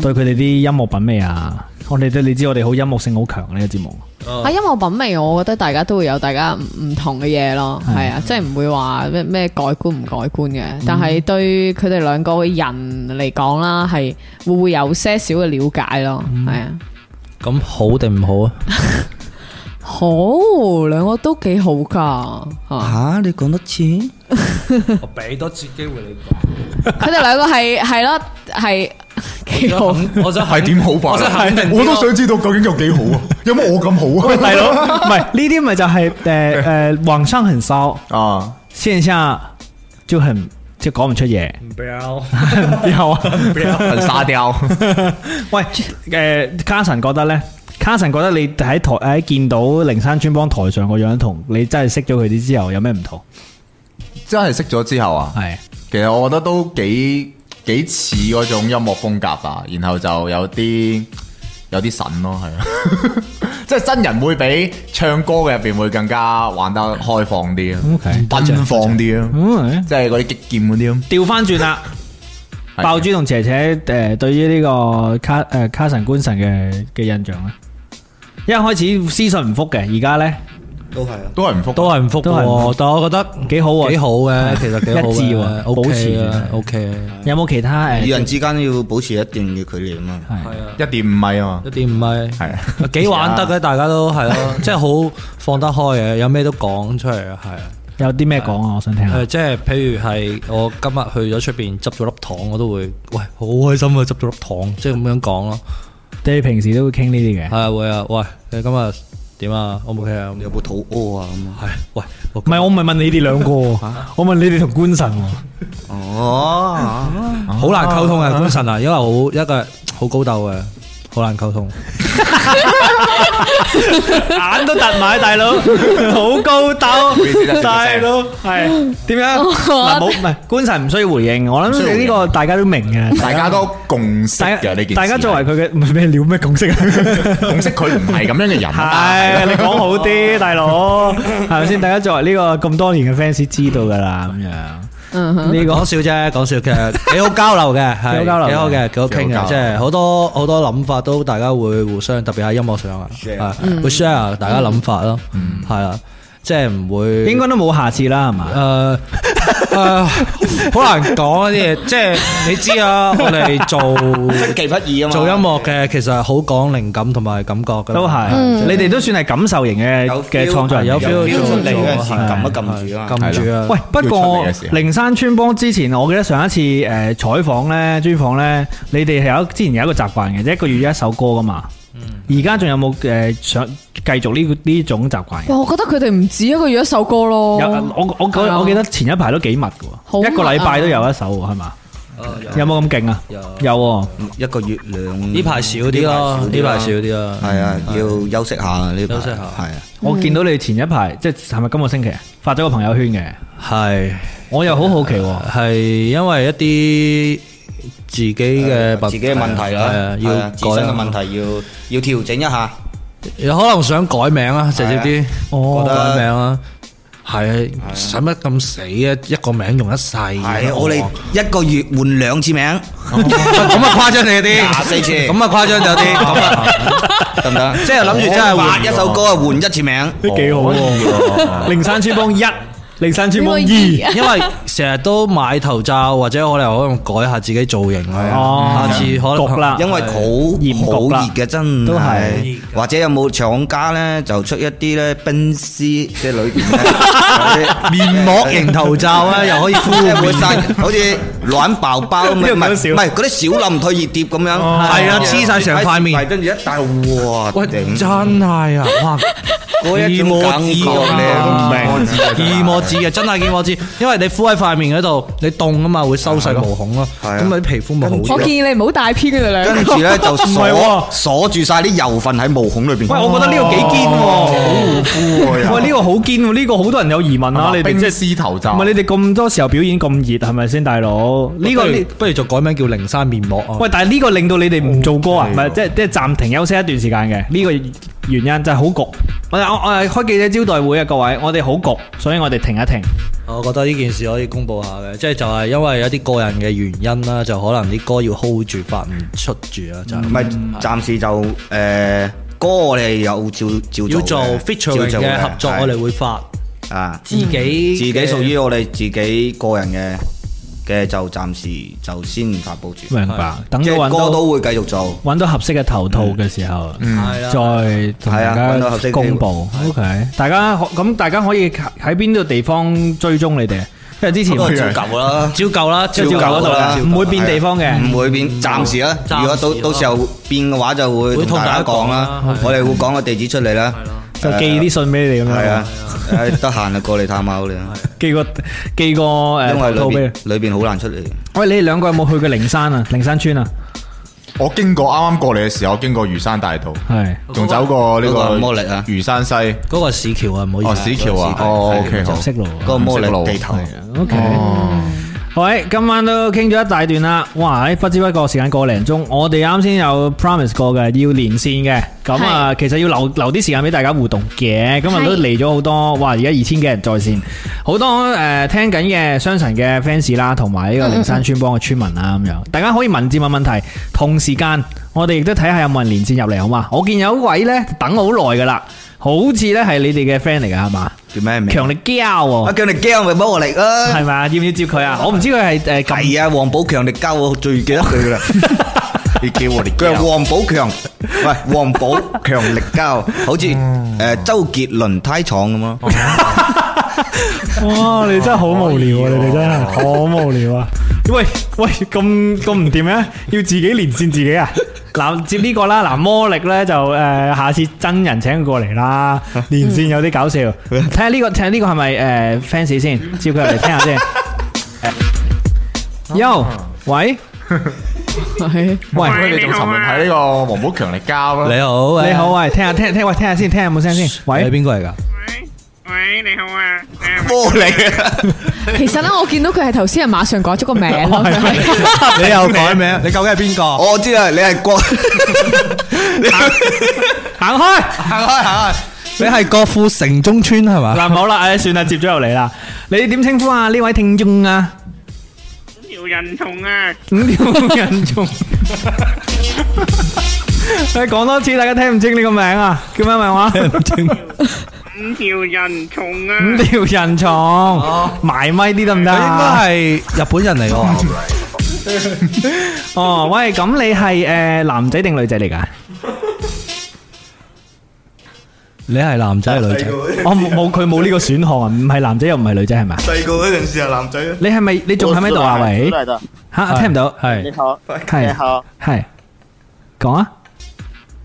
[SPEAKER 6] 對佢哋啲音樂品味啊，我哋都你知我哋好音樂性好強呢個節目。
[SPEAKER 7] 啊，音樂品味，我覺得大家都會有大家唔唔同嘅嘢咯，係啊，即係唔會話咩咩改觀唔改觀嘅，
[SPEAKER 6] 嗯
[SPEAKER 7] 但係對佢哋兩個嘅人嚟講啦，係會會有些少嘅了解咯，
[SPEAKER 6] 嗯
[SPEAKER 7] 係啊，
[SPEAKER 2] 咁好定唔好啊？
[SPEAKER 7] 好，兩個都幾好 噶，嚇
[SPEAKER 8] 吓，你講多次？
[SPEAKER 2] 我俾多次機會你
[SPEAKER 7] 佢哋兩個係係咯 係幾好，
[SPEAKER 2] 講，我想
[SPEAKER 10] 係點好法
[SPEAKER 2] 我想肯定呢個
[SPEAKER 10] 我都想知道究竟有幾好啊？有冇我咁好啊？
[SPEAKER 6] 大佬，唔係呢啲咪就係誒誒網上很騷，
[SPEAKER 10] 啊，
[SPEAKER 6] 線下就很就講唔出嘢，
[SPEAKER 2] 唔要，
[SPEAKER 6] 有啊。
[SPEAKER 10] 很沙雕，
[SPEAKER 6] 喂，诶、卡神覺得呢？卡神覺得你喺台喺見到靈山村幫台上個樣同你真係識咗佢哋之後有咩唔同？
[SPEAKER 10] 真係識咗之後啊，
[SPEAKER 6] 係
[SPEAKER 10] 其實我覺得都幾幾似嗰種音樂風格吧，然後就有啲有啲神咯，係啊， 即係真人會比唱歌嘅入邊會更加玩得開放啲啊，
[SPEAKER 6] OK，
[SPEAKER 10] 奔放啲啊，
[SPEAKER 6] 嗯，
[SPEAKER 10] 即係嗰啲擊劍嗰啲咁。
[SPEAKER 6] 调翻轉啦，
[SPEAKER 10] 係
[SPEAKER 6] 爆珠同姐姐诶对于呢個卡诶、卡神官神嘅嘅印象咧，一開始私信唔复嘅，而家呢
[SPEAKER 8] 都係啊。
[SPEAKER 10] 都係唔复，
[SPEAKER 2] 都係唔复
[SPEAKER 6] 都係唔
[SPEAKER 2] 喎，但我覺得
[SPEAKER 6] 幾好喎
[SPEAKER 2] 幾好嘅，其實幾好嘅
[SPEAKER 6] 一致喎保持
[SPEAKER 2] OK
[SPEAKER 6] 嘅
[SPEAKER 2] 啊，OK 啊，
[SPEAKER 6] 有冇其他呃诶
[SPEAKER 8] 與人之間要保持一定嘅距離啊嘛。
[SPEAKER 10] 一点五米啊嘛
[SPEAKER 2] 一，點五米
[SPEAKER 10] 係啊，
[SPEAKER 2] 幾玩得嘅，大家都 係咯，即係好放得開嘅，有咩都講出嚟啊，係啊。
[SPEAKER 6] 有啲咩講啊？我想聽下
[SPEAKER 2] 誒，即係譬如係我今日去咗出邊執咗粒糖，我都會喂好開心啊！執咗粒糖，即係咁樣講咯。
[SPEAKER 6] 你哋平時都會傾呢啲嘅
[SPEAKER 2] 係。啊，會啊，喂，你今日點啊？O 唔 OK 啊？
[SPEAKER 8] 有冇肚屙啊 咁啊？
[SPEAKER 2] 係，喂，我
[SPEAKER 6] 唔係，我唔係問你哋兩個，我問你哋同官神喎。
[SPEAKER 8] 哦，
[SPEAKER 2] 好難溝通啊，官神啊，因為好一個好高竇嘅，好難溝通。
[SPEAKER 6] 眼都突埋，大 佬好高斗，大佬系点样？嗱，冇唔系官神唔需要回應，我
[SPEAKER 10] 唔需要
[SPEAKER 6] 諗
[SPEAKER 10] 回
[SPEAKER 6] 呢
[SPEAKER 10] 應
[SPEAKER 6] 個大家都明嘅。
[SPEAKER 10] 大家都共識
[SPEAKER 6] 大
[SPEAKER 10] 嘅呢件事。
[SPEAKER 6] 大家作為佢嘅唔係咩料咩共識啊？
[SPEAKER 10] 共識，佢唔係咁樣嘅人啊
[SPEAKER 6] 係你講好啲，大佬係咪先？大家作為呢個咁多年嘅 fans 知道㗎啦，咁樣
[SPEAKER 7] 嗯哼，
[SPEAKER 6] 呢
[SPEAKER 2] 講
[SPEAKER 6] 個
[SPEAKER 2] 笑啫，講笑，其實幾好交流嘅，係
[SPEAKER 6] 幾好交流嘅
[SPEAKER 2] 幾好嘅，幾好傾
[SPEAKER 10] 幾好交流
[SPEAKER 2] 嘅，即係好多好多諗法都大家會互相，特別喺音樂上啊，係會 share 大家諗法咯，係啦，即係唔會
[SPEAKER 6] 應該都冇下次啦，係嘛？
[SPEAKER 2] 诶诶，誒好難講嗰啲嘢，即係你知啊，我哋做
[SPEAKER 8] 技不易啊嘛。
[SPEAKER 2] 做音樂嘅，其實好講靈感同埋感覺噶，
[SPEAKER 6] 都係，你哋都算係感受型嘅
[SPEAKER 8] 有
[SPEAKER 6] 嘅
[SPEAKER 8] feel，
[SPEAKER 6] 創作人嚟
[SPEAKER 2] 有
[SPEAKER 6] 嘅，
[SPEAKER 2] feel
[SPEAKER 8] 有 feel 出嚟嗰陣時
[SPEAKER 2] 係
[SPEAKER 8] 撳一撳住啊
[SPEAKER 2] 係撳住啊，
[SPEAKER 6] 喂，不過
[SPEAKER 10] 要出嚟嘅時候
[SPEAKER 6] 靈山村幫之前，我記得上一次誒、呃、採訪咧、專訪咧，你哋係有之前有一個習慣嘅，即係一個月一首歌噶嘛。
[SPEAKER 10] 嗯
[SPEAKER 6] 而家仲有冇誒、呃想繼續呢呢種習慣嘅？
[SPEAKER 7] 哇，我覺得佢哋唔止一個月一首歌咯，
[SPEAKER 6] 有我我
[SPEAKER 7] 係啊
[SPEAKER 6] 我我記得前一排都幾密嘅
[SPEAKER 7] 好
[SPEAKER 6] 喎，
[SPEAKER 7] 密啊
[SPEAKER 6] 一個禮拜都有一首喎，係嘛？
[SPEAKER 10] 哦
[SPEAKER 6] 有冇咁勁啊？
[SPEAKER 2] 有
[SPEAKER 6] 有喎，
[SPEAKER 8] 一個月兩
[SPEAKER 2] 呢排少啲咯，呢排少啲咯，
[SPEAKER 8] 係啊，要休息下啊呢排。
[SPEAKER 2] 休息下
[SPEAKER 8] 係啊，
[SPEAKER 7] 嗯
[SPEAKER 6] 我見到你前一排即係係咪今個星期啊發咗個朋友圈嘅？
[SPEAKER 2] 係。
[SPEAKER 6] 我又好好奇
[SPEAKER 10] 哦
[SPEAKER 6] 喎，
[SPEAKER 2] 系因為一啲自己嘅
[SPEAKER 8] 自己嘅問題
[SPEAKER 2] 係啊
[SPEAKER 8] 啦，
[SPEAKER 2] 要
[SPEAKER 8] 係啊自身
[SPEAKER 2] 改
[SPEAKER 8] 嘅問題要要調整一下。
[SPEAKER 2] Dạ, 有可能想改名啊，直接啲
[SPEAKER 6] 哦
[SPEAKER 2] 改名啊，
[SPEAKER 12] 係使乜咁死啊？一個名用一世。係
[SPEAKER 8] 我哋一個月換兩次名，
[SPEAKER 12] 咁啊誇張你啲，
[SPEAKER 8] 廿四次，
[SPEAKER 12] 咁啊誇張 咗啲，咁啊
[SPEAKER 8] 得唔得？
[SPEAKER 12] 即係諗住真係換
[SPEAKER 8] 一首歌啊，換一次名，
[SPEAKER 6] 都幾好
[SPEAKER 10] 啊
[SPEAKER 6] 喎。零三千幫一，零三千幫二，
[SPEAKER 7] 啊
[SPEAKER 2] 因為成日都買頭罩，或者我哋可能改下自己造型啊，下次可能
[SPEAKER 8] 因為好好熱嘅真
[SPEAKER 2] 都係
[SPEAKER 8] 係，或者有冇廠家咧就出一啲咧冰絲，即係裏邊呢有啲
[SPEAKER 2] 面膜型頭罩 啊，又可以敷
[SPEAKER 8] 即係會
[SPEAKER 2] 面
[SPEAKER 8] 晒，好似暖爆包咁
[SPEAKER 2] 呢
[SPEAKER 8] 樣，
[SPEAKER 2] 個唔
[SPEAKER 8] 唔係
[SPEAKER 2] 好笑
[SPEAKER 8] 唔係嗰啲小林退熱貼咁樣，
[SPEAKER 12] 係啊黐晒成塊面
[SPEAKER 8] 係跟住一戴，哇！
[SPEAKER 12] 喂，
[SPEAKER 8] 頂
[SPEAKER 12] 真係
[SPEAKER 2] à,
[SPEAKER 12] 啊，哇！
[SPEAKER 8] 嗰一
[SPEAKER 12] 二
[SPEAKER 8] 種
[SPEAKER 12] 魔
[SPEAKER 8] 感
[SPEAKER 12] 紙
[SPEAKER 8] 覺咧
[SPEAKER 12] 啊
[SPEAKER 8] 唔明
[SPEAKER 12] 二魔紙啊，真係二魔紙，因為你敷喺塊面嗰度，你凍啊嘛，會收細毛孔咯，
[SPEAKER 2] 啊
[SPEAKER 12] 咁你皮膚咪好
[SPEAKER 7] 我建
[SPEAKER 12] 咗。
[SPEAKER 7] 議你唔好帶偏佢哋兩個。
[SPEAKER 8] 跟住咧就
[SPEAKER 12] 唔係
[SPEAKER 8] 鎖
[SPEAKER 12] 喎
[SPEAKER 8] 鎖住晒啲油分喺毛孔裏邊。
[SPEAKER 6] 喂，我覺得呢個幾堅喎，
[SPEAKER 10] 哦
[SPEAKER 8] 喎又
[SPEAKER 6] 喂，呢個好堅喎，呢個好多人有疑問
[SPEAKER 10] 係
[SPEAKER 6] 啊！
[SPEAKER 10] 嘛
[SPEAKER 6] 你哋
[SPEAKER 10] 冰
[SPEAKER 6] 啊即係
[SPEAKER 10] 絲頭罩
[SPEAKER 6] 唔係你哋咁多時候表演咁熱，係咪先，大佬？呢個
[SPEAKER 12] 不如
[SPEAKER 6] 呢
[SPEAKER 12] 不如就改名叫靈山面膜啊。
[SPEAKER 6] 喂，但係呢個令到你哋唔做歌啊，唔係即係即係暫停休息一段時間嘅呢個原因就係好焗。我哋我我係開記者招待會啊，各位，我哋好焗，所以我哋停一停。
[SPEAKER 2] 我覺得呢件事可以公佈下嘅，即係就係因為有啲個人嘅原因啦，就可能啲歌要 hold 住發唔出住啊，就
[SPEAKER 8] 唔係，暫時就誒、呃歌我哋有照照
[SPEAKER 2] 要做 featuring
[SPEAKER 8] 照做
[SPEAKER 2] 嘅合作，
[SPEAKER 8] 係
[SPEAKER 2] 我哋會發嗯
[SPEAKER 8] 啊
[SPEAKER 2] 自己嘅
[SPEAKER 8] 自己屬於我哋自己個人嘅嘅就暫時就先唔發布住，
[SPEAKER 6] 明白啊等
[SPEAKER 8] 即
[SPEAKER 6] 到
[SPEAKER 8] 係
[SPEAKER 6] 揾
[SPEAKER 8] 歌
[SPEAKER 6] 到
[SPEAKER 8] 都會繼續做。
[SPEAKER 6] 揾到合適嘅頭套嘅時候，嗯
[SPEAKER 8] 係啦
[SPEAKER 6] 再同
[SPEAKER 8] 係
[SPEAKER 6] 大
[SPEAKER 8] 啊揾到合適
[SPEAKER 6] 家
[SPEAKER 8] 嘅
[SPEAKER 6] 公佈。OK，大家可咁大家可以喺邊度地方追蹤你哋？因為之前
[SPEAKER 8] 不過照舊啦，
[SPEAKER 2] 照舊啦，
[SPEAKER 6] 照舊嗰度啦，唔會變地方嘅。
[SPEAKER 8] 唔會變，暫時啦。
[SPEAKER 6] 暫時
[SPEAKER 8] 如果到
[SPEAKER 6] 啦
[SPEAKER 8] 到時候變嘅話，就會
[SPEAKER 6] 會
[SPEAKER 8] 同
[SPEAKER 6] 同
[SPEAKER 8] 大
[SPEAKER 6] 大
[SPEAKER 8] 家
[SPEAKER 6] 家
[SPEAKER 8] 講
[SPEAKER 6] 講
[SPEAKER 8] 啦
[SPEAKER 6] 啦。
[SPEAKER 8] 我哋會講個地址出嚟啦，
[SPEAKER 6] 就寄啲信俾你哋咁樣
[SPEAKER 8] 係啊，誒得閒就過嚟探下我哋啦。
[SPEAKER 6] 寄個寄個
[SPEAKER 8] 因為
[SPEAKER 6] 誒
[SPEAKER 8] 裏
[SPEAKER 6] 套俾你
[SPEAKER 8] 邊。裏邊好難出嚟。
[SPEAKER 6] 喂，你哋兩個有冇去過靈山啊？靈山村啊？
[SPEAKER 10] 我經過啱啱過嚟嘅時候，我經過魚山大道，
[SPEAKER 6] 係
[SPEAKER 10] 仲走過呢
[SPEAKER 8] 嗰個
[SPEAKER 10] 個
[SPEAKER 8] 魔力啊
[SPEAKER 10] 魚山西
[SPEAKER 2] 嗰個市橋啊，唔好
[SPEAKER 10] 哦
[SPEAKER 2] 意思，
[SPEAKER 10] 市橋啊
[SPEAKER 2] 嗰，個
[SPEAKER 10] 哦 OK 好，哦
[SPEAKER 6] 就識路啊
[SPEAKER 8] 嗰個魔力地頭。
[SPEAKER 6] OK，好喂，今晚都傾咗一大段啦，哇！哎喺不知不覺時間個零鐘，我哋啱先有 promise 過嘅要連線嘅，咁啊，其實要留留啲時間俾大家互動嘅，今日都嚟咗好多，哇！而家二千幾人在線，好多誒、呃、聽緊嘅雙神嘅 fans 啦，同埋呢個靈山村幫嘅村民啦咁樣，大家可以文字問問題，同時間我哋亦都睇下有冇人連線入嚟好嘛？我見有一位呢，等好耐噶啦，好似呢係你哋嘅 friend 嚟嘅係嘛？
[SPEAKER 8] 叫咩名？
[SPEAKER 6] 強力膠喎、
[SPEAKER 8] 啊，強力膠咪魔力啦。
[SPEAKER 6] 係嘛？要唔要接佢啊？我唔知佢係誒咁。
[SPEAKER 8] 係啊，王寶強力膠我最記得佢噶啦。你叫我力佢係王寶強，喂，王寶強力膠，好似誒周杰倫胎廠咁咯。
[SPEAKER 6] 哇！你真係好無聊啊！你哋真係好無聊啊！喂喂，咁咁唔掂咩？要自己連線自己啊？嗱，接呢個啦，嗱，魔力咧就誒，下次真人請佢過嚟 啦，連線有啲搞笑，睇下呢個，睇下呢個係咪誒 fans 先，接佢入嚟聽下 先。Yo，喂，
[SPEAKER 2] 啊
[SPEAKER 6] 喂，
[SPEAKER 10] 喂，你仲沉淪喺呢個王寶強力交啦。
[SPEAKER 2] 你好，
[SPEAKER 6] 你好，喂，聽下聽聽，喂，聽下先，聽下有冇聲先？喂，
[SPEAKER 2] 啊你係邊個嚟噶？
[SPEAKER 8] 魔力啊！
[SPEAKER 7] 其實咧，我見到佢係頭先係馬上改咗個名咯。
[SPEAKER 6] 哦
[SPEAKER 2] 你又改名？你究竟係邊個？
[SPEAKER 8] 我知啦，你係郭，
[SPEAKER 6] 行啊
[SPEAKER 8] 行
[SPEAKER 6] 開。
[SPEAKER 8] 開行開。
[SPEAKER 2] 你係國富城中村係嘛？
[SPEAKER 6] 嗱，好啦，誒，算啦，接咗入嚟啦。你點稱呼啊？呢位聽眾啊？五條人蟲。你講多次，大家聽唔清呢個名啊？叫咩名話？五條人蟲，埋咪啲得唔得
[SPEAKER 2] 佢應
[SPEAKER 6] 啊？
[SPEAKER 2] 該係日本人嚟喎。
[SPEAKER 6] 哦，喂，咁你係誒男仔定女仔嚟㗎？
[SPEAKER 2] 你係男仔定女仔？
[SPEAKER 6] 我冇冇佢冇呢個選項啊，唔係男仔又唔係女仔係咪？
[SPEAKER 8] 細個嗰陣時係男仔啊。
[SPEAKER 6] 你係咪你仲喺咪度啊？喂，
[SPEAKER 2] Ờ. 啊
[SPEAKER 6] 吓聽唔到，
[SPEAKER 2] 係
[SPEAKER 13] 好，
[SPEAKER 6] 係
[SPEAKER 13] 你好，
[SPEAKER 6] 係講啊，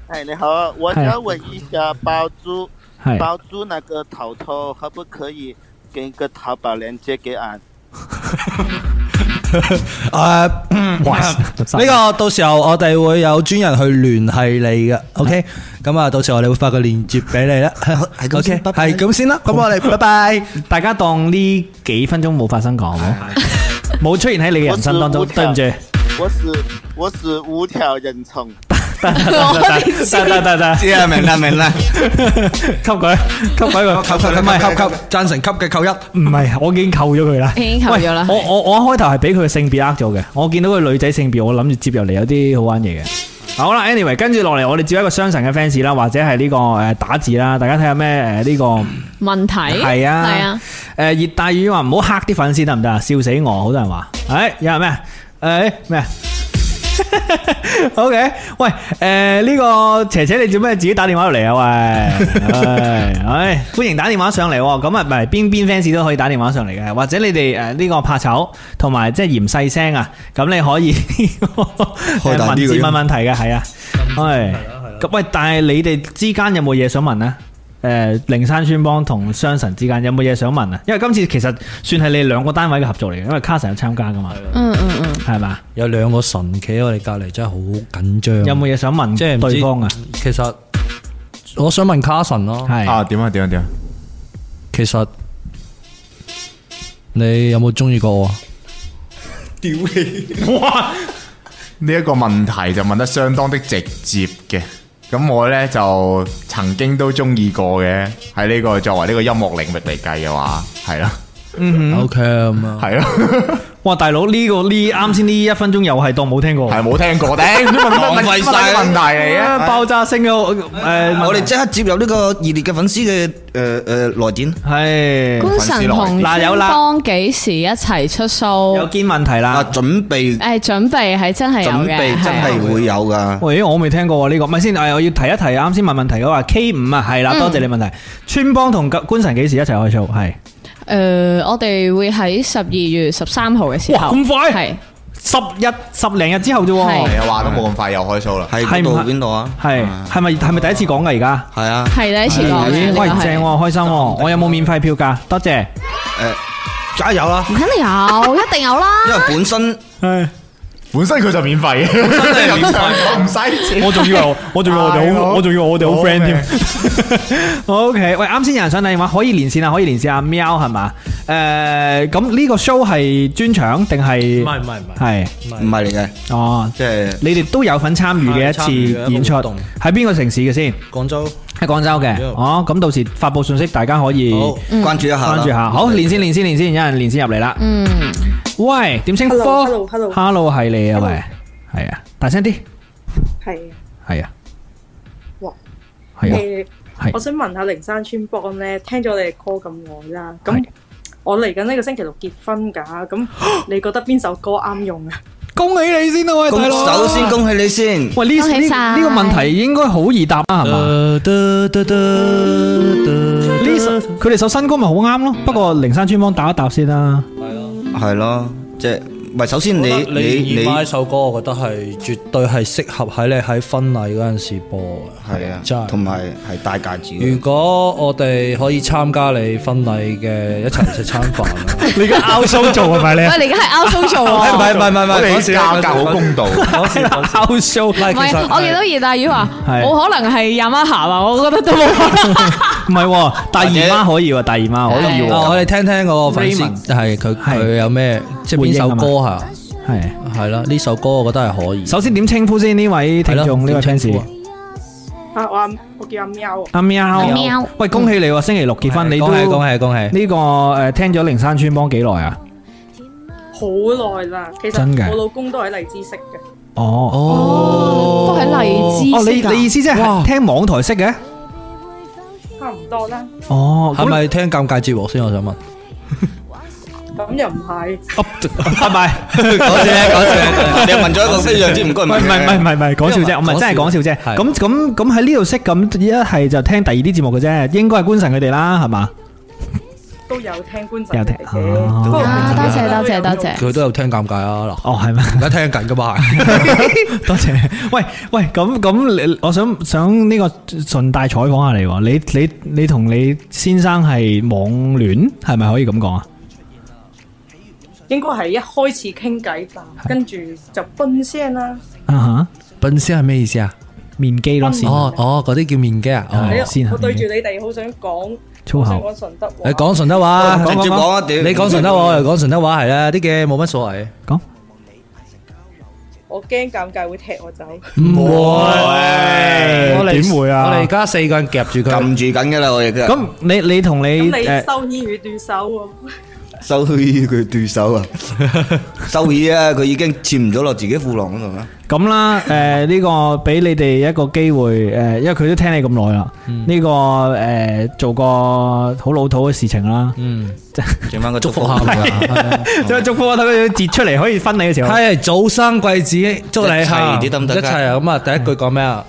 [SPEAKER 13] 哎，你好，我
[SPEAKER 6] 哎
[SPEAKER 13] 想问一下包租
[SPEAKER 6] 哎，
[SPEAKER 13] 包租那个头头可不可以给一个淘宝链接给俺？
[SPEAKER 2] 诶，嗯呢個到時候我哋會有專人去聯繫你嘅，OK？咁啊，到時候我哋會發個鏈接俾你啦。 係
[SPEAKER 8] 咁先
[SPEAKER 2] OK，係咁先啦。咁我哋拜拜。
[SPEAKER 6] 大家當呢幾分鐘冇發生過好 冇？冇出現喺你嘅人生當中，
[SPEAKER 13] 我是
[SPEAKER 6] 對唔住。
[SPEAKER 13] 我是我是五条人虫，
[SPEAKER 8] 知啊，明啦，明啦。
[SPEAKER 6] 吸佢，吸鬼佢，唔係， 唔係，我已經扣咗佢啦。
[SPEAKER 7] 已經扣咗啦，
[SPEAKER 6] 喂，我-我-我一開頭係俾佢嘅性別呃咗嘅，我見到佢女仔性別，我諗住接入嚟有啲好玩嘢嘅。好啦，anyway，跟住落嚟我哋接一個雙神嘅fans啦，或者係呢個，呃，打字啦，大家睇下咩，呃，呢個
[SPEAKER 7] 問題
[SPEAKER 6] 係啊，
[SPEAKER 7] 係啊，
[SPEAKER 6] 哎啊誒，熱帶魚話唔好嚇啲粉絲得唔得啊？笑死我，好多人話。誒，有人咩？誒，咩啊？OK，喂，誒，呢個姐姐你做咩自己打電話入嚟啊？喂，唉，唉，歡迎打電話上嚟喎，咁啊，唔係，邊邊fans都可以打電話上嚟嘅，或者你哋，誒，呢個怕醜，同埋即係嫌細聲啊，咁你可以 呃
[SPEAKER 12] 開大啲個音。
[SPEAKER 6] 問字問問題嘅，係啊，係，咁，喂，但係你哋之間有冇嘢想問啊？誒，靈山村幫同雙神之間有冇嘢想問啊？因為今次其實算係你哋兩個單位嘅合作嚟嘅，因為Carson有參加㗎嘛。
[SPEAKER 7] 嗯嗯嗯，
[SPEAKER 6] 係嘛？
[SPEAKER 2] 有兩個神企喺我哋隔離，真係好緊張。
[SPEAKER 6] 有冇嘢想問
[SPEAKER 2] 嗯即係唔知
[SPEAKER 6] 對方啊？
[SPEAKER 2] 其實我想問卡神咯。
[SPEAKER 6] 係
[SPEAKER 2] 啊，
[SPEAKER 10] 點啊點啊點啊！
[SPEAKER 2] 其實你有冇中意過我啊？
[SPEAKER 10] 屌你！哇！呢一個問題就問得相當的直接嘅。咁我呢，就曾經都中意過嘅，喺呢、個作為呢個音樂領域嚟計嘅話，係啦，
[SPEAKER 6] 嗯哼
[SPEAKER 2] ，OK 咁啊，
[SPEAKER 10] 係咯。
[SPEAKER 6] 哇，大佬呢個呢啱先呢一分鐘又係當冇聽過，啊
[SPEAKER 10] 係冇啊聽過頂唔知問乜問
[SPEAKER 8] 浪費
[SPEAKER 10] 乜
[SPEAKER 8] 晒
[SPEAKER 10] 問題嚟嘅
[SPEAKER 6] 爆炸聲呃嘅誒，
[SPEAKER 8] ờ, 我哋即刻接入呢個熱烈嘅粉絲嘅，誒，誒，來電。
[SPEAKER 7] 官神同
[SPEAKER 8] 嗱，
[SPEAKER 7] 天
[SPEAKER 8] 有啦。
[SPEAKER 7] 幫幾時一齊出 show？
[SPEAKER 6] À.
[SPEAKER 8] 啊，準備-
[SPEAKER 7] 誒，準備係真係有嘅，係啊
[SPEAKER 8] 準備真係會有㗎。
[SPEAKER 6] 喂，我未聽過喎呢個，咪先，誒，啊我要提一提啱先問問題嘅話 K 五啊，係啦，
[SPEAKER 7] 嗯
[SPEAKER 6] 多謝你問題。川幫同官神幾時一齊開 show？係
[SPEAKER 7] 诶、我哋會喺十二月十三號嘅時候，
[SPEAKER 6] 哇咁快
[SPEAKER 7] 係
[SPEAKER 6] 十一十零日之後啫喎，
[SPEAKER 10] 係啊，話都冇咁快又開 show 啦。
[SPEAKER 6] 係唔係係係咪係咪第一次講㗎而家？
[SPEAKER 8] 係啊
[SPEAKER 7] 係第一次講嘅呢個
[SPEAKER 6] 喂，
[SPEAKER 7] 係
[SPEAKER 6] 正喎，開心喎，我有冇免費票㗎？多謝。
[SPEAKER 8] 加油啦。
[SPEAKER 7] 肯定有，一定 有啦。
[SPEAKER 8] 因為本身-
[SPEAKER 10] 本身佢就免費嘅。唔使錢。
[SPEAKER 6] 我仲以為我-我仲以為我哋好-
[SPEAKER 10] 大佬。
[SPEAKER 6] 我仲以為我哋好
[SPEAKER 10] 好
[SPEAKER 6] friend 添。
[SPEAKER 10] 命。
[SPEAKER 6] OK，喂，啱先有人上嚟話可以連線啊，可以連線啊，喵係嘛？誒，咁呢個show係專場定係-
[SPEAKER 12] 唔係，唔係，唔係。
[SPEAKER 6] 係？哦。你哋都有份參與嘅一次
[SPEAKER 12] 係，參與嘅一個
[SPEAKER 6] 演出。
[SPEAKER 12] 活動。
[SPEAKER 6] 喺邊個城市嘅先？
[SPEAKER 12] 廣州
[SPEAKER 6] 喺廣州嘅。哦，咁到時發布信息，大家可以
[SPEAKER 8] 嗯。關注一下啦。
[SPEAKER 6] 關注下。好，連線，連線，連線，有人連線入嚟啦。
[SPEAKER 7] 嗯，
[SPEAKER 6] 喂，點稱呼？
[SPEAKER 14] Hello，hello，hello。
[SPEAKER 6] Hello，係你啊，喂。係啊，大聲啲，係啊。啊
[SPEAKER 14] 系哇，
[SPEAKER 6] 係啊
[SPEAKER 14] 誒
[SPEAKER 6] 係
[SPEAKER 14] 我想問下靈山村幫咧，聽咗你哋 call 咁耐啦，咁我嚟緊呢個星期六結婚㗎，咁你覺得邊首歌啱用啊？
[SPEAKER 6] 恭喜你先啦，喂，
[SPEAKER 14] 大佬！
[SPEAKER 8] 首先恭喜你先。
[SPEAKER 6] 喂，呢
[SPEAKER 14] 恭
[SPEAKER 6] 呢
[SPEAKER 14] 喜晒
[SPEAKER 6] 呢個問題應該好易答啊，係嘛？呢首佢哋首新歌咪好啱咯，不過靈山村幫答一答先啦。
[SPEAKER 8] 係咯，即係-唔係，首先你-
[SPEAKER 2] 你
[SPEAKER 8] 你-
[SPEAKER 2] 你
[SPEAKER 8] 你-
[SPEAKER 2] 呢首歌，我覺得係絕對係適合喺你喺婚禮嗰陣時播嘅。係
[SPEAKER 8] à.
[SPEAKER 2] 啊，真係。同
[SPEAKER 8] 埋係戴戒指。
[SPEAKER 2] 如果我哋可以參加你婚禮嘅，一齊食餐飯啊！
[SPEAKER 6] 你而家 out show 做係咪啊
[SPEAKER 7] 喂，你而家係 out show 做喎，
[SPEAKER 2] 唔係唔係唔係唔係，講笑
[SPEAKER 10] 教教好公道
[SPEAKER 2] 講笑講笑
[SPEAKER 6] out show。唔
[SPEAKER 7] 唔係，我見到熱帶魚話
[SPEAKER 6] 係
[SPEAKER 7] 冇可能係飲一下啊，我覺得都冇可能。
[SPEAKER 6] 唔係喎，大姨媽可以喎，大姨媽可以喎。
[SPEAKER 2] 啊我哋聽聽嗰個粉絲
[SPEAKER 6] Raymond
[SPEAKER 2] 係佢佢有咩，即係邊首歌係？
[SPEAKER 6] 係
[SPEAKER 2] 係啦，呢首歌我覺得係可以。
[SPEAKER 6] 首先點稱呼先呢位聽眾
[SPEAKER 2] 係
[SPEAKER 6] 呢位
[SPEAKER 2] 咯點稱
[SPEAKER 6] fans？
[SPEAKER 2] 呼啊
[SPEAKER 14] 啊，我阿我叫阿喵，
[SPEAKER 6] 阿啊喵，
[SPEAKER 14] 喵
[SPEAKER 6] 喂，恭喜你喎！星期六結婚，
[SPEAKER 2] 係
[SPEAKER 6] 你都
[SPEAKER 2] 恭喜恭喜恭喜
[SPEAKER 6] 呢個誒聽咗靈山村幫幾耐啊？
[SPEAKER 14] 好耐啦，其實
[SPEAKER 6] 真㗎
[SPEAKER 14] 我老公都喺荔枝識嘅，
[SPEAKER 6] 哦哦，
[SPEAKER 14] 都係荔枝
[SPEAKER 6] 哦，你
[SPEAKER 14] 識㗎
[SPEAKER 6] 你意思即係聽網台識嘅？
[SPEAKER 14] 差唔多啦，
[SPEAKER 6] 哦，
[SPEAKER 2] 係咪聽尷尬節目先？我想問。
[SPEAKER 14] 咁又唔係，
[SPEAKER 6] 哦拜拜。
[SPEAKER 8] 講笑啫講笑啫你問咗一個非常之唔該
[SPEAKER 6] 唔
[SPEAKER 8] 問
[SPEAKER 6] 係
[SPEAKER 8] 題
[SPEAKER 6] 唔係唔係唔係唔係講笑啫，我唔係真係講笑啫。
[SPEAKER 8] 係
[SPEAKER 6] 咁咁咁喺呢度識咁一係就聽第二啲節目嘅啫，應該係官神佢哋啦，係嘛？
[SPEAKER 14] 都有聽觀仔
[SPEAKER 6] 有聽
[SPEAKER 14] 嘅，不 過
[SPEAKER 6] 哦，
[SPEAKER 7] 啊，多謝多謝多謝。
[SPEAKER 2] 佢都有聽尷尬啊嗱。
[SPEAKER 6] 哦，係咩？
[SPEAKER 2] 而家聽緊噶 嘛？
[SPEAKER 6] 多謝。喂喂，咁咁你，我想想呢個順帶採訪下你喎，你你你同你先生係網戀，係咪可以咁講啊？
[SPEAKER 14] 應該係一開始傾偈吧，跟住就奔聲啦，
[SPEAKER 6] 啊哈！
[SPEAKER 2] 笨先係咩意思啊？
[SPEAKER 6] 面基
[SPEAKER 14] 咯先
[SPEAKER 2] 哦哦，嗰啲叫面基啊。哦
[SPEAKER 14] 係啊我對住你哋好想講
[SPEAKER 2] 粗口
[SPEAKER 14] 好想講順德話
[SPEAKER 2] 你。講順德話，
[SPEAKER 14] 直接講啊
[SPEAKER 2] à? 你講順德話，我又講順德話，係啦，啲嘅冇乜所謂。
[SPEAKER 6] 講
[SPEAKER 14] 我驚尷尬會踢我走。
[SPEAKER 2] 我哋
[SPEAKER 6] 點會啊
[SPEAKER 2] 我哋而家四個人夾住佢，
[SPEAKER 8] 撳住緊噶啦，我哋
[SPEAKER 6] 咁你你同
[SPEAKER 14] 咁
[SPEAKER 6] 你誒
[SPEAKER 14] 你收醫院斷手喎，
[SPEAKER 8] 收起佢對手啊，收起啊，佢已經潛咗落自己褲浪嗰度啦。
[SPEAKER 6] 咁啦，誒呢個俾你哋一個機會，誒因為佢都聽你咁耐啦，呢個誒做個好老土嘅事情啦，
[SPEAKER 2] 嗯，
[SPEAKER 8] 整翻個
[SPEAKER 2] 祝福下佢啊，
[SPEAKER 6] 即係祝福我睇佢截出嚟可以分你嘅時候，
[SPEAKER 2] 係早生貴子，祝你嚇，
[SPEAKER 6] 一齊啲得唔得㗎
[SPEAKER 2] 一齊啊！咁啊，第一句講咩啊？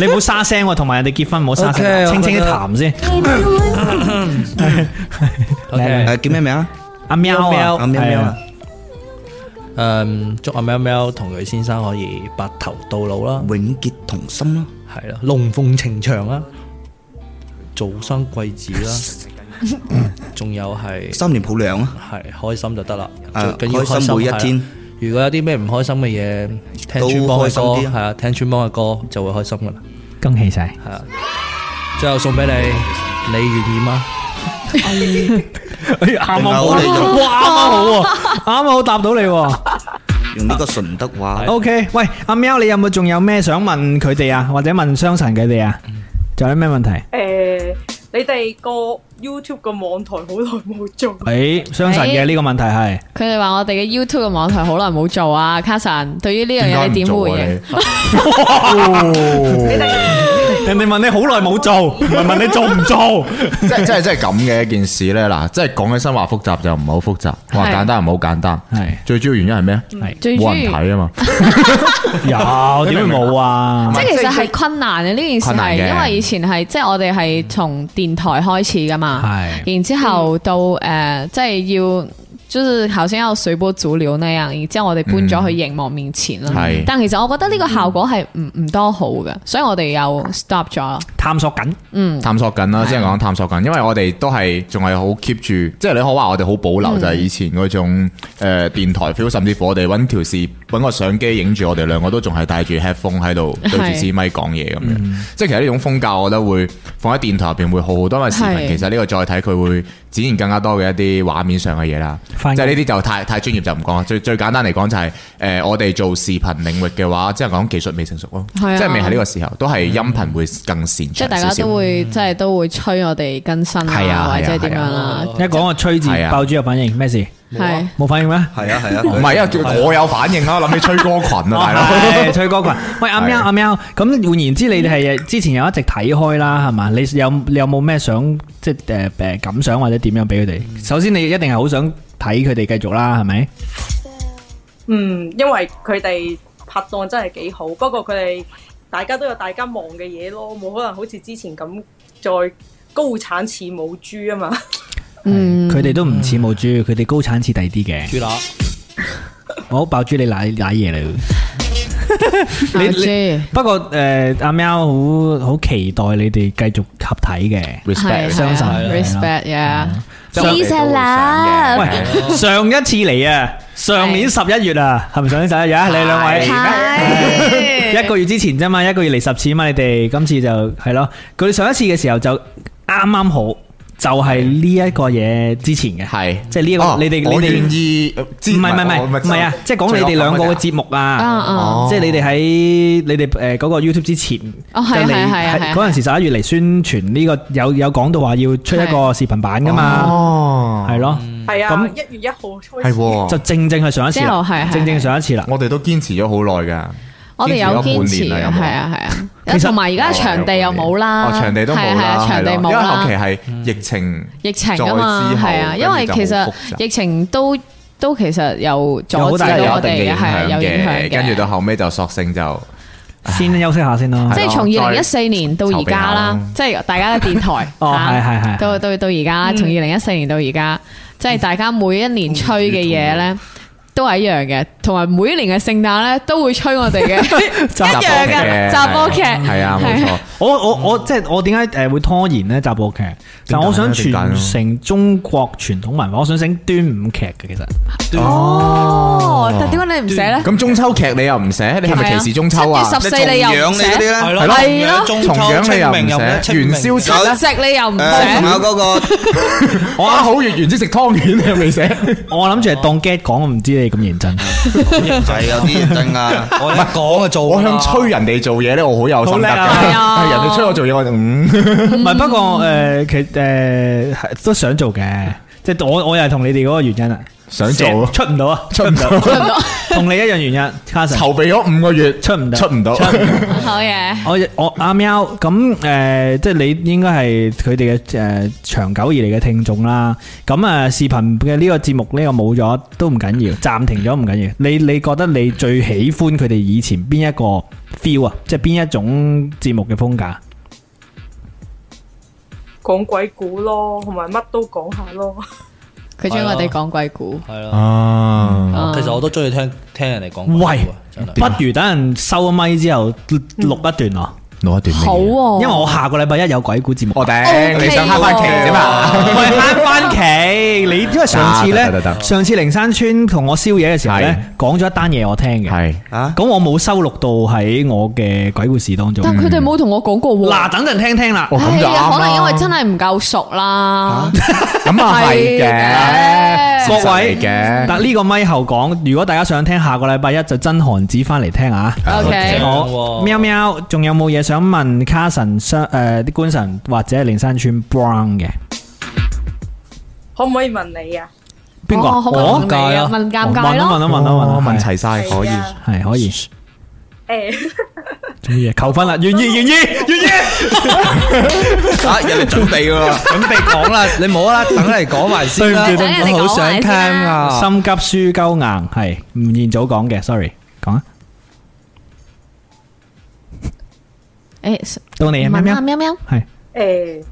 [SPEAKER 6] 你唔好沙聲喎，同埋人哋結婚唔好沙
[SPEAKER 2] OK，
[SPEAKER 6] 聲，清清啲痰先。
[SPEAKER 2] OK，
[SPEAKER 8] 叫咩名啊？
[SPEAKER 6] 阿喵啊，
[SPEAKER 8] À,
[SPEAKER 2] 阿喵喵啊！誒，祝阿喵喵同佢先生可以白頭到老啦，
[SPEAKER 8] 永結同心啦，
[SPEAKER 2] 係啦，龍鳳呈祥啦，早生貴子啦，仲有係
[SPEAKER 8] 三年抱兩啊，
[SPEAKER 2] 係開心就得啦，
[SPEAKER 8] 誒
[SPEAKER 2] 最緊要
[SPEAKER 8] 開心每一天
[SPEAKER 2] 係啦如果有啲咩唔開心嘅嘢，聽穿幫
[SPEAKER 8] 都開
[SPEAKER 2] 嘅
[SPEAKER 8] 心
[SPEAKER 2] 歌
[SPEAKER 8] 啲啊
[SPEAKER 2] 係啊，聽穿幫嘅歌就會開心噶啦。
[SPEAKER 6] 恭喜晒！
[SPEAKER 2] 係啊，最後送俾你，你願意嗎？
[SPEAKER 6] 啱啱
[SPEAKER 2] 定係
[SPEAKER 6] 好，
[SPEAKER 2] 我哋用
[SPEAKER 6] 哇啱啱 好喎，啱啱好答到你喎。
[SPEAKER 8] 用呢個順德話。
[SPEAKER 6] OK，喂，阿喵，你有冇仲有咩想問佢哋啊，或者問雙神佢哋啊？仲有啲咩問題？
[SPEAKER 14] 誒，你哋個 YouTube 個網台好耐冇做，
[SPEAKER 6] 诶，雙神嘅呢個問題係
[SPEAKER 7] 佢哋話我哋嘅 YouTube 嘅網台好耐冇做啊，Carson，對於呢樣嘢你點回應？
[SPEAKER 6] 人哋問你好耐冇做，唔係問你做唔做？
[SPEAKER 10] 即係即係即係咁嘅一件事咧，嗱，即係講起身話複雜就唔係好複雜，話
[SPEAKER 7] 係
[SPEAKER 10] 簡單唔係好簡單。
[SPEAKER 6] 係
[SPEAKER 10] 最主要原因係咩
[SPEAKER 7] 係
[SPEAKER 10] 咧？
[SPEAKER 7] 最主要
[SPEAKER 10] 冇人睇啊嘛。
[SPEAKER 6] 有 點會冇啊？
[SPEAKER 7] 即係其實係困難嘅呢件事
[SPEAKER 10] 困難
[SPEAKER 7] 係，
[SPEAKER 10] 嘅
[SPEAKER 7] 因為以前係即係我哋係從電台開始噶嘛，
[SPEAKER 6] 係
[SPEAKER 7] 然之後到誒、呃即係要。就是頭先有水波主流那樣，然之後我哋搬咗去熒幕面前啦。
[SPEAKER 6] 嗯係
[SPEAKER 7] 但其實我覺得呢個效果係唔唔多好嘅，所以我哋又 stop 咗咯。
[SPEAKER 6] 探索緊，
[SPEAKER 7] 嗯，
[SPEAKER 10] 探索緊啦，即係講探索緊，因為我哋都係仲係好 keep 住，即係你可話我哋好保留，
[SPEAKER 7] 嗯
[SPEAKER 10] 就係以前嗰種誒電台 feel，甚至乎我哋揾條視揾個相機影住我哋兩個都仲係戴住 headphone 喺度對
[SPEAKER 7] 係嗯
[SPEAKER 10] 住支咪講嘢咁樣，即係其實呢種風格，我覺得會放喺電台入邊會好好多，因為視
[SPEAKER 7] 係
[SPEAKER 10] 頻其實呢個再睇佢會展現更加多嘅一啲畫面上嘅嘢啦，
[SPEAKER 6] 翻
[SPEAKER 10] 即係呢啲就太太專業就唔講啦，最最簡單嚟講就係誒我哋做視頻領域嘅話，即係講技術未成熟咯，
[SPEAKER 7] 係啊
[SPEAKER 10] 即係未係呢個時候，都係音頻會更擅長
[SPEAKER 7] 即係大家
[SPEAKER 10] 少少
[SPEAKER 7] 都會即係都會催我哋更新
[SPEAKER 10] 嗯係
[SPEAKER 7] 啊，
[SPEAKER 10] 啊
[SPEAKER 7] 或者
[SPEAKER 10] 係啊
[SPEAKER 7] 點樣啦。
[SPEAKER 6] 一講個吹字，爆主有反應，咩事？
[SPEAKER 7] 係
[SPEAKER 6] 冇反應咩？
[SPEAKER 8] 係啊係啊，
[SPEAKER 10] 唔哦係因為我有反應 啦，諗起吹歌群啊，大
[SPEAKER 6] 係
[SPEAKER 10] 佬。
[SPEAKER 6] 吹歌群。喂，阿喵阿喵，咁換言之，你哋係之前有一直睇開啦，係嘛？你有你有冇咩想即係诶诶感想或者點樣俾佢哋？首先，你一定係好想睇佢哋繼續 啦，係咪？
[SPEAKER 14] 嗯，因為佢哋拍檔真係幾好，不過佢哋大家都有大家忙嘅嘢咯，冇可能好似之前咁再高產似母豬啊嘛。
[SPEAKER 7] 嗯，
[SPEAKER 6] 佢哋都唔似母豬，佢哋高產似第二啲嘅。
[SPEAKER 2] 豬乸，
[SPEAKER 6] 好爆豬，你奶奶嘢嚟。你
[SPEAKER 7] 你
[SPEAKER 6] 不過诶，阿喵好好期待你哋繼續合體嘅
[SPEAKER 7] 啊
[SPEAKER 10] Respect
[SPEAKER 6] 相信係啦
[SPEAKER 7] respect yeah。
[SPEAKER 6] Peace
[SPEAKER 7] and love
[SPEAKER 6] 喂，上一次嚟啊，上年十一月啊，係咪上年十一月啊？你兩位係啊一個月之前啫嘛，一個月嚟十次嘛，你哋今次就係咯。佢哋上一次嘅時候就啱啱好，就係呢一個嘢之前嘅，
[SPEAKER 10] 係
[SPEAKER 6] 即係呢一個
[SPEAKER 10] 哦
[SPEAKER 6] 你哋
[SPEAKER 10] 我
[SPEAKER 6] 你哋
[SPEAKER 10] 願意呃知
[SPEAKER 6] 唔係唔係唔
[SPEAKER 10] 我咪
[SPEAKER 6] 係唔係啊，即係講你哋兩個嘅節目
[SPEAKER 7] 啊啊
[SPEAKER 6] 啊，即係你哋喺你哋誒嗰個 YouTube 之前，
[SPEAKER 7] 哦係
[SPEAKER 6] 就嚟
[SPEAKER 7] 係係係係
[SPEAKER 6] 嗰陣時十一月嚟宣傳呢個有有講到話要出一個視頻版噶啊嘛，
[SPEAKER 10] 哦，
[SPEAKER 6] 係咯，
[SPEAKER 14] 係啊，
[SPEAKER 6] 咁
[SPEAKER 14] 一月一號開
[SPEAKER 10] 係
[SPEAKER 14] 始。
[SPEAKER 10] 喎，
[SPEAKER 6] 就正正係上一次
[SPEAKER 7] 之後
[SPEAKER 6] 啦
[SPEAKER 7] 係係，
[SPEAKER 6] 正正上一次啦。
[SPEAKER 10] 我哋都堅持咗好耐噶，
[SPEAKER 7] 我哋有堅持
[SPEAKER 10] 堅持咗
[SPEAKER 7] 嘅，
[SPEAKER 10] 半年啦有
[SPEAKER 7] 係
[SPEAKER 10] 冇
[SPEAKER 7] 啊係
[SPEAKER 6] 其
[SPEAKER 7] 啊，
[SPEAKER 6] 實
[SPEAKER 7] 同埋而家場地又冇啦，
[SPEAKER 10] 哦，場地都冇
[SPEAKER 7] 係啊係
[SPEAKER 10] 啦，
[SPEAKER 7] 啊場地
[SPEAKER 10] 係咯
[SPEAKER 7] 冇啦，
[SPEAKER 10] 因為後期係疫情，
[SPEAKER 7] 疫情啊嘛
[SPEAKER 10] 再，之後
[SPEAKER 7] 係啊，因為
[SPEAKER 10] 跟住
[SPEAKER 7] 其
[SPEAKER 10] 就好
[SPEAKER 7] 實
[SPEAKER 10] 複雜
[SPEAKER 7] 疫情都都其實有阻
[SPEAKER 10] 有好
[SPEAKER 7] 止
[SPEAKER 10] 大
[SPEAKER 7] 到
[SPEAKER 10] 有
[SPEAKER 7] 我
[SPEAKER 10] 一定
[SPEAKER 7] 哋
[SPEAKER 10] 嘅
[SPEAKER 7] 嘅，係啊有影響
[SPEAKER 10] 響嘅，跟住
[SPEAKER 7] 嘅。
[SPEAKER 10] 到後尾就索性就
[SPEAKER 6] 先休息下先咯。
[SPEAKER 7] 即係從二零一四年到而家啦
[SPEAKER 10] 籌備下啦，
[SPEAKER 7] 即係大家嘅電台
[SPEAKER 6] 哦
[SPEAKER 7] 嚇
[SPEAKER 6] 係係嗯係
[SPEAKER 7] 到到到而家，從二零一四年到而家，即係大家每一年吹嘅嘢
[SPEAKER 10] 嗯
[SPEAKER 7] 咧。都係一樣嘅，同埋每一年嘅聖誕咧，都會吹我哋 嘅一樣嘅集播劇，
[SPEAKER 10] 係啊，冇錯。
[SPEAKER 6] 我我我即係我點解誒會拖延呢？集播劇就我想傳承中國傳統文化，我想整端午劇嘅其實。
[SPEAKER 7] 哦，但點解你唔寫咧？
[SPEAKER 10] 咁中秋劇你又唔寫，你係咪歧視中秋啊？
[SPEAKER 7] 七月十四你又唔寫，
[SPEAKER 8] 係
[SPEAKER 10] 係
[SPEAKER 8] 咯
[SPEAKER 10] 咯，
[SPEAKER 7] 係咯，
[SPEAKER 8] 中
[SPEAKER 10] 同樣你又唔寫，元宵節咧
[SPEAKER 7] 食你又唔
[SPEAKER 8] 誒，仲有
[SPEAKER 7] 寫，
[SPEAKER 8] 嗰個
[SPEAKER 10] 我啱好月圓先食湯圓，你係咪寫？
[SPEAKER 6] 我諗住係當 get 講，我唔知你你咁 認真。
[SPEAKER 8] 係有啲認真㗎，我一講就做㗎。
[SPEAKER 10] 我向催人哋做嘢咧，我好有心得
[SPEAKER 6] 好叻啊係啊
[SPEAKER 10] 嘅。人哋催我做嘢，我就嗯。
[SPEAKER 6] 唔係，不過诶，其诶都想做嘅，即系我我又係同你哋嗰個原因啊，
[SPEAKER 10] 想做啊
[SPEAKER 6] 出唔到啊，
[SPEAKER 10] 出唔到出唔到，
[SPEAKER 6] 同你一樣原因。卡神
[SPEAKER 10] 籌備咗五個月，
[SPEAKER 6] 出唔到，
[SPEAKER 10] 出唔到
[SPEAKER 6] 出唔到。
[SPEAKER 7] 好嘢。
[SPEAKER 6] 我我阿喵咁诶、呃即系你應該係佢哋嘅诶长久以嚟嘅聽眾啦。咁啊、呃，视频嘅呢個節目呢、個冇咗都唔緊要，暫停咗唔緊要。你你觉得你最喜歡佢哋以前邊一個 feel 啊？即系邊一種節目嘅風格？
[SPEAKER 14] 講鬼故咯，同埋乜都講下咯。
[SPEAKER 7] 佢中意我哋講鬼故，
[SPEAKER 2] 系
[SPEAKER 10] À.
[SPEAKER 7] 咯，
[SPEAKER 2] 啊
[SPEAKER 7] 啊
[SPEAKER 2] 其實我都中意聽聽人哋講。
[SPEAKER 6] 喂，不如等人收咗咪之後錄一段咯。
[SPEAKER 10] 錄一
[SPEAKER 6] 段
[SPEAKER 7] 好喎
[SPEAKER 6] 因為我下個禮拜一有鬼故節目。我
[SPEAKER 10] 頂你想慳返期啫嘛
[SPEAKER 6] 我係慳翻期。你因為上次
[SPEAKER 10] 得得得，
[SPEAKER 6] 咧
[SPEAKER 10] 得
[SPEAKER 6] 上次靈山村同我宵夜嘅時候咧，講咗一單嘢我聽嘅。係咁我冇收錄到喺我嘅鬼故事當中。
[SPEAKER 7] 但佢哋冇同我講過喎。
[SPEAKER 6] 嗱，等陣聽聽啦。
[SPEAKER 7] 哎呀，可能因為真係唔夠熟啦。
[SPEAKER 10] 咁啊係嘅，
[SPEAKER 6] 各位
[SPEAKER 10] 事實嚟嘅。
[SPEAKER 6] 嗱呢個咪後講，如果大家想聽下個禮拜一就真寒子翻嚟聽啊。
[SPEAKER 10] Ờ,
[SPEAKER 7] OK
[SPEAKER 6] 好，喵喵，仲有冇嘢想問卡神相诶啲官神或者靈山村 Brown 嘅？
[SPEAKER 14] 可唔可以問你 啊？
[SPEAKER 6] 邊個？
[SPEAKER 14] 哦可唔可以
[SPEAKER 6] 我
[SPEAKER 14] 問你啊問尷尬
[SPEAKER 6] 問
[SPEAKER 14] 咯
[SPEAKER 6] 啊問啊問啊
[SPEAKER 10] 哦
[SPEAKER 6] 問啊，
[SPEAKER 10] 問齊晒可以
[SPEAKER 6] 係可以。
[SPEAKER 14] 诶，
[SPEAKER 6] 做乜嘢？求婚啦！願意願意願意。
[SPEAKER 8] 啊，人哋準備㗎喎。
[SPEAKER 6] 準備講啦，你冇啦，等人哋講埋先啦。
[SPEAKER 8] 對唔住，對唔住，等人哋講埋先啦。我好想聽啊。
[SPEAKER 6] 心急輸鳩硬係吳彥祖講嘅，sorry，講啊，
[SPEAKER 7] 诶，
[SPEAKER 6] 到你啊，喵
[SPEAKER 7] 問
[SPEAKER 6] 喵
[SPEAKER 7] 下，喵喵，
[SPEAKER 6] 係
[SPEAKER 14] 诶，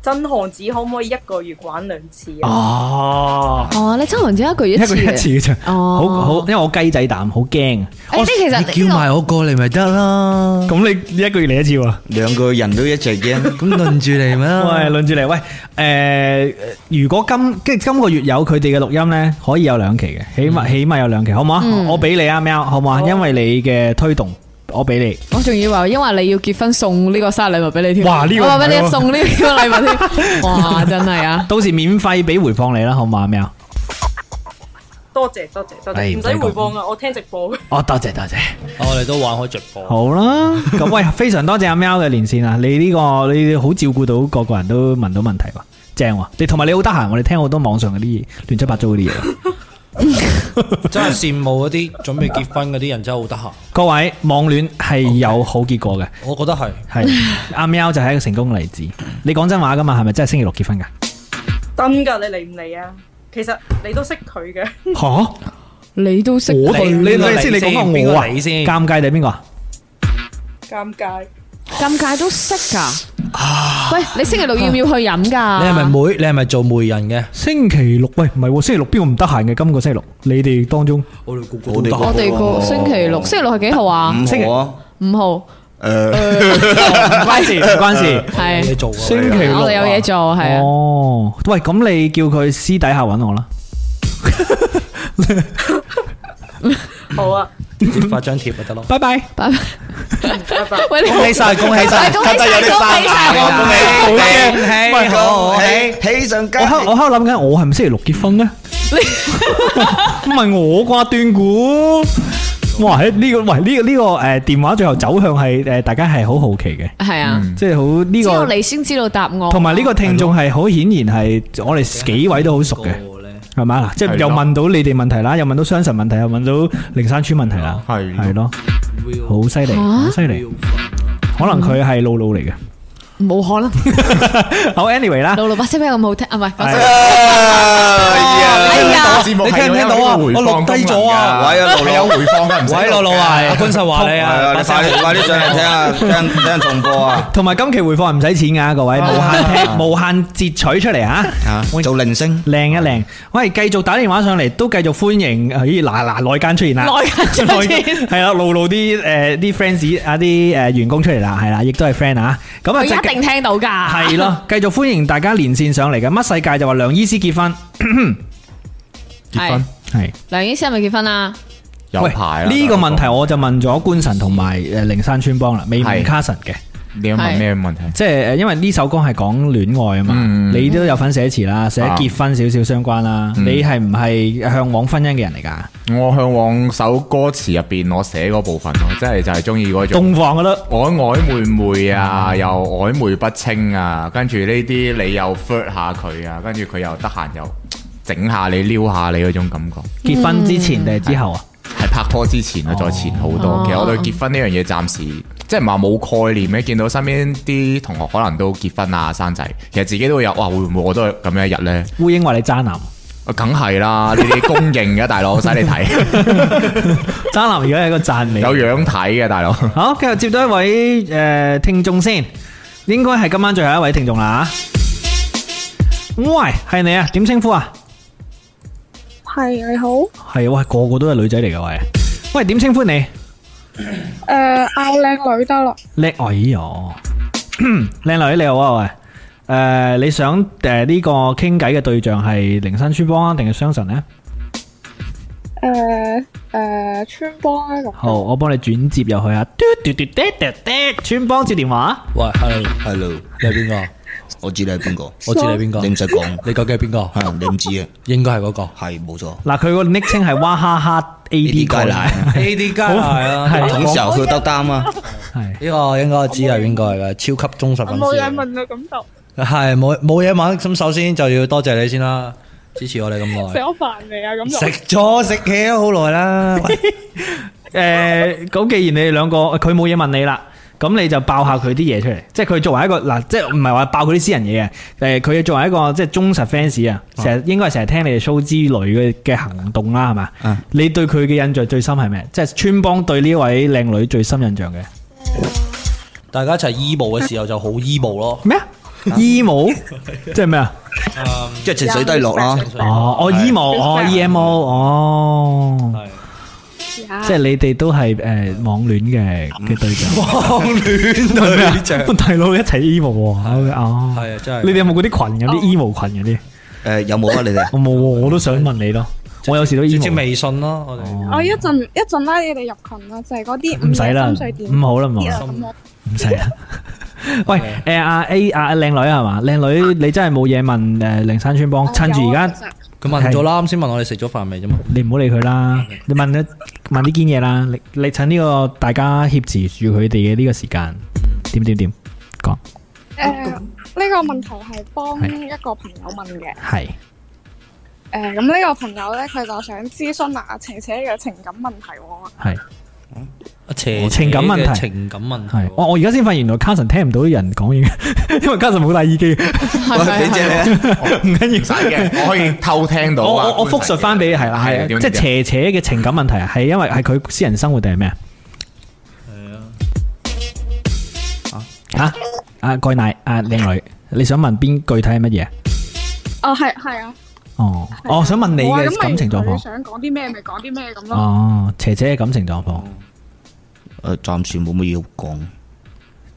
[SPEAKER 14] 真汉子可唔可以一個月玩兩次啊？
[SPEAKER 6] 哦。
[SPEAKER 7] 哦，你周文只一個月一
[SPEAKER 6] 一
[SPEAKER 7] 次
[SPEAKER 6] 個
[SPEAKER 7] 嘅，
[SPEAKER 6] 月一次啊哎嘅啫，
[SPEAKER 7] 哦
[SPEAKER 6] 好好，因為我雞仔膽好驚。
[SPEAKER 7] 誒呢其實呢個
[SPEAKER 6] 我過嚟咪得啦。咁你一個月嚟一次喎？
[SPEAKER 8] 兩個人都一齊驚。
[SPEAKER 6] 喂，輪住嚟，喂，诶、如果今即系今個月有佢哋嘅錄音呢，可以有兩期嘅，起碼起碼有兩期，好唔好啊？
[SPEAKER 7] 嗯
[SPEAKER 6] 我俾你啊，喵，嗯好唔好啊？因為你嘅推動，我俾你。
[SPEAKER 7] 我仲以為因為你要結婚送呢個生日禮物俾你添。
[SPEAKER 6] 哇呢個
[SPEAKER 7] 我話俾
[SPEAKER 6] 唔係
[SPEAKER 7] 你
[SPEAKER 6] 喎
[SPEAKER 7] 送呢個禮物添。哇，真係啊！
[SPEAKER 6] 到時免費俾回放你啦，好唔好啊，喵？
[SPEAKER 14] 多謝多謝多
[SPEAKER 6] 哎
[SPEAKER 14] 謝，
[SPEAKER 6] 唔
[SPEAKER 14] 唔
[SPEAKER 6] 使
[SPEAKER 14] 使
[SPEAKER 6] 講
[SPEAKER 14] 回放啊，我聽直播。
[SPEAKER 6] 哦，多謝多謝。
[SPEAKER 2] 我哋都玩開直播。
[SPEAKER 6] 好啦，咁喂，非常多謝阿喵嘅連線啊！你呢、個你好照顧到個個人都問到問題喎，正喎！你同埋你好得閒喎，我哋聽好多網上嗰啲嘢，亂七八糟嗰啲嘢。
[SPEAKER 2] 真係羨慕嗰啲準備結婚嗰啲人，真係好得閒。
[SPEAKER 6] 各位，網戀係有好結果嘅，
[SPEAKER 2] 我覺得係。
[SPEAKER 6] 係阿喵就係一個成功例子。你講真話噶嘛？係咪真係星期六結婚噶？
[SPEAKER 14] 真噶，你嚟唔嚟啊？其實你都識佢 嘅，
[SPEAKER 6] 吓，
[SPEAKER 7] 你都識
[SPEAKER 6] 我對
[SPEAKER 7] 你
[SPEAKER 6] 你
[SPEAKER 7] 邊個
[SPEAKER 6] 你先，你
[SPEAKER 7] 嚟先
[SPEAKER 6] 講
[SPEAKER 7] 邊
[SPEAKER 6] 緊
[SPEAKER 7] 個
[SPEAKER 6] 我啊？
[SPEAKER 7] 嚟先
[SPEAKER 6] 尷尬定係邊個啊？
[SPEAKER 14] 尷尬。
[SPEAKER 7] 咁界都識㗎？喂，你星期六要唔要去飲㗎？
[SPEAKER 2] 你係咪妹？你係咪做媒人嘅？
[SPEAKER 6] 星期六喂，唔係喎，星期六邊個唔得閒嘅？今個星期六，你哋當中，
[SPEAKER 2] 我哋個
[SPEAKER 6] 我哋
[SPEAKER 7] 我哋個星期六，星期六係幾號啊？
[SPEAKER 6] 星期
[SPEAKER 7] 五號。
[SPEAKER 6] 唔關事，唔關事，
[SPEAKER 7] 係有嘢做啊
[SPEAKER 6] 星期六啊
[SPEAKER 7] 我哋有嘢做係啊
[SPEAKER 6] 哦，喂，咁你叫佢私底下揾我啦。
[SPEAKER 14] 好啊，
[SPEAKER 2] 發張貼咪得咯。
[SPEAKER 6] 拜拜，
[SPEAKER 7] 拜拜。喂，哎
[SPEAKER 2] 恭喜晒恭喜 晒
[SPEAKER 7] 恭喜
[SPEAKER 2] 有得
[SPEAKER 7] 晒，恭喜晒！
[SPEAKER 2] 我
[SPEAKER 7] 恭喜
[SPEAKER 2] 恭喜
[SPEAKER 6] 唔
[SPEAKER 2] 恭喜
[SPEAKER 6] 係
[SPEAKER 2] 恭喜
[SPEAKER 6] 我喺我喺度諗緊，我係咪星期六結 婚咧？唔係我啩斷估。哇！喺呢個喂呢個呢個誒電話最後走向係誒大家係好好奇嘅，
[SPEAKER 7] 係啊，
[SPEAKER 6] 即係好嗯呢
[SPEAKER 7] 之後
[SPEAKER 6] 個
[SPEAKER 7] 你先知道答案。
[SPEAKER 6] 同埋呢個聽眾係好顯然係我哋幾位都好熟嘅，係咪啊？嗱即係又問到你哋問題啦，又問到雙神問題，又問到靈山村問題啦，係係咯，好犀利，好犀利，可能佢係露露嚟嘅。
[SPEAKER 7] 冇可能。
[SPEAKER 6] 好，anyway 啦，
[SPEAKER 7] 露露把聲咩咁好聽啊？唔係，講
[SPEAKER 2] 你聽唔聽到啊？我錄低咗啊！
[SPEAKER 8] 喂啊露露
[SPEAKER 2] 有
[SPEAKER 8] 回放㗎唔使
[SPEAKER 2] 喂，露露啊，
[SPEAKER 8] 錄嘅
[SPEAKER 2] 阿官實話你啊，
[SPEAKER 8] 係啊，你快啲-快啲上嚟聽下，聽-聽下重播啊。
[SPEAKER 6] 同埋今期回放唔使錢噶，各位無限聽、無限截取出嚟啊！
[SPEAKER 8] 做鈴聲，
[SPEAKER 6] 靚一靚。喂，繼續打電話上嚟，都繼續歡迎。咦，嗱嗱 內間出現啦，
[SPEAKER 7] 內間出現
[SPEAKER 6] 內間係啦，露露啲誒啲 friends 啊，啲誒員工出嚟啦，係啦，亦都係 friend 啊。咁啊，
[SPEAKER 7] 佢 一定聽到㗎。
[SPEAKER 6] 係咯，繼續歡迎大家連線上嚟嘅。乜世界就話梁醫師結婚，
[SPEAKER 7] 係，
[SPEAKER 6] 係。啊
[SPEAKER 7] 梁醫師係咪結婚啊？
[SPEAKER 6] 喂，呢個問題我就問咗官神同埋誒靈山村幫啦，未問卡神嘅。
[SPEAKER 10] 你想問咩問題？
[SPEAKER 6] 即係誒，因為呢首歌係講戀愛啊嘛，你都有份寫詞啦，寫結婚少少相關啦。
[SPEAKER 10] 嗯
[SPEAKER 6] 你係唔係向往婚姻嘅人嚟㗎？
[SPEAKER 10] 我向往首歌詞入邊我寫嗰部分咯，即係就係中意嗰種
[SPEAKER 6] 洞房噶啦，
[SPEAKER 10] 曖曖昧昧啊，又曖昧不清啊，跟住呢啲你又 flirt 下佢啊，跟住佢又得閒又整下你撩下你嗰種感覺。
[SPEAKER 6] 結婚之前定係之後啊？
[SPEAKER 10] 係拍拖之前啊，再前好
[SPEAKER 6] 哦
[SPEAKER 10] 多。其實我對結婚呢樣嘢暫時即係唔係冇概念咧，見到身邊啲同學可能都結婚啊、生仔，其實自己都會有哇，會唔會我都係咁樣一日呢？
[SPEAKER 6] 烏蠅話你渣男，
[SPEAKER 10] 啊梗係啦，呢啲公認嘅大佬，唔使你睇。
[SPEAKER 6] 渣男而家係一個讚美。
[SPEAKER 10] 有樣睇嘅大佬。
[SPEAKER 6] 好，繼續接多一位誒聽眾先，應該係今晚最後一位聽眾啦嚇。喂，係你啊？點稱呼啊？
[SPEAKER 15] 系你好，
[SPEAKER 6] 係喂，個個都係女仔嚟嘅喂。喂，點稱呼你？
[SPEAKER 3] À,
[SPEAKER 15] 诶嗌靓女得啦，
[SPEAKER 6] 叻哎 哟，靚女你好啊喂。誒、你想誒呢、個傾偈嘅對象係靈山村幫啊，定係雙神呢？
[SPEAKER 3] À,
[SPEAKER 15] 诶诶村帮咧咁，
[SPEAKER 6] 好，我幫你轉接入去啊！嘟嘟嘟嘟嘟嘟，村幫接電話。
[SPEAKER 2] 喂，hello hello，你係邊個？我知你係邊個，我知你係邊個，
[SPEAKER 8] 你唔使
[SPEAKER 2] 講，你究竟係邊個？係你唔知啊，應該係嗰個，係冇錯。
[SPEAKER 6] 嗱，佢個昵稱係娃哈哈 A D 過嚟
[SPEAKER 2] A D 加奶啊，
[SPEAKER 6] 係
[SPEAKER 2] 係
[SPEAKER 6] 講時候佢
[SPEAKER 2] 得擔啊，係呢個應該知係邊個嚟嘅，超級忠實粉
[SPEAKER 6] 啊
[SPEAKER 15] 冇
[SPEAKER 2] 絲
[SPEAKER 15] 嘢。问啦啊咁就，
[SPEAKER 2] 係冇冇嘢玩，咁首先就要多謝你先啦，支持我哋咁
[SPEAKER 15] 食
[SPEAKER 2] 耐。
[SPEAKER 15] 咗饭未啊咁就，
[SPEAKER 2] 食咗食嘢都好耐啦，
[SPEAKER 6] 誒，咁既然你哋兩個佢冇嘢問你啦，咁你就爆下佢啲嘢出嚟，即係佢作為一個嗱，即係唔係話爆佢啲私人嘢嘅，誒，佢作為一個即係忠實 fans 啊，成日應該係成日聽你哋 show 之類嘅嘅行動啦，係嘛？你對佢嘅印象最深係咩？即係川幫對呢位靚女最深印象嘅
[SPEAKER 2] 大家一齊醫務嘅時候就好醫務咯。
[SPEAKER 6] 咩啊？衣 帽，即係咩啊？
[SPEAKER 2] 即係
[SPEAKER 8] 情緒低落啦
[SPEAKER 6] 哦，哦，衣帽，哦，emo，哦，即係你哋都係誒網戀嘅嘅對象。
[SPEAKER 2] 網戀對象
[SPEAKER 6] 喂大佬一齊 emo 喎，哦，
[SPEAKER 2] 係啊，真係
[SPEAKER 6] 你哋有冇嗰啲群有啲 emo 群嗰啲？
[SPEAKER 8] 誒有冇啊？你哋
[SPEAKER 6] 我冇喎，我都想問你咯，我有時都 emo。
[SPEAKER 2] 即微信咯，我哋
[SPEAKER 3] Ờ,
[SPEAKER 15] 我一阵一阵拉你哋入群啦，就系嗰啲
[SPEAKER 6] 唔使啦
[SPEAKER 15] 午夜心碎電
[SPEAKER 6] 唔好啦唔好啦
[SPEAKER 15] 啲啊咁樣
[SPEAKER 6] 唔使 啊。喂，誒阿 A 阿靚女係嘛？靚女你真係冇嘢問誒靈山村幫，趁住而家
[SPEAKER 2] 佢問咗啦，啱先問我哋食咗飯未啫嘛。
[SPEAKER 6] 你唔好理佢啦，你問一問啲堅嘢啦，你你趁呢個大家挟持住佢哋嘅呢個時間，點點點講
[SPEAKER 15] 诶
[SPEAKER 3] Ờ,
[SPEAKER 15] 呢個問題係幫一個朋友問嘅，
[SPEAKER 6] 係
[SPEAKER 3] À,
[SPEAKER 15] 诶咁呢個朋友咧佢就想諮詢阿姐姐嘅情感問題喎，
[SPEAKER 6] 係。
[SPEAKER 2] 邪
[SPEAKER 6] 情感問題
[SPEAKER 2] 啊嘅情感問題。
[SPEAKER 6] 係，我我而家先發現原來 Carson 聽唔到啲人講嘢， 因為 Carson 冇戴耳機。
[SPEAKER 10] 係俾
[SPEAKER 8] 啊
[SPEAKER 10] 隻你
[SPEAKER 6] 唔緊要，
[SPEAKER 10] 唔使嘅，我可以偷聽到
[SPEAKER 6] 我
[SPEAKER 10] 啊。
[SPEAKER 6] 我我復述翻俾你係啦，係
[SPEAKER 10] 係點
[SPEAKER 6] 啊即係
[SPEAKER 10] 點
[SPEAKER 6] 斜斜嘅情感問題啊係因為係佢私人生活定係咩啊？係啊！嚇啊！蓋奶啊，靚女，你想問邊具體係乜嘢？
[SPEAKER 15] 哦係係啊，
[SPEAKER 6] 哦，我想問你
[SPEAKER 15] 好啊咁
[SPEAKER 6] 嘅
[SPEAKER 15] 咪
[SPEAKER 6] 感情狀
[SPEAKER 15] 佢
[SPEAKER 6] 況。
[SPEAKER 15] 想講啲咩咪講啲咩咁咯，嗯
[SPEAKER 6] 哦，姐姐嘅感情狀況
[SPEAKER 8] 誒暫時冇乜嘢好講，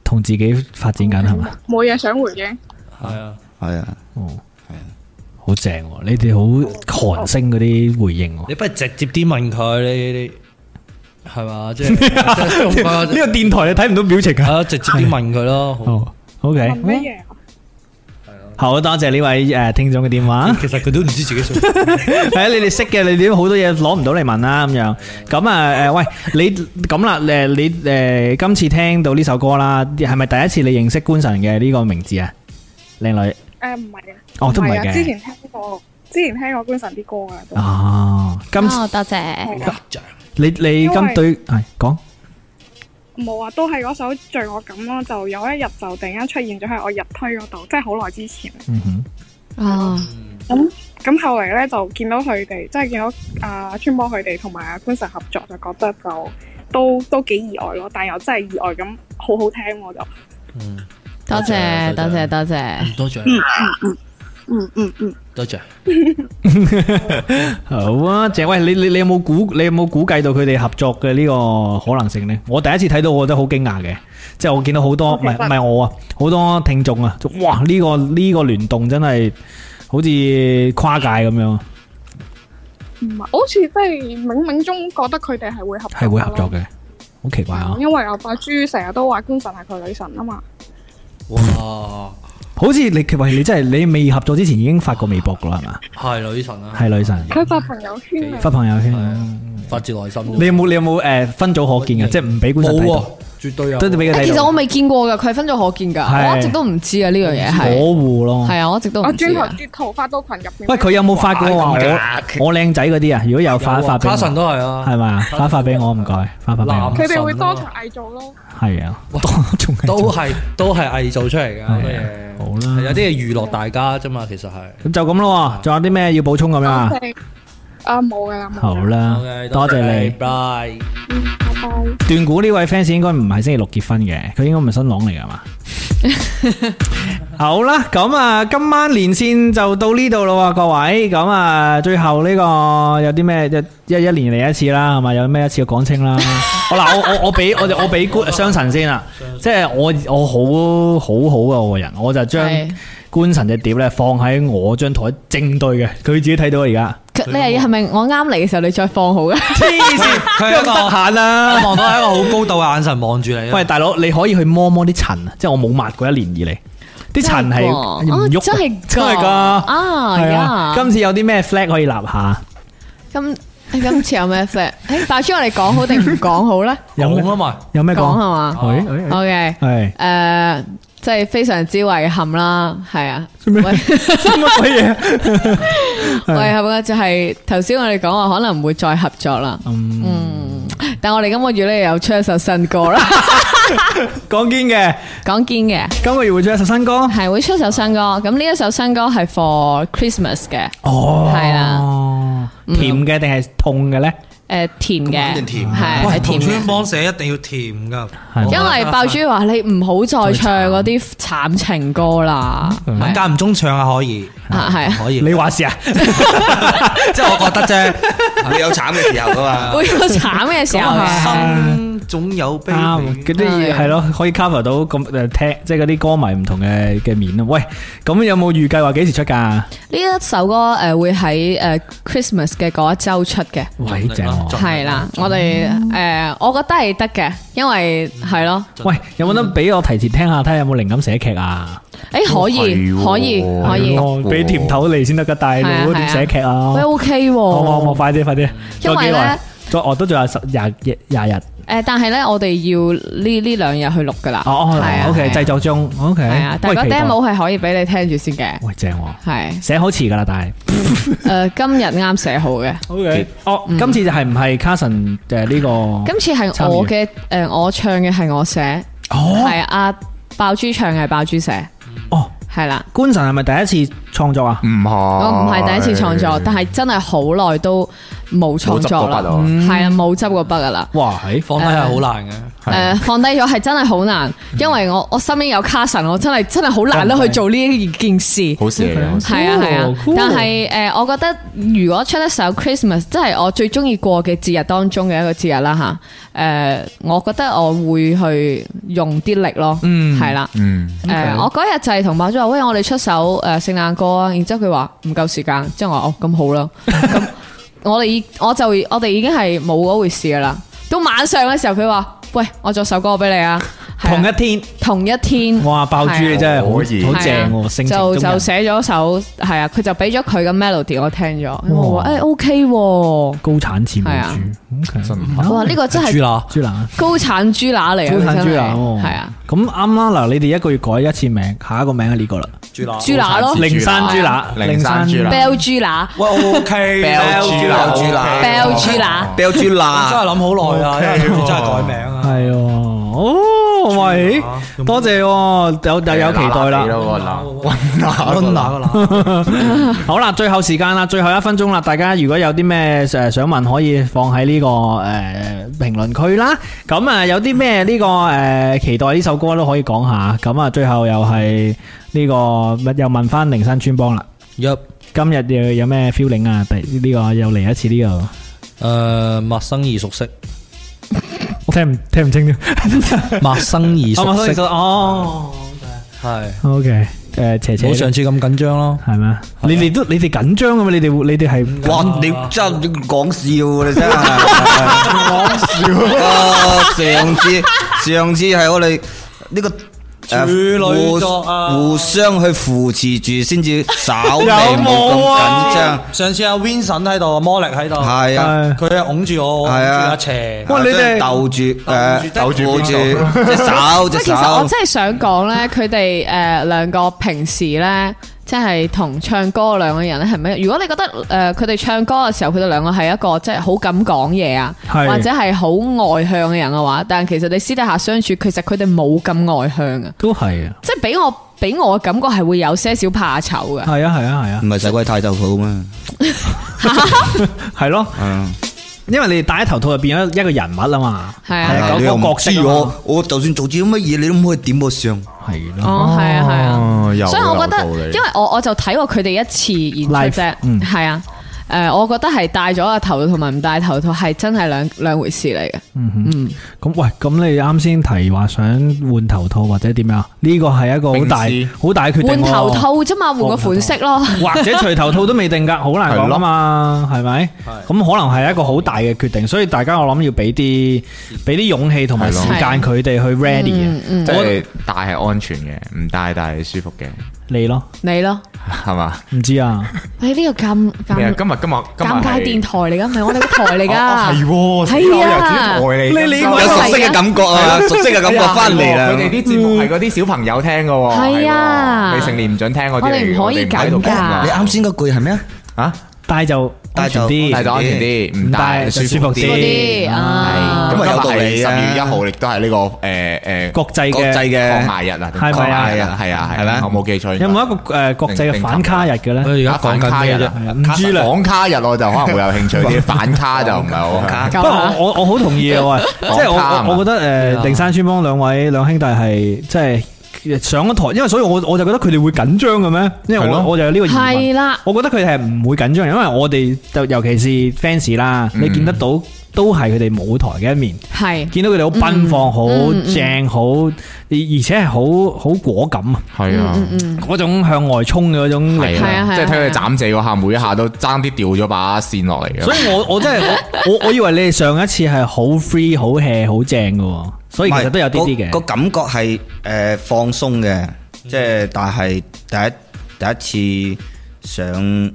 [SPEAKER 6] 同自己發展
[SPEAKER 15] 嗯
[SPEAKER 6] 緊係嘛？
[SPEAKER 15] 冇嘢想回應。
[SPEAKER 2] 係啊，
[SPEAKER 8] 係啊，
[SPEAKER 6] 哦，好正喎！你哋好韓星嗰啲回應喎。
[SPEAKER 2] 你不如直接啲問佢，你你係嘛？即係
[SPEAKER 6] 呢個電台你睇唔到表情
[SPEAKER 15] 啊
[SPEAKER 6] 㗎。
[SPEAKER 2] 啊直接啲問佢咯。好
[SPEAKER 6] 哦，OK，
[SPEAKER 15] 嘢？
[SPEAKER 6] 好多謝呢位誒聽眾嘅電 話。
[SPEAKER 2] 其實佢都唔知自己想。
[SPEAKER 6] 係啊，你哋識嘅，你哋都好多嘢攞唔到嚟問啦，咁樣。咁啊誒，喂，你咁啦誒，你誒今次聽到呢首歌啦，係咪第一次你認識官神嘅呢個名字啊？靚女
[SPEAKER 15] 誒唔係嘅，
[SPEAKER 6] 哦都唔係嘅
[SPEAKER 15] 啊之前聽過，之前聽過官神啲歌啊噶，
[SPEAKER 6] 哦，今
[SPEAKER 7] 哦，多謝。
[SPEAKER 6] 你你今對係講
[SPEAKER 15] 冇啊，都係嗰首《罪惡感》咯，就有一日就突然間出現咗喺我日推嗰度，即係好耐之前。
[SPEAKER 6] 嗯
[SPEAKER 7] 哦，
[SPEAKER 15] 咁咁後嚟咧就見到佢哋，即係見到啊川波佢哋同埋阿官神合作，就覺得就都都幾意外咯，但又真係意外咁好好聽喎就。
[SPEAKER 7] 多謝，多謝，多謝。
[SPEAKER 2] 多謝，
[SPEAKER 15] 嗯嗯嗯，
[SPEAKER 2] 多謝。
[SPEAKER 6] 好啊，謝喂，你你你有冇估你有冇估計到佢哋合作嘅呢個可能性呢？我第一次睇到，我覺得好驚訝嘅，即係我見到好多唔係唔係我啊，好多聽眾啊，就哇呢、個呢、個聯動真係好似跨界咁樣，啊
[SPEAKER 15] 唔係，好似即係冥冥中覺得佢哋係會合作，
[SPEAKER 6] 係會合作嘅。好奇怪啊！
[SPEAKER 15] 因為阿伯豬成日都話官神係佢女神啊嘛，
[SPEAKER 2] 哇，
[SPEAKER 6] 好似你喂你真係你未合作之前已經發過微博噶啦係嘛？
[SPEAKER 2] 系女神啊，
[SPEAKER 6] 係啊女神，
[SPEAKER 15] 佢發朋友圈嚟
[SPEAKER 6] 發朋友圈。
[SPEAKER 2] 發自內心。
[SPEAKER 6] 你有冇你有冇诶分組可見嘅？即係唔俾官神睇
[SPEAKER 2] 冇
[SPEAKER 6] 到
[SPEAKER 2] 喎，絕對有
[SPEAKER 6] 真係俾佢
[SPEAKER 7] 其
[SPEAKER 6] 睇
[SPEAKER 7] 實
[SPEAKER 6] 到。
[SPEAKER 7] 我未見過㗎，佢係分咗可見㗎，
[SPEAKER 6] 係
[SPEAKER 7] 我一直都唔知啊呢樣嘢係。
[SPEAKER 6] 可护咯，
[SPEAKER 7] 係啊，我一直都
[SPEAKER 3] Ờ,
[SPEAKER 15] 我
[SPEAKER 7] 唔知
[SPEAKER 15] 轉
[SPEAKER 7] 啊。
[SPEAKER 15] 頭截圖發到群入面。
[SPEAKER 6] 喂，佢有冇發過話
[SPEAKER 15] 哇咁
[SPEAKER 6] 我我靓仔嗰啲啊？如果有發
[SPEAKER 2] 有啊
[SPEAKER 6] 一發俾我，
[SPEAKER 2] 卡神都係啊
[SPEAKER 6] 系嘛？發一發俾我唔該，發一發俾我。
[SPEAKER 15] 佢哋會多場偽造咯，
[SPEAKER 6] 係啊，
[SPEAKER 2] 都係都係偽造出嚟嘅好多嘢。
[SPEAKER 6] 好啦，
[SPEAKER 2] 有啲嘢娛樂大家啫嘛，其實係。
[SPEAKER 6] 咁就咁咯喎。仲有啲咩要補充咁樣啊？
[SPEAKER 15] 即係
[SPEAKER 3] Ờ,
[SPEAKER 15] 啊冇噶啦，冇
[SPEAKER 6] 好啦
[SPEAKER 2] OK，，
[SPEAKER 6] 啊多謝你。
[SPEAKER 2] 拜。
[SPEAKER 15] 嗯拜拜。
[SPEAKER 6] 斷估呢位 fans 應該唔係星期六結婚嘅，佢應該唔係新郎嚟噶 嘛？好啦，咁啊，今晚連線就到呢度啦喎，各位。咁啊，最後呢、個有啲咩一一一年嚟一次啦，係咪？有咩一次講 清啦？我嗱，我我我俾我就我俾官雙神先啦，即係我我好好好啊，我個人，我就將
[SPEAKER 7] 係
[SPEAKER 6] 官神只碟咧放喺我張台正對嘅，佢自己睇到啊而家。
[SPEAKER 7] 佢你係係咪我啱嚟嘅時候你再放好嘅？
[SPEAKER 6] 黐線，佢得 閒啊！
[SPEAKER 2] 望到係一個好高度嘅眼神望住你。
[SPEAKER 6] 喂，，大佬，你可以去摸摸啲塵啊，即係我冇抹過一年以嚟， 啲塵係
[SPEAKER 7] 真係㗎
[SPEAKER 6] 唔喐
[SPEAKER 7] 哦
[SPEAKER 6] 㗎，
[SPEAKER 7] 真係㗎
[SPEAKER 6] 真係㗎，
[SPEAKER 7] 啊
[SPEAKER 6] 係
[SPEAKER 7] 呀
[SPEAKER 6] 今次有啲咩 flag 可以立下？
[SPEAKER 7] 咁今次有咩 flag？誒， 大專我哋講好定唔講好咧？
[SPEAKER 6] 有咩
[SPEAKER 2] 啊嘛？
[SPEAKER 6] 有咩
[SPEAKER 7] 講
[SPEAKER 6] 講
[SPEAKER 7] 係嘛
[SPEAKER 6] 喂喂喂
[SPEAKER 7] ？OK，
[SPEAKER 6] 係
[SPEAKER 7] 誒，即係非常之遺憾啦，係啊。
[SPEAKER 6] 乜鬼嘢？
[SPEAKER 7] 遺憾嘅就係頭先我哋講話可能唔會再合作啦。嗯，但我哋今個月咧又出一首新歌啦，
[SPEAKER 6] 講堅嘅，
[SPEAKER 7] 講堅嘅。
[SPEAKER 6] 今個月會出一首新歌，
[SPEAKER 7] 係會出一首新歌，咁呢一首新歌係 for Christmas 嘅，
[SPEAKER 6] 哦，嗯
[SPEAKER 7] 係啦，
[SPEAKER 6] 甜嘅定係痛嘅咧？
[SPEAKER 7] 诶甜嘅，係
[SPEAKER 2] 喂
[SPEAKER 7] 係甜
[SPEAKER 2] 同
[SPEAKER 7] 嘅
[SPEAKER 2] 村。幫寫一定要甜噶，
[SPEAKER 7] 因為爆珠話你唔好再唱嗰 啲慘情歌啦，係
[SPEAKER 2] 間唔中唱下可以，
[SPEAKER 7] 啊係啊，
[SPEAKER 2] 可以。
[SPEAKER 6] 你話事啊？
[SPEAKER 2] 即係我覺得啫，
[SPEAKER 8] 會有慘嘅時候噶嘛
[SPEAKER 7] 會有慘嘅時候
[SPEAKER 6] 啊
[SPEAKER 7] 嘅，
[SPEAKER 2] 心總有悲
[SPEAKER 6] 啱，嗰啲
[SPEAKER 7] 係
[SPEAKER 6] 係咯，可以 cover 到咁誒聽，即係嗰啲歌迷唔同嘅嘅面咯。喂，咁有冇預計話幾時出㗎？
[SPEAKER 7] 呢一首歌誒會喺誒 Christmas 嘅嗰一周出嘅，
[SPEAKER 6] 喂，正喎
[SPEAKER 7] 係啦，我哋
[SPEAKER 6] 嗯
[SPEAKER 7] 誒我覺得係得嘅，因為係咯，
[SPEAKER 6] 喂，有冇得俾我提前聽下，睇下有冇靈感寫劇啊？
[SPEAKER 7] 誒可以可以可以
[SPEAKER 6] 係，咯俾甜頭嚟先得㗎，大
[SPEAKER 7] 係啊
[SPEAKER 6] 佬
[SPEAKER 7] 係啊
[SPEAKER 6] 點寫劇啊？
[SPEAKER 7] 喂 OK
[SPEAKER 6] 好好好，
[SPEAKER 7] 喎。
[SPEAKER 6] 快啲快啲，
[SPEAKER 7] 因為
[SPEAKER 6] 再幾耐
[SPEAKER 7] 呢？
[SPEAKER 6] 再我都仲有十廿日廿日。
[SPEAKER 7] 誒，但係咧，我哋要呢呢兩日去錄噶啦。
[SPEAKER 6] 哦
[SPEAKER 7] 係啊
[SPEAKER 6] Ờ, ，OK，
[SPEAKER 7] 係啊
[SPEAKER 6] 製作中，OK。
[SPEAKER 7] 係啊，但係
[SPEAKER 6] 喂
[SPEAKER 7] 個
[SPEAKER 6] 期待
[SPEAKER 7] demo 係可以俾你聽住先嘅。
[SPEAKER 6] 喂正喎，
[SPEAKER 7] 係
[SPEAKER 6] 寫好詞㗎啦，但係。
[SPEAKER 7] 誒，呃今日啱寫好嘅。
[SPEAKER 6] OK。哦，Ờ, 今次就係唔係 Carson ờ, 誒呢個？
[SPEAKER 7] 今次係我嘅誒，我唱嘅係我寫，
[SPEAKER 6] 哦
[SPEAKER 7] 係阿爆珠唱嘅係爆珠寫。
[SPEAKER 6] 哦，
[SPEAKER 7] 係啦，
[SPEAKER 6] 官神係咪第一次創作啊？
[SPEAKER 10] 唔係，嗯
[SPEAKER 7] 我唔
[SPEAKER 10] 我
[SPEAKER 7] 係第一次創作，但係真係好耐都冇創作啦
[SPEAKER 10] 冇執過筆啊。
[SPEAKER 7] 係啊，冇執過筆噶啦。
[SPEAKER 6] 哇，係
[SPEAKER 2] 放低係好難嘅。
[SPEAKER 7] 誒，放低咗係真係好難，因為我我身邊有卡神，我真係真係好難得去做呢一件事。
[SPEAKER 10] 好事嚟嘅好事
[SPEAKER 7] 係啊係啊
[SPEAKER 6] Cool，cool，
[SPEAKER 7] 但係誒，我覺得如果出一首 Christmas，即係我最中意過嘅節日當中嘅一個節日啦吓，誒，我覺得我會去用啲力咯，
[SPEAKER 6] 嗯
[SPEAKER 7] 係啦。
[SPEAKER 10] 嗯，
[SPEAKER 7] 誒，我嗰日就係同馬祖話，喂，我哋出首誒聖誕歌啊，然之後佢話唔夠時間，之後我話哦咁 好啦，咁我哋已我就我哋已經係冇嗰回事噶啦。到晚上嘅時候，佢話喂，我作首歌俾你啊，係啊
[SPEAKER 6] 同一天，
[SPEAKER 7] 同一天，
[SPEAKER 6] 哇！爆
[SPEAKER 7] à.
[SPEAKER 6] 珠你真係好
[SPEAKER 10] 可以
[SPEAKER 6] 好
[SPEAKER 7] 係啊
[SPEAKER 6] 正喎，性情中
[SPEAKER 7] 就就
[SPEAKER 6] 人。
[SPEAKER 7] 寫咗首係啊，佢就俾咗佢嘅 melody 我聽咗，我
[SPEAKER 6] 哇
[SPEAKER 7] 話誒哎 OK 喎，
[SPEAKER 6] 高產似母
[SPEAKER 7] 係啊
[SPEAKER 6] 豬，OK，
[SPEAKER 7] 我話呢個真係
[SPEAKER 2] 乸，
[SPEAKER 6] 豬乸。
[SPEAKER 7] 高產豬乸嚟啊，
[SPEAKER 6] 啊高產豬乸哦喎
[SPEAKER 7] 係啊，
[SPEAKER 6] 咁啱啦，嗱，你哋一個月改一次名，下一個名係呢個啦，
[SPEAKER 2] 豬乸
[SPEAKER 7] 豬乸咯
[SPEAKER 6] 靈山豬乸，
[SPEAKER 10] 靈山豬乸
[SPEAKER 7] ，bell 豬乸
[SPEAKER 2] 喂，OK，
[SPEAKER 8] Bell 豬乸豬乸
[SPEAKER 7] ，bell 豬乸。
[SPEAKER 8] 掉豬
[SPEAKER 2] 我真係
[SPEAKER 8] 乸，
[SPEAKER 2] 諗好耐啊，因為諗住真係改名啊。
[SPEAKER 6] 係哦，哦，喂，多謝喎，有
[SPEAKER 10] 啊
[SPEAKER 6] 有有期待啦。
[SPEAKER 2] 温拿個乸，
[SPEAKER 6] 好啦，最後時間啦，最後一分鐘啦，大家如果有啲咩誒想問，可以放喺呢、個誒、呃、評論區啦。咁啊，有啲咩呢個誒、呃期待呢首歌都可以講下。咁啊，最後又係呢、個又問翻靈山村幫啦。
[SPEAKER 2] Yup
[SPEAKER 6] 今日又有咩 feeling 啊？第呢、個又嚟一次呢、個，
[SPEAKER 2] 誒陌生而熟悉，
[SPEAKER 6] 我聽唔聽唔清添。
[SPEAKER 2] 陌生而
[SPEAKER 6] 哦陌生
[SPEAKER 2] 熟
[SPEAKER 6] 而熟
[SPEAKER 2] 悉，
[SPEAKER 6] 哦
[SPEAKER 2] 係
[SPEAKER 6] ，OK，呃诶斜斜。
[SPEAKER 2] 冇上次
[SPEAKER 6] 咁紧张咯，系咪啊？你哋都你哋紧张噶嘛？你哋會你哋系
[SPEAKER 8] 哇！你真係講笑喎你真係講笑啊！上次上次係我哋呢個誒
[SPEAKER 12] 處女作啊
[SPEAKER 8] 互互相去扶持住先至稍微
[SPEAKER 12] 有冇
[SPEAKER 8] 冇
[SPEAKER 12] 啊
[SPEAKER 8] 咁緊張。
[SPEAKER 12] 上次阿 Vincent 喺度，阿摩力喺度，
[SPEAKER 8] 係
[SPEAKER 2] À,
[SPEAKER 8] 啊，
[SPEAKER 12] 佢係拱住我，我
[SPEAKER 8] 係
[SPEAKER 12] 拱住
[SPEAKER 8] 啊
[SPEAKER 12] 阿邪。
[SPEAKER 8] 哇你哋鬥住誒鬥住邊度隻手隻
[SPEAKER 7] 喂，其實我真係想講咧，佢哋誒兩個平時咧，即係同唱歌兩個人咧係咪？如果你覺得誒呃佢哋唱歌嘅時候，佢哋兩個係一個即係好敢講嘢啊，
[SPEAKER 3] 係
[SPEAKER 7] 或者係好外向嘅人嘅話，但係其實你私底下相處，其實佢哋冇咁外向啊，
[SPEAKER 6] 都係啊，
[SPEAKER 7] 即係俾我俾我嘅感覺係會有些少怕醜嘅。
[SPEAKER 6] 係啊係啊係啊，
[SPEAKER 8] 唔係使鬼太豆腐咩？
[SPEAKER 6] 係咯，因為你哋戴喺頭套入边有一個人物啊嘛，
[SPEAKER 7] 係啊
[SPEAKER 6] 係
[SPEAKER 8] 你
[SPEAKER 6] 有
[SPEAKER 8] 又
[SPEAKER 6] 個
[SPEAKER 8] 唔
[SPEAKER 6] 角色
[SPEAKER 8] 知
[SPEAKER 6] 啊嘛
[SPEAKER 8] 我我就算做咗乜嘢，你都唔可以點我相。
[SPEAKER 6] 係
[SPEAKER 7] 哦係啊係啊
[SPEAKER 8] 係
[SPEAKER 7] 所以我覺得，因為我我就睇過佢哋一次演出
[SPEAKER 8] Live，嗯
[SPEAKER 7] 啫，係啊。誒，我覺得係戴咗個頭套同埋唔戴頭套係真係兩兩回事嚟嘅。
[SPEAKER 6] 嗯哼，咁喂，咁你啱先提話想換頭套或者點樣？呢個係一個好大
[SPEAKER 7] 平時
[SPEAKER 6] 好大嘅
[SPEAKER 7] 換
[SPEAKER 6] 決定喎。
[SPEAKER 7] 頭套啫嘛，換個款式咯。
[SPEAKER 6] 或者除頭套都未定㗎，好難講啊嘛，係咪？咁可能係一個好大嘅決定，所以大家我諗要俾啲俾啲勇氣同埋
[SPEAKER 10] 係
[SPEAKER 6] 時
[SPEAKER 10] 咯
[SPEAKER 6] 間佢哋去 ready 啊
[SPEAKER 7] 嗯嗯
[SPEAKER 10] 即
[SPEAKER 6] 我
[SPEAKER 10] 係戴係安全嘅，唔戴戴係舒服嘅，
[SPEAKER 6] 你咯，
[SPEAKER 7] 你咯，
[SPEAKER 10] 係嘛？
[SPEAKER 6] 唔 知啊。
[SPEAKER 7] 你呢個咁
[SPEAKER 10] 咩啊
[SPEAKER 7] 咁
[SPEAKER 10] 今日今日今日
[SPEAKER 7] 尷尬
[SPEAKER 10] 係哦
[SPEAKER 7] 電台嚟㗎，唔係我哋個台嚟㗎。
[SPEAKER 10] 係 喎，死啦
[SPEAKER 7] 係
[SPEAKER 10] 我又知
[SPEAKER 7] 啊，
[SPEAKER 10] 台嚟㗎，
[SPEAKER 7] 有
[SPEAKER 8] à,
[SPEAKER 10] 佢哋啲節目係嗰啲小朋友聽嘅喎，
[SPEAKER 7] 係啊
[SPEAKER 10] 係喎未成年唔准聽嗰啲嚟嘅，
[SPEAKER 7] 我哋唔可以
[SPEAKER 10] 喺度
[SPEAKER 7] 咁㗎
[SPEAKER 10] 講啊
[SPEAKER 8] 你啱先嗰句係咩啊？
[SPEAKER 10] 啊，
[SPEAKER 6] 戴就
[SPEAKER 8] 戴就
[SPEAKER 10] 戴就安全啲，唔戴就舒服
[SPEAKER 8] 舒服
[SPEAKER 10] 啲。
[SPEAKER 8] 啲啊
[SPEAKER 10] 係
[SPEAKER 8] 咁啊有道理
[SPEAKER 10] 十
[SPEAKER 8] 啊
[SPEAKER 10] 月一號亦都係呢個誒誒
[SPEAKER 6] 國際嘅
[SPEAKER 10] 國際嘅抗罵日啊，
[SPEAKER 6] 係咪啊
[SPEAKER 10] 抗罵日啊係啊係
[SPEAKER 6] 係咪
[SPEAKER 10] 啦，我冇記錯。
[SPEAKER 6] 有冇一個誒國際嘅反卡日嘅咧？
[SPEAKER 10] 而家啊講緊咩啫
[SPEAKER 6] 唔知啦。
[SPEAKER 10] 反卡日我就可能會有興趣 啲，反卡就唔係好。
[SPEAKER 7] 啊
[SPEAKER 6] 不過我我我好同 意啊，喂，即係我
[SPEAKER 10] 講
[SPEAKER 6] 我我覺
[SPEAKER 10] 啱
[SPEAKER 6] 得
[SPEAKER 10] 啊
[SPEAKER 6] 誒，定山村幫兩位兩兄弟係即係。上咗台，因為所以我我就覺得佢哋會緊張嘅咩？因為
[SPEAKER 7] 係
[SPEAKER 6] 我
[SPEAKER 7] 咯
[SPEAKER 6] 我就有呢個疑問。
[SPEAKER 7] 係啦
[SPEAKER 6] 我覺得佢哋係唔會緊張，因為我哋就尤其是 fans 啦，
[SPEAKER 10] 嗯
[SPEAKER 6] 你見得到都係佢哋舞台嘅一面。
[SPEAKER 7] 係
[SPEAKER 6] 見到佢哋好奔放、好
[SPEAKER 7] 嗯嗯
[SPEAKER 6] 正、好而而且係好好果敢啊！
[SPEAKER 10] 係啊嗯
[SPEAKER 7] 嗯
[SPEAKER 6] 嗰種向外衝嘅嗰種力
[SPEAKER 10] 係
[SPEAKER 6] 量
[SPEAKER 10] 啊，即係睇佢斬字嗰下，每一下都爭啲掉咗把線落嚟嘅。
[SPEAKER 6] 所以我我真係我我我以為你哋上一次係好 free、好 hea、好正嘅喎，所以其實都有啲啲
[SPEAKER 8] 個
[SPEAKER 6] 嘅。
[SPEAKER 8] 感覺係誒放鬆嘅，即係但係第一第一次上。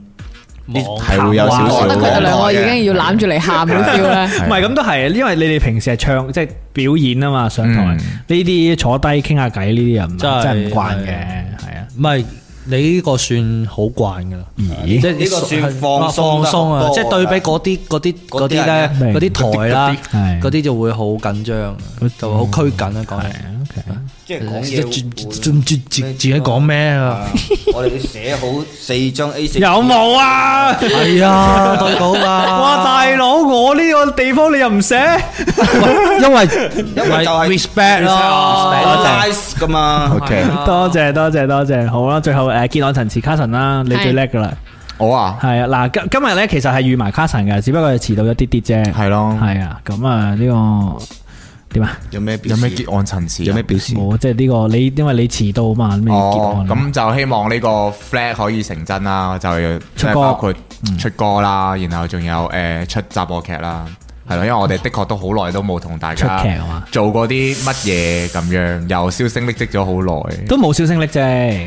[SPEAKER 6] 係會有少少
[SPEAKER 7] 我覺得佢哋兩個已經要
[SPEAKER 8] 係
[SPEAKER 7] 攬住嚟喊嗰 feel 咧。
[SPEAKER 6] 唔係咁都係，因為你哋平時係唱即係表演啊嘛，上台呢啲坐低傾下偈呢啲又唔真
[SPEAKER 2] 真係
[SPEAKER 6] 係唔慣嘅，
[SPEAKER 2] 係
[SPEAKER 6] 係啊。
[SPEAKER 2] 唔係你呢個算好慣噶啦，
[SPEAKER 6] 咦
[SPEAKER 2] 係
[SPEAKER 8] 呢個算
[SPEAKER 2] 係
[SPEAKER 8] 放鬆
[SPEAKER 2] 放鬆啊！
[SPEAKER 8] 得
[SPEAKER 2] 即係對比嗰啲嗰啲嗰啲咧，
[SPEAKER 6] 明
[SPEAKER 2] 嗰啲台啦
[SPEAKER 6] 嗰啲嗰，
[SPEAKER 2] 嗰啲就會好緊張，就會好拘謹啊！講嘢，
[SPEAKER 8] 即係講
[SPEAKER 2] 即係
[SPEAKER 8] 嘢
[SPEAKER 2] 自自唔知自自己講咩啊？
[SPEAKER 8] 我哋要寫好四張 A 四。
[SPEAKER 6] 有冇啊？
[SPEAKER 2] 係啊對稿啊
[SPEAKER 6] 哇，大佬，我呢個地方你又唔寫？
[SPEAKER 2] 因為
[SPEAKER 8] 因為就係
[SPEAKER 2] respect 咯
[SPEAKER 8] respect，nice 噶嘛。
[SPEAKER 6] 多謝多謝多謝，好啦，最後誒結案陳詞卡神啦，你最叻噶啦。
[SPEAKER 10] 我啊，
[SPEAKER 6] 係啊，嗱，今今日咧其實係預埋卡神嘅，只不過係遲到一啲啲啫。係
[SPEAKER 10] 咯，
[SPEAKER 6] 係啊，咁啊呢個點啊？
[SPEAKER 8] 有咩
[SPEAKER 10] 有咩結案陳詞？啊
[SPEAKER 8] 有咩表示？
[SPEAKER 6] 冇，即係呢個你因為你遲到嘛，咩結
[SPEAKER 10] 哦
[SPEAKER 6] 案，啊？
[SPEAKER 10] 咁就希望呢個 flag 可以成真啦，就要即
[SPEAKER 6] 出歌
[SPEAKER 10] 係包括出歌啦，然後仲有誒出集播劇啦，係咯，因為我哋的確都好耐都冇同大家
[SPEAKER 6] 出劇啊嘛
[SPEAKER 10] 做過啲乜嘢咁樣，又銷聲匿跡咗好耐，
[SPEAKER 6] 都冇銷聲匿啫，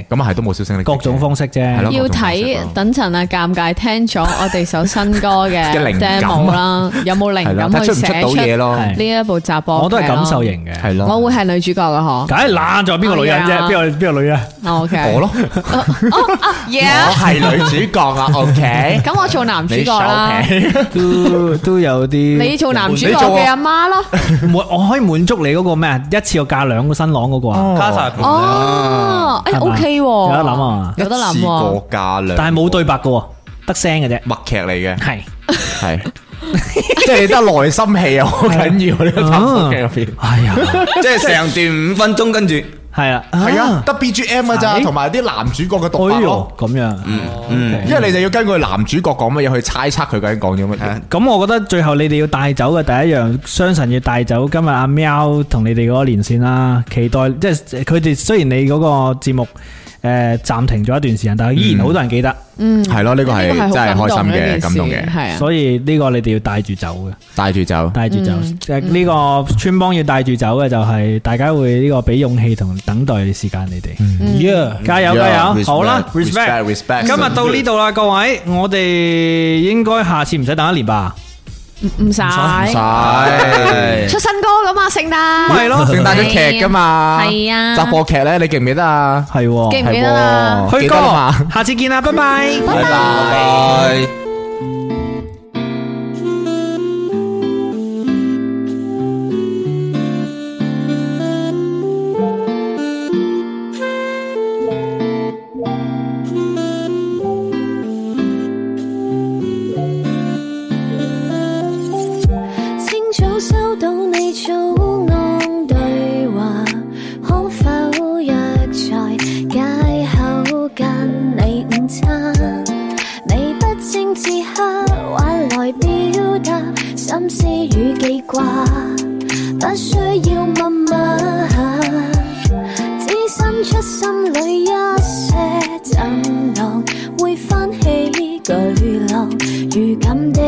[SPEAKER 10] 咁啊係都冇銷聲匿跡嘅，
[SPEAKER 6] 各種方式啫。
[SPEAKER 10] 係咯
[SPEAKER 7] 要睇等陣啊，尷尬聽咗我哋首新歌 嘅
[SPEAKER 10] 嘅靈感啊
[SPEAKER 7] demo 啦，有冇靈感去寫
[SPEAKER 10] 係咯睇出唔出到嘢咯
[SPEAKER 7] 呢一部集播？
[SPEAKER 6] 我都係感受型嘅，
[SPEAKER 10] 係
[SPEAKER 7] 我會係女主角嘅嗬。
[SPEAKER 6] 梗係啦，仲有邊個女人啫
[SPEAKER 7] 係？啊
[SPEAKER 6] 邊個邊個女啊？
[SPEAKER 7] O K，
[SPEAKER 10] 我咯，
[SPEAKER 7] Yeah，
[SPEAKER 10] 係女主角啊，OK，
[SPEAKER 7] 咁我做男主角啦，
[SPEAKER 6] 都都有啲。
[SPEAKER 7] 你做男主角嘅阿媽咯。
[SPEAKER 6] 唔會，我可以滿足你嗰個咩啊？一次又嫁兩個新郎嗰個啊？
[SPEAKER 2] 哦
[SPEAKER 10] 卡薩盤
[SPEAKER 7] 哦，誒
[SPEAKER 6] 係嘛
[SPEAKER 7] OK 喎，
[SPEAKER 6] 有得諗啊
[SPEAKER 7] 有得諗
[SPEAKER 10] 試
[SPEAKER 7] 喎。
[SPEAKER 10] 過嫁兩，
[SPEAKER 6] 但係冇對白嘅喎，得聲嘅啫。
[SPEAKER 10] 默劇嚟嘅，
[SPEAKER 6] 係
[SPEAKER 10] 係，即係你得內心戲啊，好緊要呢個集播劇入邊，
[SPEAKER 6] 係啊，
[SPEAKER 8] 即係成段五分鐘，跟住
[SPEAKER 6] 係啊，哎
[SPEAKER 10] 係啊，得 BGM 㗎咋，同埋啲男主角嘅獨白咯。
[SPEAKER 6] 咁樣。哎
[SPEAKER 10] 嗯，因為你就要根據男主角講乜嘢去猜測佢究竟講咗乜嘢。
[SPEAKER 6] 咁我覺得最後你哋要帶走嘅第一樣，雙神要帶走今日阿喵同你哋嗰個連線啦。期待即係佢哋雖然你嗰個節目诶暫停咗一段時間，但係依然好多人記得。
[SPEAKER 7] 嗯
[SPEAKER 10] 係咯呢個係呢個係好真係開心嘅感動嘅感動嘅係啊
[SPEAKER 6] 所以呢個你哋要帶住走嘅。
[SPEAKER 10] 带住走，
[SPEAKER 6] 带住走
[SPEAKER 10] 嗯，
[SPEAKER 6] 即係呢個村幫要帶住走嘅就係大家會呢個俾勇氣同等待時間你哋。Yeah，加油
[SPEAKER 10] 嗯 Yeah，
[SPEAKER 6] 加油，
[SPEAKER 10] respect，
[SPEAKER 6] 好啦
[SPEAKER 10] respect，respect
[SPEAKER 6] 今日到呢度啦，各位，我哋應該下次唔使等一年吧？
[SPEAKER 7] 唔唔使，出
[SPEAKER 10] 使
[SPEAKER 7] 新歌噶嘛，聖誕
[SPEAKER 10] 咪係咯 聖誕有劇㗎嘛
[SPEAKER 7] 係啊，
[SPEAKER 10] 集播劇咧，你記唔記得啊？
[SPEAKER 6] 係喎
[SPEAKER 7] 記唔記得啊
[SPEAKER 6] 去
[SPEAKER 10] 哦記得啦嘛
[SPEAKER 6] 哥，下次見啦，拜拜，
[SPEAKER 10] 拜拜。
[SPEAKER 3] 清早收到你早安對話，可否約在街口跟你午餐？你不正自黑，玩來表達心思與記掛，不需要密碼。只伸出心里一些震荡，會翻起巨浪。如感的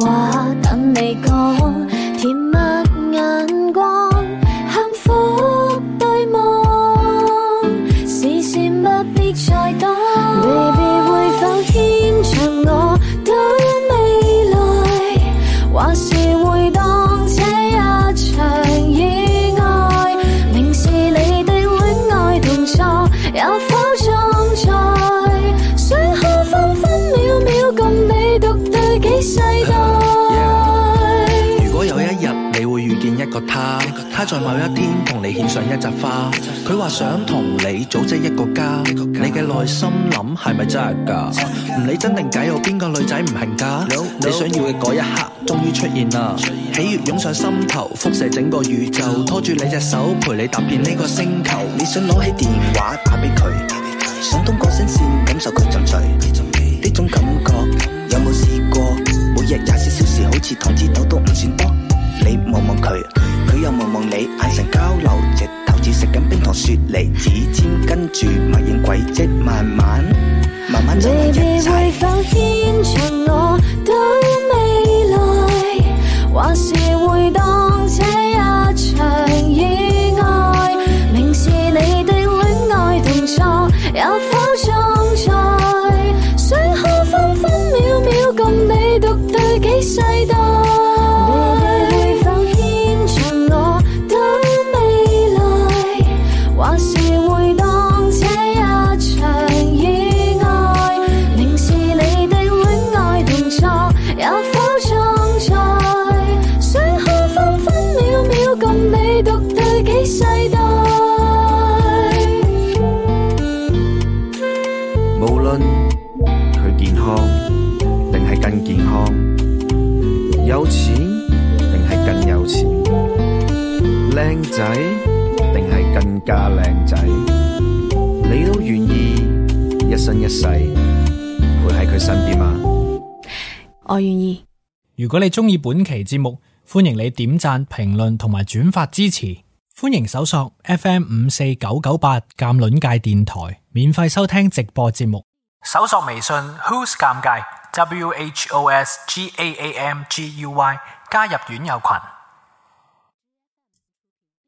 [SPEAKER 3] 話，等你講，甜蜜眼光，幸福對望，視線不必再擋。Baby 會否牽着我到未來？還是會當這一場意外，明是你的戀愛動作，有否裝載？想可分分秒秒共你獨對幾世代？
[SPEAKER 4] 如果有一日你會遇見一個他，他在某一天同你獻上一扎花，佢話想同你組織一個家，你嘅內心諗係咪真係㗎？唔理真定假，有邊個女仔唔恨㗎？你想要嘅嗰一刻終於出現啦，喜悅湧上心頭，輻射整個宇宙，拖住你隻手陪你踏遍呢個星球。你想攞起電話打俾佢，想通過聲線感受佢沉醉。呢種感覺有冇試過？每日廿四小時好似糖紙豆都唔算多。你望望佢，佢又望望你，眼神交流，直頭似食緊冰糖雪梨，指尖跟住默認軌跡，慢慢慢慢走埋一
[SPEAKER 3] Baby
[SPEAKER 4] 齊。
[SPEAKER 3] 會否牽着我到未來，還是會當這一場意外？明是你的戀愛動作，有否裝載？想可分分秒秒共你獨對幾世代？Baby 會否牽着我到未來？還是會當這一場意外，明是你的戀愛動作，有否裝載？想可分分秒秒共你獨對幾世代？
[SPEAKER 5] 無論佢健康定係更健康，有錢定係更有錢，靚仔定係更加靚仔，你都願意一生一世陪喺佢身邊嗎？
[SPEAKER 7] 我願意。
[SPEAKER 11] 如果你中意本期節目，歡迎你點讚、評論同埋轉發支持。歡迎搜索 FM 五四九九八鑑論界電台，免費收聽直播節目。搜索微信 Who's 尷尬 W H O S G A A M G U Y 加入院友群。